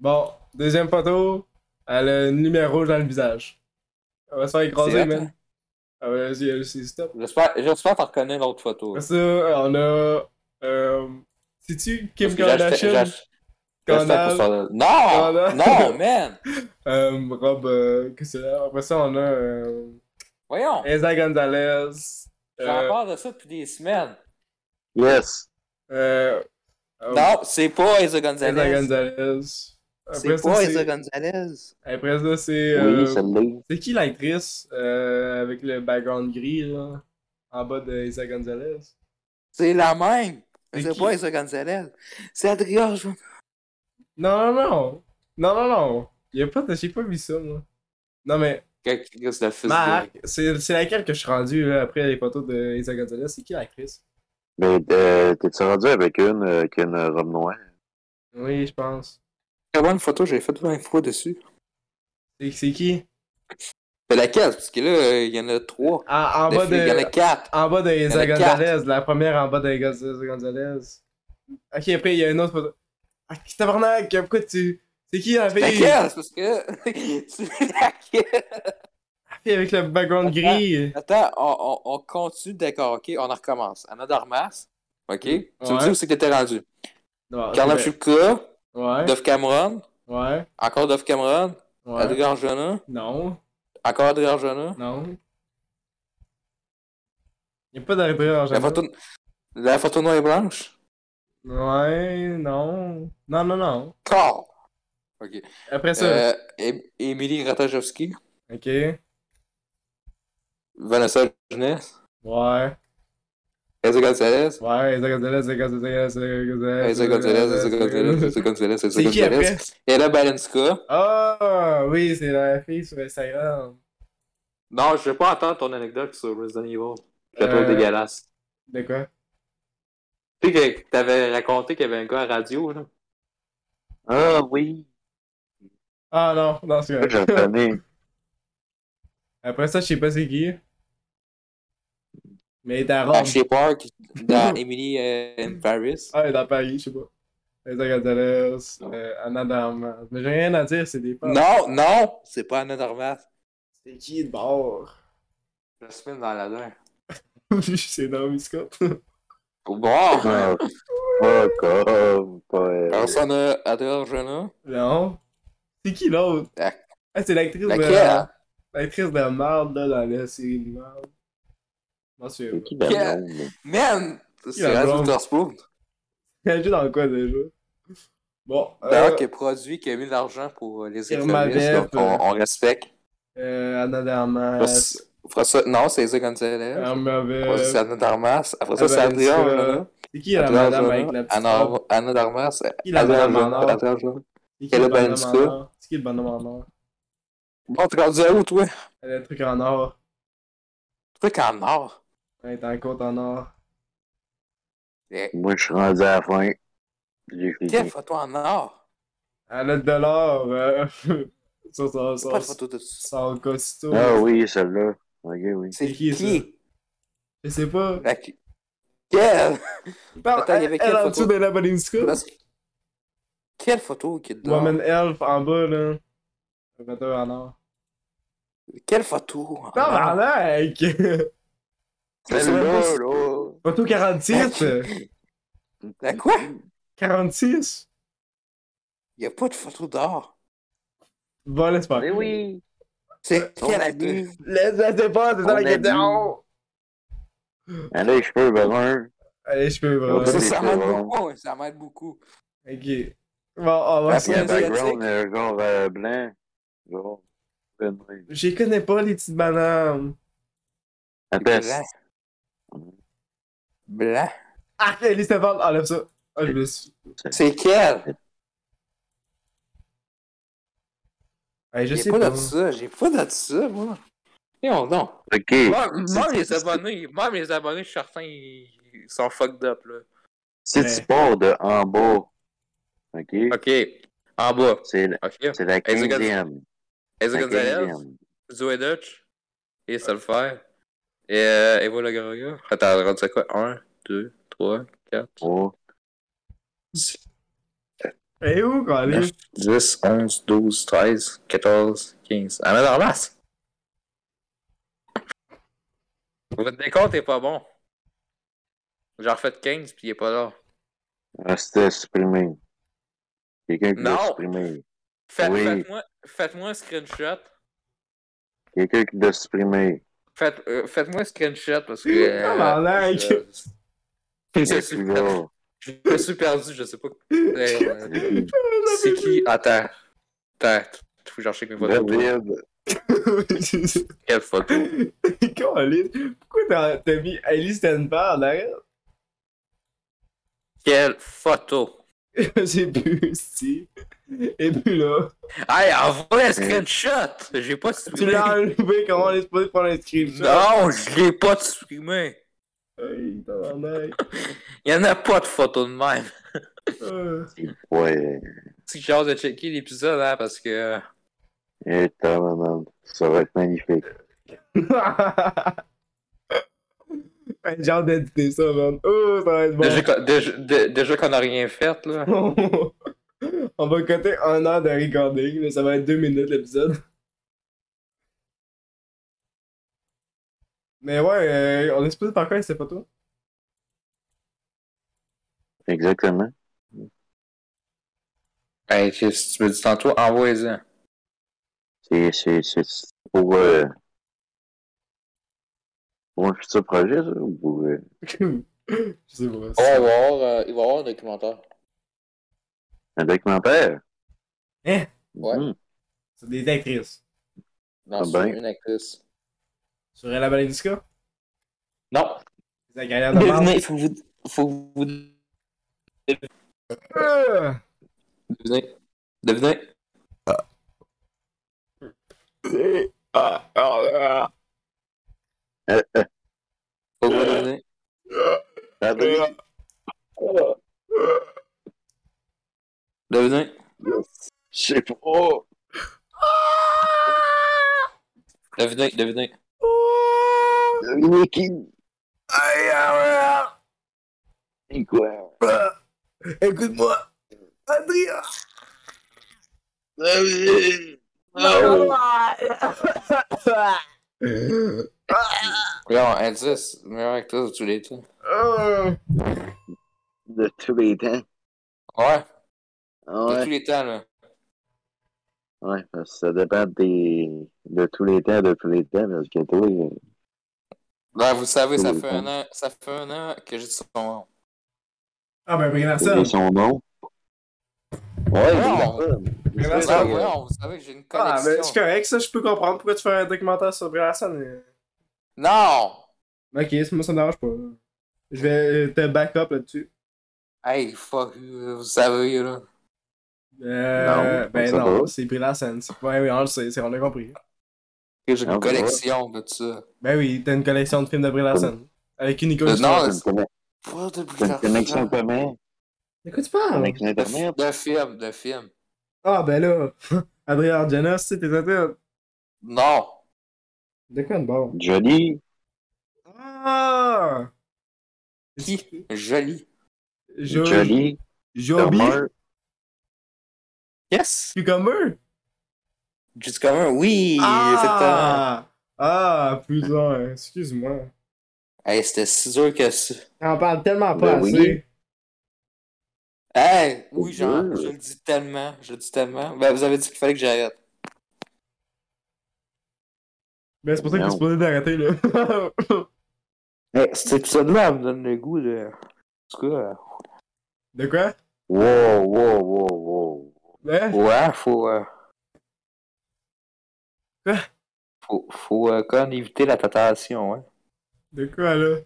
S2: Bon, deuxième photo, elle a une lumière rouge dans le visage. Elle va se faire écraser,
S3: C'est
S2: man.
S3: hot, hein?
S2: Ah ouais, vas-y, vas-y, c'est stop.
S3: J'espère j'espère que t'en reconnais l'autre photo.
S2: Après ça, on a. Euh, C'est-tu Kim
S3: Parce que j'ai acheté- j'ai
S2: Kardashian?
S3: acheté- j'ai acheté pour
S2: Kandal,
S3: ça. Non!
S2: Condal.
S3: Non, man!
S2: euh, Rob. Euh, que c'est là? Après ça, on a. Euh,
S3: Voyons!
S2: Elsa Gonzalez.
S3: J'en
S2: Euh,
S3: parle de ça depuis des semaines.
S1: Yes.
S2: euh, euh,
S3: Non, c'est pas
S2: Elsa
S3: Eza oh. Gonzalez.
S2: Gonzalez. Après
S3: C'est
S2: ça,
S3: pas Eza
S2: c'est.
S3: Gonzalez.
S2: Après ça, c'est.
S1: Oui,
S2: euh,
S1: celle-là.
S2: C'est qui l'actrice euh, avec le background gris là, en bas de Isa Gonzalez?
S3: C'est la même.
S2: C'est
S3: C'est
S2: qui?
S3: pas Eza Gonzalez. C'est Adrien. Jean-
S2: Non, non, non! Non, non, non! Il y a pas de... J'ai pas vu ça, moi. Non, mais
S3: Qu'est-ce que c'est le fils de-
S2: Marc, c'est c'est laquelle que je suis rendu là, après les photos de Isa Gonzalez? C'est qui l'actrice?
S1: Mais euh, t'es-tu rendu avec une euh, qui a une robe noire?
S2: Oui, je pense.
S3: Très bonne photo, j'ai fait plein de fois dessus.
S2: C'est c'est qui?
S3: C'est laquelle? Parce que là, euh, il y en a trois.
S2: En, en
S3: Des
S2: bas
S3: filles, Il y en euh, a
S2: de.
S3: quatre.
S2: En bas de Isa
S3: en a quatre.
S2: Gonzalez, la première en bas de Isa Gonzalez. Ok, après il y a une autre photo. Ah, qui tabarnak! Pourquoi tu. C'est qui la fille?
S3: Laquelle? C'est parce que. c'est laquelle?
S2: La fille avec le
S3: Ah,
S2: background gris!
S3: Attends, on, on- on continue d'accord, ok? On en recommence. Anna Darmas, ok? Tu me
S2: Ouais.
S3: dis où c'est que t'étais rendu?
S2: Non, c'est
S3: Carla
S2: vrai.
S3: Chupka,
S2: Ouais,
S3: Dove Cameron,
S2: ouais,
S3: encore Dove Cameron,
S2: ouais.
S3: Adrien Arjona,
S2: Non,
S3: encore Adrien Arjona.
S2: non. Il n'y a pas d'arrêt en
S3: La photo, la photo noire et blanche?
S2: Ouais, non. Non, non, non.
S3: Corps! Ok.
S2: Après ça.
S3: Euh, Em- Emily Ratajkowski,
S2: Ok. Ouais.
S3: Vanessa Jeunesse,
S2: Ouais,
S3: Elsa Gonzalez,
S2: Elsa Gonzalez, Elsa Gonzalez, Elsa Gonzalez.
S3: Elsa Gonzalez, Elsa Gonzalez, Elsa Gonzalez, Elsa
S2: C'est qui
S3: Gonzalez,
S2: après?
S3: Ella Balinska.
S2: é Ah, oui, c'est la fille sur Instagram.
S3: Non, je vais pas entendre ton anecdote sur Resident Evil. Je la
S2: Euh.
S3: trouve dégueulasse.
S2: De quoi?
S3: Tu sais que t'avais raconté qu'il y avait un gars à radio, là.
S1: Ah oui.
S2: Ah non, non, c'est
S1: J'ai
S2: vrai.
S1: entendu.
S2: Après ça, je sais pas c'est qui. Mais elle est à
S3: À
S2: Rome.
S3: Shea Park, dans Emily euh, in Paris.
S2: Ah, elle est à Paris, je sais pas. Elsa Gonzalez,
S3: Ah.
S2: euh, Anna Darmas. Mais j'ai rien à dire, c'est des femmes.
S3: Non, non, c'est pas Anna Dormas.
S2: C'est qui de bord?
S3: La semaine dans la dent.
S2: c'est Naomi Scott.
S3: Pour boire!
S1: Ah, Fuck off. Pas
S2: Ah,
S1: elle.
S3: Personne n'a adoré Jeuna.
S2: Non. C'est qui l'autre?
S3: La-
S2: Ah, c'est l'actrice
S3: Laquelle? hein?
S2: de... L'actrice de merde, là, dans la série de merde. Non, c'est
S1: C'est qui la
S3: Quelle-
S1: blonde?
S3: Man!
S2: Il a
S3: C'est Radio
S2: blonde.
S3: Witherspoon.
S2: Elle joue dans quoi, déjà? Bon,
S3: D'ailleurs,
S2: euh,
S3: qui a produit, qui a mis de l'argent pour euh, les
S2: Irma
S3: économistes,
S2: Vep,
S3: donc on, on respecte.
S2: euh, Anna
S3: Après
S2: Darmas,
S3: ça, non, c'est Isa Gonzalez.
S2: Irma
S3: Après ça, c'est
S2: Vep.
S3: Anna Darmas. Après ça,
S2: Ah,
S3: c'est
S2: ben,
S3: Adrien.
S2: Euh, ça,
S3: Arjona.
S2: C'est qui la
S3: Adrien
S2: madame avec
S3: Arjona.
S2: la petite
S3: Anna,
S2: robe?
S3: Anna Darmas.
S2: Qui la
S3: Adrien
S2: madame en
S3: Arjona.
S2: or?
S3: Adrien Arjona.
S2: C'est qui
S3: Quelle
S2: le bonhomme
S3: Banska?
S2: en or? C'est qui le bonhomme en or?
S3: Bon, tu rendu à où, toi?
S2: Elle a un truc en or.
S3: Truc en or.
S2: Elle est en côte en or.
S1: Moi, je suis rendu à la fin. J'ai
S3: Quelle
S1: fini.
S3: photo en or?
S2: Elle a de l'or euh, sur son,
S3: C'est pas
S2: son,
S3: de photo de ça.
S2: son costume.
S1: Ah oui, celle-là. Ok, Ben oui.
S3: C'est
S2: C'est qui,
S3: qui?
S2: Je sais pas.
S3: La- Quelle? Attends, il y avait
S2: elle
S3: quelle
S2: en
S3: photo?
S2: dessous de la Balinska.
S3: Quelle photo qui est dedans?
S2: Woman Elf en bas, là. Le metteur en or.
S3: Quelle photo? en or?
S2: Tabarnak!
S1: Celle-là, là.
S2: Photo 46!
S3: La quoi?
S2: 46!
S3: Il n'y a pas de photo d'or.
S2: Bon, laisse pas.
S1: Eh Ben oui.
S3: C'est
S1: On
S3: quelle
S1: a
S3: actrice?
S1: dit.
S2: Laisse, laisse pas, c'est
S1: On
S2: ça la
S1: a
S2: question!
S1: Elle a les cheveux bruns.
S2: Allez, je peux
S1: On a
S3: Ça,
S1: dit.
S2: vraiment.
S3: ça
S1: c'est
S3: m'aide
S1: bon.
S3: beaucoup, ça m'aide beaucoup.
S2: Ok. Bon, on va
S3: Ah,
S1: Puis un
S3: asiatique.
S1: background, euh, genre euh, blanc. Genre. Ben oui.
S2: Je les connais pas, les petites bananes.
S1: La baisse.
S3: Blanc. Blanc.
S2: Ah, les Stéphane, enlève ça. Ah, je me suis.
S3: C'est quel?
S2: Hey, je
S3: J'ai
S2: sais
S3: pas
S2: pas.
S3: de ça, j'ai pas de ça, moi. Et on donc.
S1: Ok.
S3: Même même
S1: C'est-
S3: les
S1: c'est-
S3: abonnés, même les abonnés, je suis certain, ils sont fucked up, là.
S1: Si
S2: Ouais.
S1: tu pars de en bas, ok,
S3: Ok. En bas.
S1: c'est la-
S3: Ok.
S1: c'est la
S3: Enzo Gonz-
S1: 15e.
S3: Enzo
S1: La
S3: Gonzalez,
S1: 15e.
S3: Zoé Dutch et Solfer. Et euh, Evo Lagaroga. Attends, on rendu à quoi 1, 2, 3, 4,
S1: Oh,
S2: Eh où, quoi, allez?
S3: 10, 11, 12, 13, 14, 15. Ah, mais en masse! Votre décompte est pas bon. J'en refais 15 puis il est pas là.
S1: ah, c'était supprimé. Quelqu'un qui
S3: Non.
S1: l'a supprimé.
S3: Faites-
S1: Oui.
S3: Faites-moi faites-moi un screenshot.
S1: Quelqu'un qui l'a supprimé.
S3: Faites- euh, Faites-moi un screenshot parce que. euh,
S2: Ah, malade.
S3: je- je,
S1: C'est
S3: suis,
S1: plus là.
S3: je me suis perdu, je sais pas. Euh, C'est qui? Ah, Attends. Attends. Faut que je recherche mes photos.
S1: David.
S3: Quelle photo?
S2: Colin, pourquoi t'as t'as mis Ellie Stenberg, arrête?
S3: Quelle photo?
S2: J'ai bu aussi. Et puis là,
S3: Hey, envoie un screenshot! J'ai pas
S2: tu
S3: supprimé.
S2: l'as enlevé, comment on est supposé prendre un screenshot?
S3: Non, je l'ai pas supprimé.
S2: Hey, tabarnak.
S3: Il y en a pas de photo de même.
S2: Euh,
S1: E, Ouais.
S3: Si j'ai hâte de checker l'épisode, hein, parce que.
S1: Et tabarnak. Ça va être magnifique.
S2: Hey, J'ai hâte d'éditer ça, man. Oh, ça va être bon.
S3: Déjà, qu'on- déjà, dé- déjà qu'on a rien fait, là.
S2: on va coter un an de recording, mais ça va être deux minutes l'épisode. Mais ouais, euh, on est supposé par quoi c'est pas toi?
S1: Exactement.
S3: Hey, qu'est-ce que tu me dis tantôt? Envoie-en.
S1: C'est c'est- c'est pour, euh, pour un futur projet, ça? Ou pour, euh,
S2: Je sais pas.
S3: On va
S2: c'est-
S3: voir, euh, il va y avoir un documentaire.
S1: un documentaire?
S2: Hein?
S3: Ouais.
S1: Mhm.
S2: C'est des actrices.
S3: Non,
S1: Ah
S3: c'est
S1: ben.
S3: une actrice.
S2: Sur la Balenska?
S3: Non.
S2: La carrière de
S3: Devinez, faut que vous. Faut que vous
S2: marde.
S3: devinez. Devinez.
S2: Ah, ah, ah.
S1: Euh, euh,
S3: Faut que vous Oh, devinez.
S1: David,
S3: Devinez.
S1: Je sais pas. Oh,
S3: Devinez, devinez.
S1: Dominique, qui
S2: Aïe, ah,
S1: dit quoi?
S2: ah. Écoute-moi! Adrien!
S1: David!
S3: Là, on indice, meilleure actrice de tous les temps.
S2: Ah.
S1: De tous les temps.
S3: Ouais,
S1: Ah
S3: de
S1: Ouais,
S3: tous les temps, là.
S1: ouais, parce que ça dépend des... de tous les temps, de tous les temps, parce que toi, euh,
S3: Là, Ben, vous savez, ça
S1: Oui,
S3: fait
S1: oui.
S3: un an, ça fait un an que j'ai dit son nom.
S2: Ah ben Brian
S1: c'est
S2: Larson!
S1: son nom. Ouais,
S3: Non.
S1: il est
S2: Mais
S1: personne.
S3: Ah,
S2: ça,
S1: Il est
S3: ouais,
S1: personne.
S3: on vous savez que j'ai une
S2: Ah ben
S3: connexion.
S2: c'est correct ça, je peux comprendre pourquoi tu fais un documentaire sur Brian Larson. mais-
S3: non!
S2: Ok, c'est- moi ça me dérange pas. Je vais euh, te back up là-dessus.
S3: Hey, fuck, euh, vous savez, là.
S2: Euh,
S1: Non,
S2: ben
S1: ça
S2: non,
S1: va.
S2: c'est Brie Larson. c'est- Ouais, oui, on le sait, c'est- on a compris.
S3: que J'ai une
S1: Ah, bah, ouais.
S3: collection de ça.
S2: Ben oui, t'as une collection de films de Brie Larson. Avec une icône
S3: Euh,
S2: historique.
S3: non,
S1: T'as Ah, une conne-
S3: Pas de
S1: t'as une connexion
S3: de,
S1: comment?
S2: De quoi tu parles?
S1: Connexion Internet?
S3: de film, de film.
S2: Ah ben là, Adrien Arjana, c'est tes athlètes.
S3: Non!
S2: De quoi de bon?
S1: Jolie?
S2: Ah!
S3: Qui? Joli.
S2: Jo-
S1: Jolie?
S2: Joby?
S1: Homer?
S3: Yes!
S2: Cucumber?
S3: Juste comme un, oui!
S2: Ah! Ah, putain, excuse-moi.
S3: c'est un- Hey, c'était si dur que ça.
S2: On parle tellement pas
S1: Ben oui.
S2: assez.
S3: Hey, oui, genre,
S1: dur.
S3: je le dis tellement, je le dis tellement. Ben, vous avez dit qu'il fallait que j'arrête.
S2: Ben c'est pour ça que t'es
S1: Non.
S2: supposé d'arrêter là.
S3: Mais cet épisode-là me donne le goût de. En tout cas.
S2: de quoi?
S1: Wow, wow, wow, wow.
S2: Hein?
S3: euh, Ouais, faut. euh,
S2: Quoi?
S3: Faut, faut euh, comme éviter la tentation, hein.
S2: De quoi, là?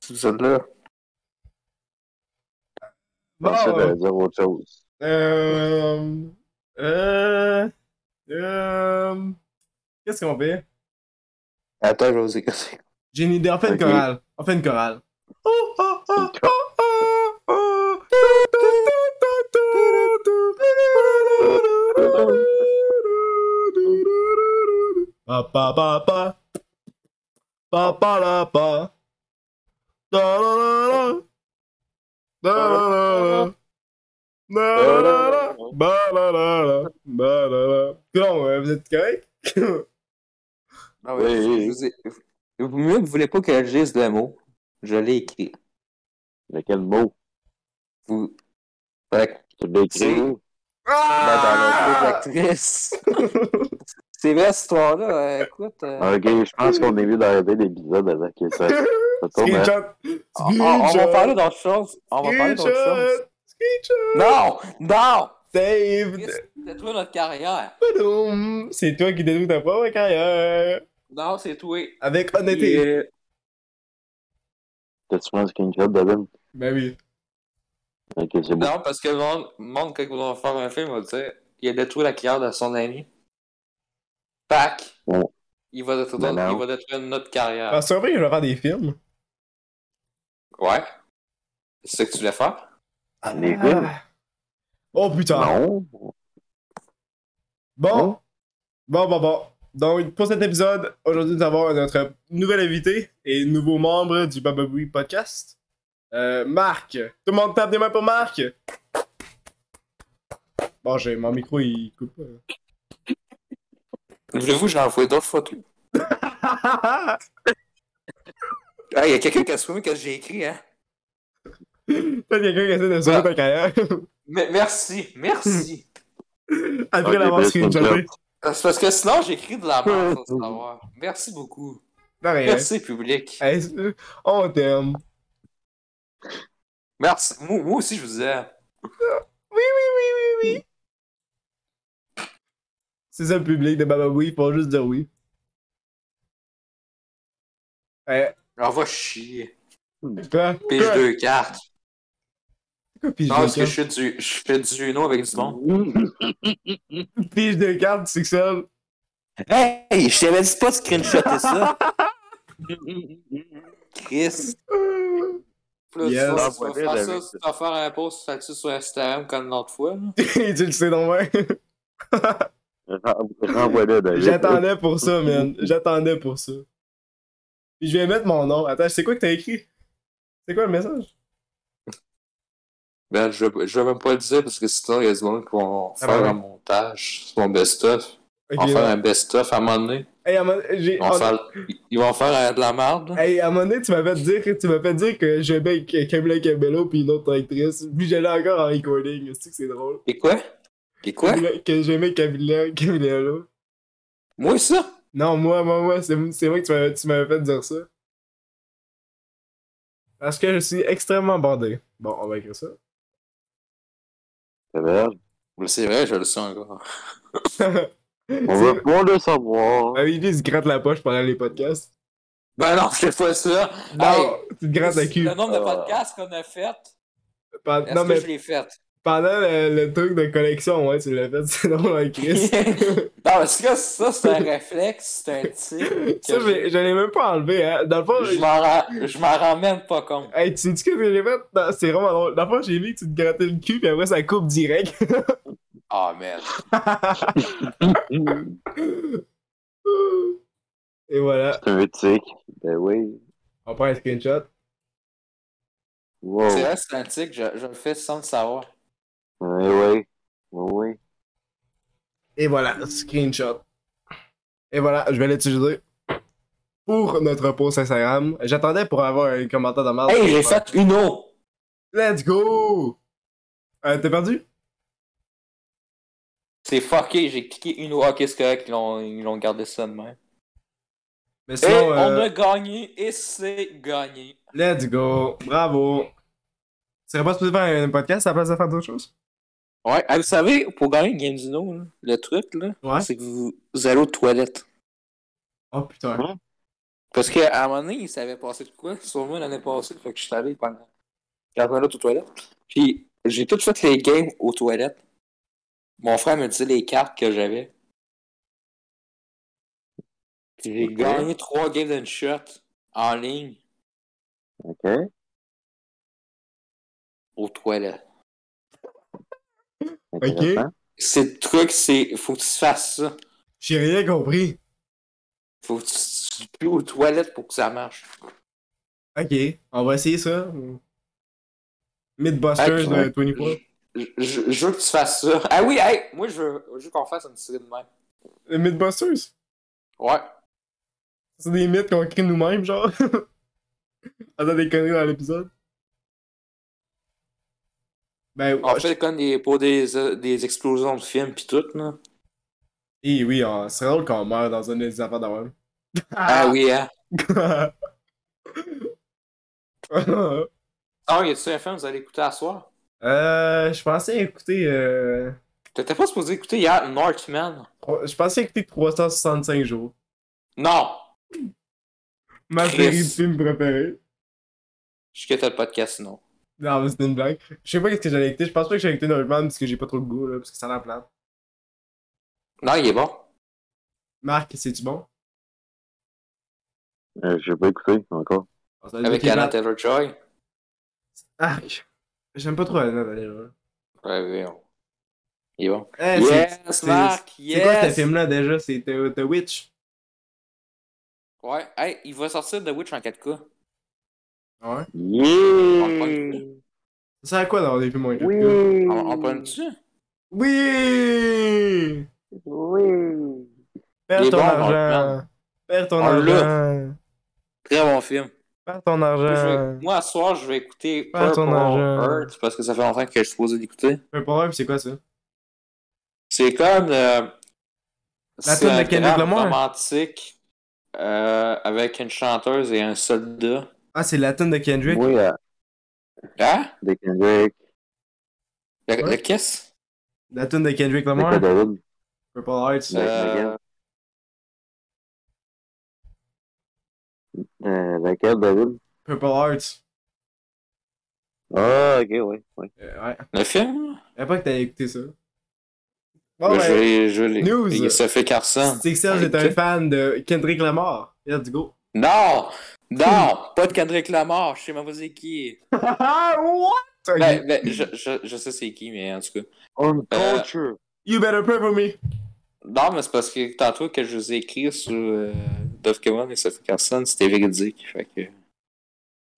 S3: C'est celle-là.
S1: Je pensais de dire autre chose.
S2: Euh... Euh... Euh... Qu'est-ce qu'on fait?
S3: Attends, José, qu'est-ce que
S2: Jenny, en fait une
S1: Ok.
S2: chorale. On fait une chorale. Oh, oh, oh, oh, oh, oh. Pa, pa, pa, pa. Pa, pa, la, pa. Da, la, la, la. Da, la, la, la. Da, la, la, la. Ba, la, la, la. Ba, la, la. Non, euh, vous êtes correct?
S3: Non,
S1: Oui,
S3: je-
S1: oui,
S3: je
S1: oui.
S3: vous ai- Vous mieux vous voulez pas que je lise le mot. Je l'ai écrit.
S1: Mais quel mot?
S3: Vous. Fait que,
S1: Tu l'as écrit
S3: C'est-
S1: où?
S3: là, dans le
S2: Ah!
S3: truc d'actrice. C'est vrai, cette histoire-là. euh, écoute. euh,
S1: Ok, je pense qu'on est vu d'arriver l'épisode avec euh, ça. Ça tourne hein. à...
S2: Screenshot!
S3: on, on- Ah, on va parler d'autre chose. On va parler d'autre chose.
S2: Screenshot! Screenshot!
S3: Non! Non!
S2: Save!
S3: C'est toi notre carrière.
S2: Badoum! C'est toi qui détruis ta propre carrière!
S3: Non, c'est toi.
S2: Avec honnêteté!
S3: Et, euh,
S1: T'as-tu pris un screenshot, David?
S2: Ben oui.
S1: Ok, c'est bon.
S3: Non, parce que le monde, le monde, quand on va faire un film, va dire il a détruit la carrière de son ami. Pac,
S1: Oh.
S3: il, va détruire,
S1: Ben non.
S3: il va détruire notre carrière.
S2: En surprise, Ah, je vais faire des films.
S3: Ouais. C'est ce que tu voulais faire? Ah,
S1: Des films?
S2: Ah. Oh putain!
S1: Non.
S2: Bon.
S1: Non.
S2: Bon, bon, bon. Donc, pour cet épisode, aujourd'hui, nous avons notre nouvel invité et nouveau membre du Baba Booey Podcast, euh, Marc. Tout le monde tape des mains pour Marc. Bon, j'ai mon micro, il coupe
S3: Voulez-vous que j'en envoie d'autres photos?
S2: pas.
S3: Ah, Il y a quelqu'un qui a soumis que j'ai écrit, hein?
S2: T'as quelqu'un qui essaie de sauver ta carrière
S3: Mais merci, merci.
S2: après l'avoir
S1: Ok,
S2: screenshoté.
S3: C'est parce que sinon, j'écris de la merde sans le savoir. Merci beaucoup.
S2: Non, rien.
S3: Merci, public.
S2: hein. Hey, c'est- on t'aime.
S3: Merci. Moi, moi aussi, je vous aime.
S2: C'est ça le public de Baba Booey, faut juste dire oui. Eh,
S3: On va chier.
S2: quoi?
S3: Pige
S2: Quoi?
S3: deux cartes.
S2: Quoi, pige
S3: Non,
S2: deux
S3: parce que
S2: cartes?
S3: je fais du, je fais du Uno avec du monde.
S2: Pige de cartes, c'est que ça.
S3: Hey, je t'avais dit pas de screenshotter ça. Chris. Là,
S2: Yes.
S3: tu, vas, tu vas
S1: Envoie-le
S3: faire ça,
S1: avec-
S3: tu vas faire un post là-dessus sur Instagram comme l'autre fois. là.
S2: Et tu le sais non moins.
S1: Renvoie-le, David.
S2: J'attendais pour ça, man. J'attendais pour ça. Puis je vais mettre mon nom. Attends, c'est quoi que t'as écrit? C'est quoi le message?
S3: Ben, je, je vais même pas le dire parce que sinon, il y a du monde qui vont
S2: Ah,
S3: faire
S2: ben oui.
S3: un montage sur mon best-of. Ils
S2: Ok,
S3: vont faire
S2: là.
S3: un best-of à un moment donné.
S2: Hey, à un moment- j'ai-
S3: Ils vont
S2: on-
S3: faire, ils vont faire euh, de la merde. là.
S2: Ah, Hey, à un moment donné, tu m'as fait dire, tu m'as fait dire que j'aimais K- Camila Cabello puis une autre actrice. Puis j'allais encore en recording. C'est que c'est drôle.
S3: Et quoi? Et quoi?
S2: Camila- Que j'aimais Camila Cabello.
S3: Moi, ça?
S2: Non, moi, moi, moi, c'est c'est moi que tu m'avais- tu m'avais fait dire ça. Parce que je suis extrêmement bandé. Bon, on va écrire ça.
S1: C'est vrai.
S3: Oui, C'est vrai, je le sais encore.
S1: On va pas le savoir.
S2: Ah oui, lui, il se gratte la poche pendant les podcasts.
S3: Ben non, c'est pas ça.
S2: Non, tu te grattes la cul.
S3: Le nombre de
S1: Ah.
S3: podcasts qu'on a fait,
S2: Pen-
S3: est-ce
S2: Non,
S3: que
S2: mais
S3: je l'ai fait?
S2: pendant le, le truc de collection, ouais, tu l'as fait, c'est drôle, hein, Chris.
S3: non, parce que ça, c'est un réflexe, c'est un tic.
S2: ça,
S3: que
S2: je, je l'ai même pas enlevé, hein. Dans le fond,
S3: je- je m'en rends- je m'en rends même pas compte.
S2: hey, tu sais ce que j'ai fait? Non, C'est vraiment drôle. Dans le fond, j'ai mis que tu te grattais le cul, puis après, ça coupe direct.
S3: Ah, merde. Mm.
S2: Et voilà.
S1: C'est un tic. Ben oui.
S2: On prend un screenshot.
S1: Wow.
S3: C'est vrai, c'est un tic, je, je le fais sans le savoir.
S1: Ben oui. Ben oui.
S2: Et voilà, screenshot. Et voilà, je vais l'utiliser pour notre post Instagram. J'attendais pour avoir un commentaire de marde.
S3: Hey, j'ai fait une eau!
S2: Let's go! Euh, T'es perdu?
S3: C'est fucké, j'ai cliqué une eau. Ok, c'est correct, ils l'ont- ils l'ont gardé ça de même.
S2: Mais
S3: Et
S2: sinon,
S3: Eh, on
S2: euh,
S3: a gagné, et c'est gagné.
S2: let's go! Bravo! Tu serais pas supposé faire un podcast à la place de faire d'autres choses?
S3: Ouais, ah, vous savez, pour gagner une game d'Uno, là, le truc, là,
S2: Ouais.
S3: c'est que vous, vous allez aux toilettes.
S2: Oh putain.
S1: Ouais.
S3: Parce qu'à un moment donné, il savait passer de quoi, sûrement l'année passée, fait que je suis allé pendant quand on allait aux toilettes. Puis j'ai tout fait les games aux toilettes. Mon frère me disait les cartes que j'avais. Puis J'ai
S1: Ok.
S3: gagné trois games d'une shot en ligne
S1: OK.
S3: aux toilettes.
S1: Intéressant.
S3: C'est le truc, c'est. Faut que tu fasses ça.
S2: J'ai rien compris.
S3: Faut que tu, tu pues aux toilettes pour que ça marche.
S2: Ok, on va essayer ça. Mythbusters euh,
S3: Ok.
S2: de 24.
S3: Je, je- je veux que tu fasses ça. Ah oui, hey, moi je veux, je veux qu'on fasse une série de même.
S2: Les Mythbusters?
S3: Ouais.
S2: C'est des mythes qu'on crée nous-mêmes, genre. Attends, des conneries dans l'épisode. Ben,
S3: On fait comme des, pour des, euh, des explosions de films pis tout, là.
S2: Eh oui, on... c'est drôle qu'on meurt dans une des affaires d'avant.
S3: Ah, oui, hein. Ah, y a-tu un film que vous allez écouter à soir?
S2: euh, je pensais écouter. Euh...
S3: T'étais pas supposé écouter hier Northman?
S2: trois- Je pensais écouter 365 jours.
S3: Non!
S2: Ma
S3: Chris.
S2: série de films préférée.
S3: Je quittais le podcast sinon.
S2: Non, mais c'est une blague. Je sais pas qu'est-ce que j'allais écouter. Je pense pas que j'allais écouter Norman parce que j'ai pas trop le goût, là, parce que ça a l'air plate.
S3: Non, il est bon.
S2: Marc, c'est-tu bon?
S1: Euh, j'ai pas écouté encore.
S2: On s'en dit
S3: Avec
S2: qu'il est
S3: Anna
S2: plate.
S3: Taylor-Joy.
S2: Arc. J'aime pas trop Anna Taylor.
S3: Ouais, oui, on- Il est bon.
S2: Eh, c'est-
S3: Yes,
S2: c'est-
S3: Marc!
S2: C'est quoi ce
S3: Yes!
S2: film-là déjà? C'est The, The Witch.
S3: Ouais, hey, il va sortir The Witch en 4K.
S2: Ouais.
S1: Yeah!
S2: Ça sert à quoi d'avoir des films moins 4K?
S3: On, on
S2: Hmm.
S3: prend dessus?
S2: Oui!
S5: Oui.
S3: Il
S2: Perds
S3: est
S2: ton
S3: bon,
S2: argent.
S3: Northman.
S2: Perds ton
S3: On l'a.
S2: argent.
S3: Très bon film.
S2: Perds ton
S3: Moi, je
S2: argent.
S3: vais- Moi, à soir, je vais écouter
S2: Prends
S3: Purple
S2: ton euh. argent.
S3: Heart parce que ça fait longtemps que je suis supposé l'écouter.
S2: Mais pour eux, c'est quoi ça?
S3: C'est comme. euh,
S2: La
S3: c'est
S2: tune de
S3: un
S2: Kendrick
S3: drame
S2: Lamar.
S3: romantique euh, avec une chanteuse et un soldat.
S2: Ah, c'est la tune de Kendrick.
S1: Oui, à
S3: Hein?
S1: de Kendrick,
S3: Le,
S2: Ouais.
S3: le kiss?
S2: La tune de Kendrick
S1: de
S2: Lamar.
S1: Codawin.
S2: Purple Hearts.
S1: Ouais.
S3: Euh,
S1: Euh, laquelle, David?
S2: Purple Hearts.
S1: Ah, ok, ouais, ouais.
S2: Euh, ouais.
S3: le film?
S2: Je savais pas que t'avais écouté ça. Bon,
S3: Ben, je
S2: ben,
S3: l'ai- je l'ai.
S2: News.
S3: Il se fait Carson.
S2: c'est que Serge est un fan de Kendrick Lamar. Let's go.
S3: Non! Non! Pas de Kendrick Lamar, je sais même pas c'est qui.
S2: Ah, what?
S3: Ben, ben, je, je, je sais c'est qui, mais en tout cas.
S1: On
S3: Euh,
S1: culture!
S2: You better pray for me.
S3: Non, mais c'est parce que tantôt que je vous ai écrit sur euh, Dove Cameron et Sophie Carson, c'était véridique. Fait que...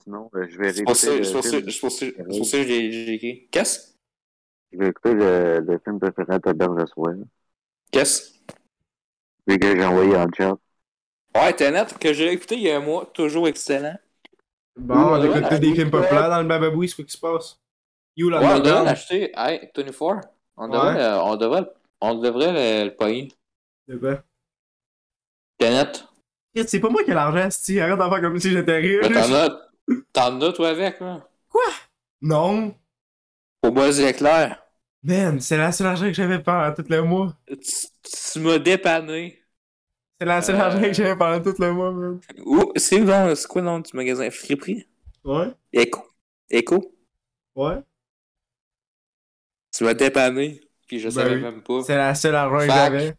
S1: Sinon, euh, je vais
S3: C'est pour ça
S1: réécouter
S3: c'est
S1: le
S3: pour ça-
S1: film.
S3: c'est pour ça- c'est pour ça que j'ai j'ai écrit. Qu'est-ce?
S1: Je vais écouter le, le film préféré de Ben Roswell.
S3: Qu'est-ce?
S1: Celui que j'ai envoyé en chat.
S3: Ouais, Tenet, que j'ai écouté il y a un mois, toujours excellent.
S2: Bon, on a
S3: Ouais,
S2: écouté des films populaires dans le Bababoui, c'est quoi qui se passe? You la
S3: Ouais, on devrait
S2: Madame.
S3: l'acheter. Hey, 24. On
S2: Ouais.
S3: devrait, le- on devrait, on devrait le, le payer.
S2: De quoi?
S3: Tenet.
S2: Chris, C'est pas moi qui ai l'argent, si arrête d'en faire comme si j'étais
S3: Mais T'en
S2: riche.
S3: as, t'en as, toi, avec, là.
S2: Non.
S3: Pour moi, c'est clair.
S2: Man, c'est la seule argent que j'avais pendant tout le mois.
S3: Tu, tu m'as dépanné.
S2: C'est la seule
S3: Euh.
S2: argent que j'avais pendant tout le mois, man.
S3: Où- c'est où, donc, c'est quoi le nom du magasin? Friperie?
S2: Ouais?
S3: Echo. Echo?
S2: Ouais?
S3: Tu m'as dépanné. Puis je
S2: Ben
S3: savais
S2: oui.
S3: même pas.
S2: C'est la seule argent que
S3: Fact.
S2: j'avais.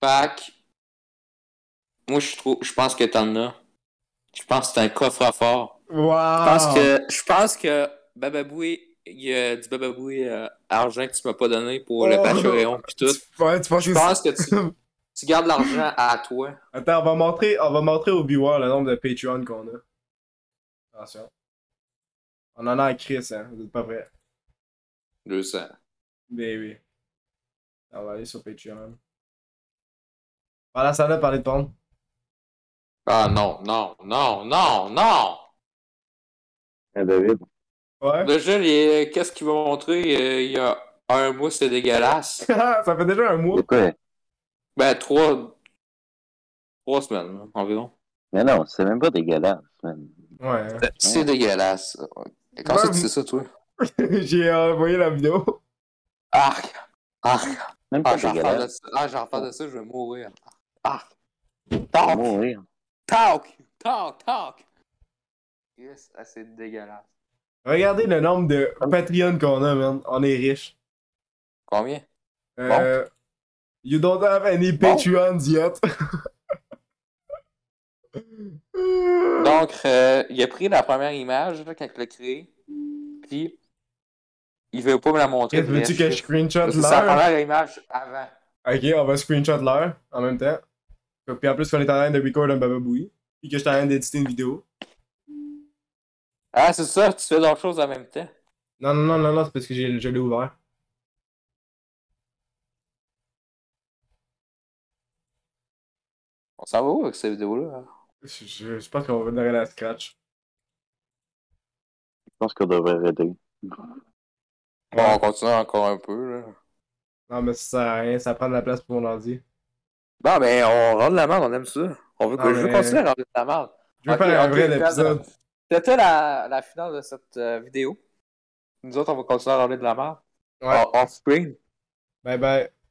S3: Pack. Moi, je trouve, je pense que t'en as. Je pense que c'est un coffre fort. Je pense
S2: Wow!
S3: que je pense que Bababoué, il y a du Bababoué euh, argent que tu m'as pas donné pour le
S2: Oh.
S3: Patreon pis tout.
S2: Tu, ouais, tu penses
S3: Je
S2: que
S3: pense que tu, tu gardes l'argent à toi.
S2: Attends, on va montrer, on va montrer aux viewers le nombre de Patreon qu'on a. Attention. On en a à Chris, hein. Vous êtes pas prêts.
S3: 200.
S2: Ben oui. On va aller sur Patreon. Voilà, ça là, parler de porn.
S3: Ah non, non, non, non, non!
S1: Ah, David.
S2: Ouais.
S3: Déjà, les- qu'est-ce qu'il va montrer euh, il y a un mois, c'est dégueulasse.
S2: ça fait déjà un mois.
S1: C'est quoi?
S3: Ben, trois, trois semaines hein, environ.
S1: Mais non, c'est même pas dégueulasse, man.
S2: Ouais.
S3: Ben, C'est dégueulasse. Quand ça, tu sais ça, toi?
S2: J'ai envoyé la vidéo.
S3: Arc! Arc!
S6: Même
S3: Ah,
S6: pas
S3: j'en reparle de
S6: dégueulasse.
S3: ça. Ah, j'en reparle de ça, je vais mourir. Ah. Arc!
S6: Pour
S3: Talk!
S6: mourir.
S3: Talk! Talk! Talk! Yes, ah, c'est dégueulasse.
S2: Regardez le nombre de Patreon qu'on a, man. On est riche.
S3: Combien?
S2: Euh, You don't have any
S3: Bon.
S2: Patreons yet.
S3: Donc, euh, il a pris la première image là, quand il l'a créée, puis il veut pas me la montrer.
S2: Chris, Veux-tu que je screenshot
S3: C'est sa
S2: l'heure?
S3: première image avant.
S2: Ok, on va screenshot l'heure en même temps. Puis en plus, qu'on est en train de record un Baba Booey. Puis que je suis en train d'éditer une vidéo.
S3: Ah, c'est ça, tu fais d'autres choses en même temps.
S2: Non, non, non, non, non, c'est parce que j'ai- je l'ai ouvert.
S3: On s'en va où avec cette vidéo-là? hein?
S2: Je, je- je pense qu'on va donner la scratch.
S1: Je pense qu'on devrait arrêter.
S3: Bon, on continue encore un peu, là.
S2: Non, mais ça sert à rien, ça prend de la place pour mon ordi.
S3: Bon, ben, on rend de la merde, on aime ça. On veut que
S2: Ah,
S3: je veux
S2: mais-
S3: continuer à rendre de la merde.
S2: Je veux
S3: Ok,
S2: faire un
S3: ok,
S2: vrai
S3: regarde,
S2: épisode.
S3: C'était la, la finale de cette euh, vidéo. Nous autres, on va continuer à râler de la merde. Ah,
S2: Ouais.
S3: Off-screen.
S2: Bye bye.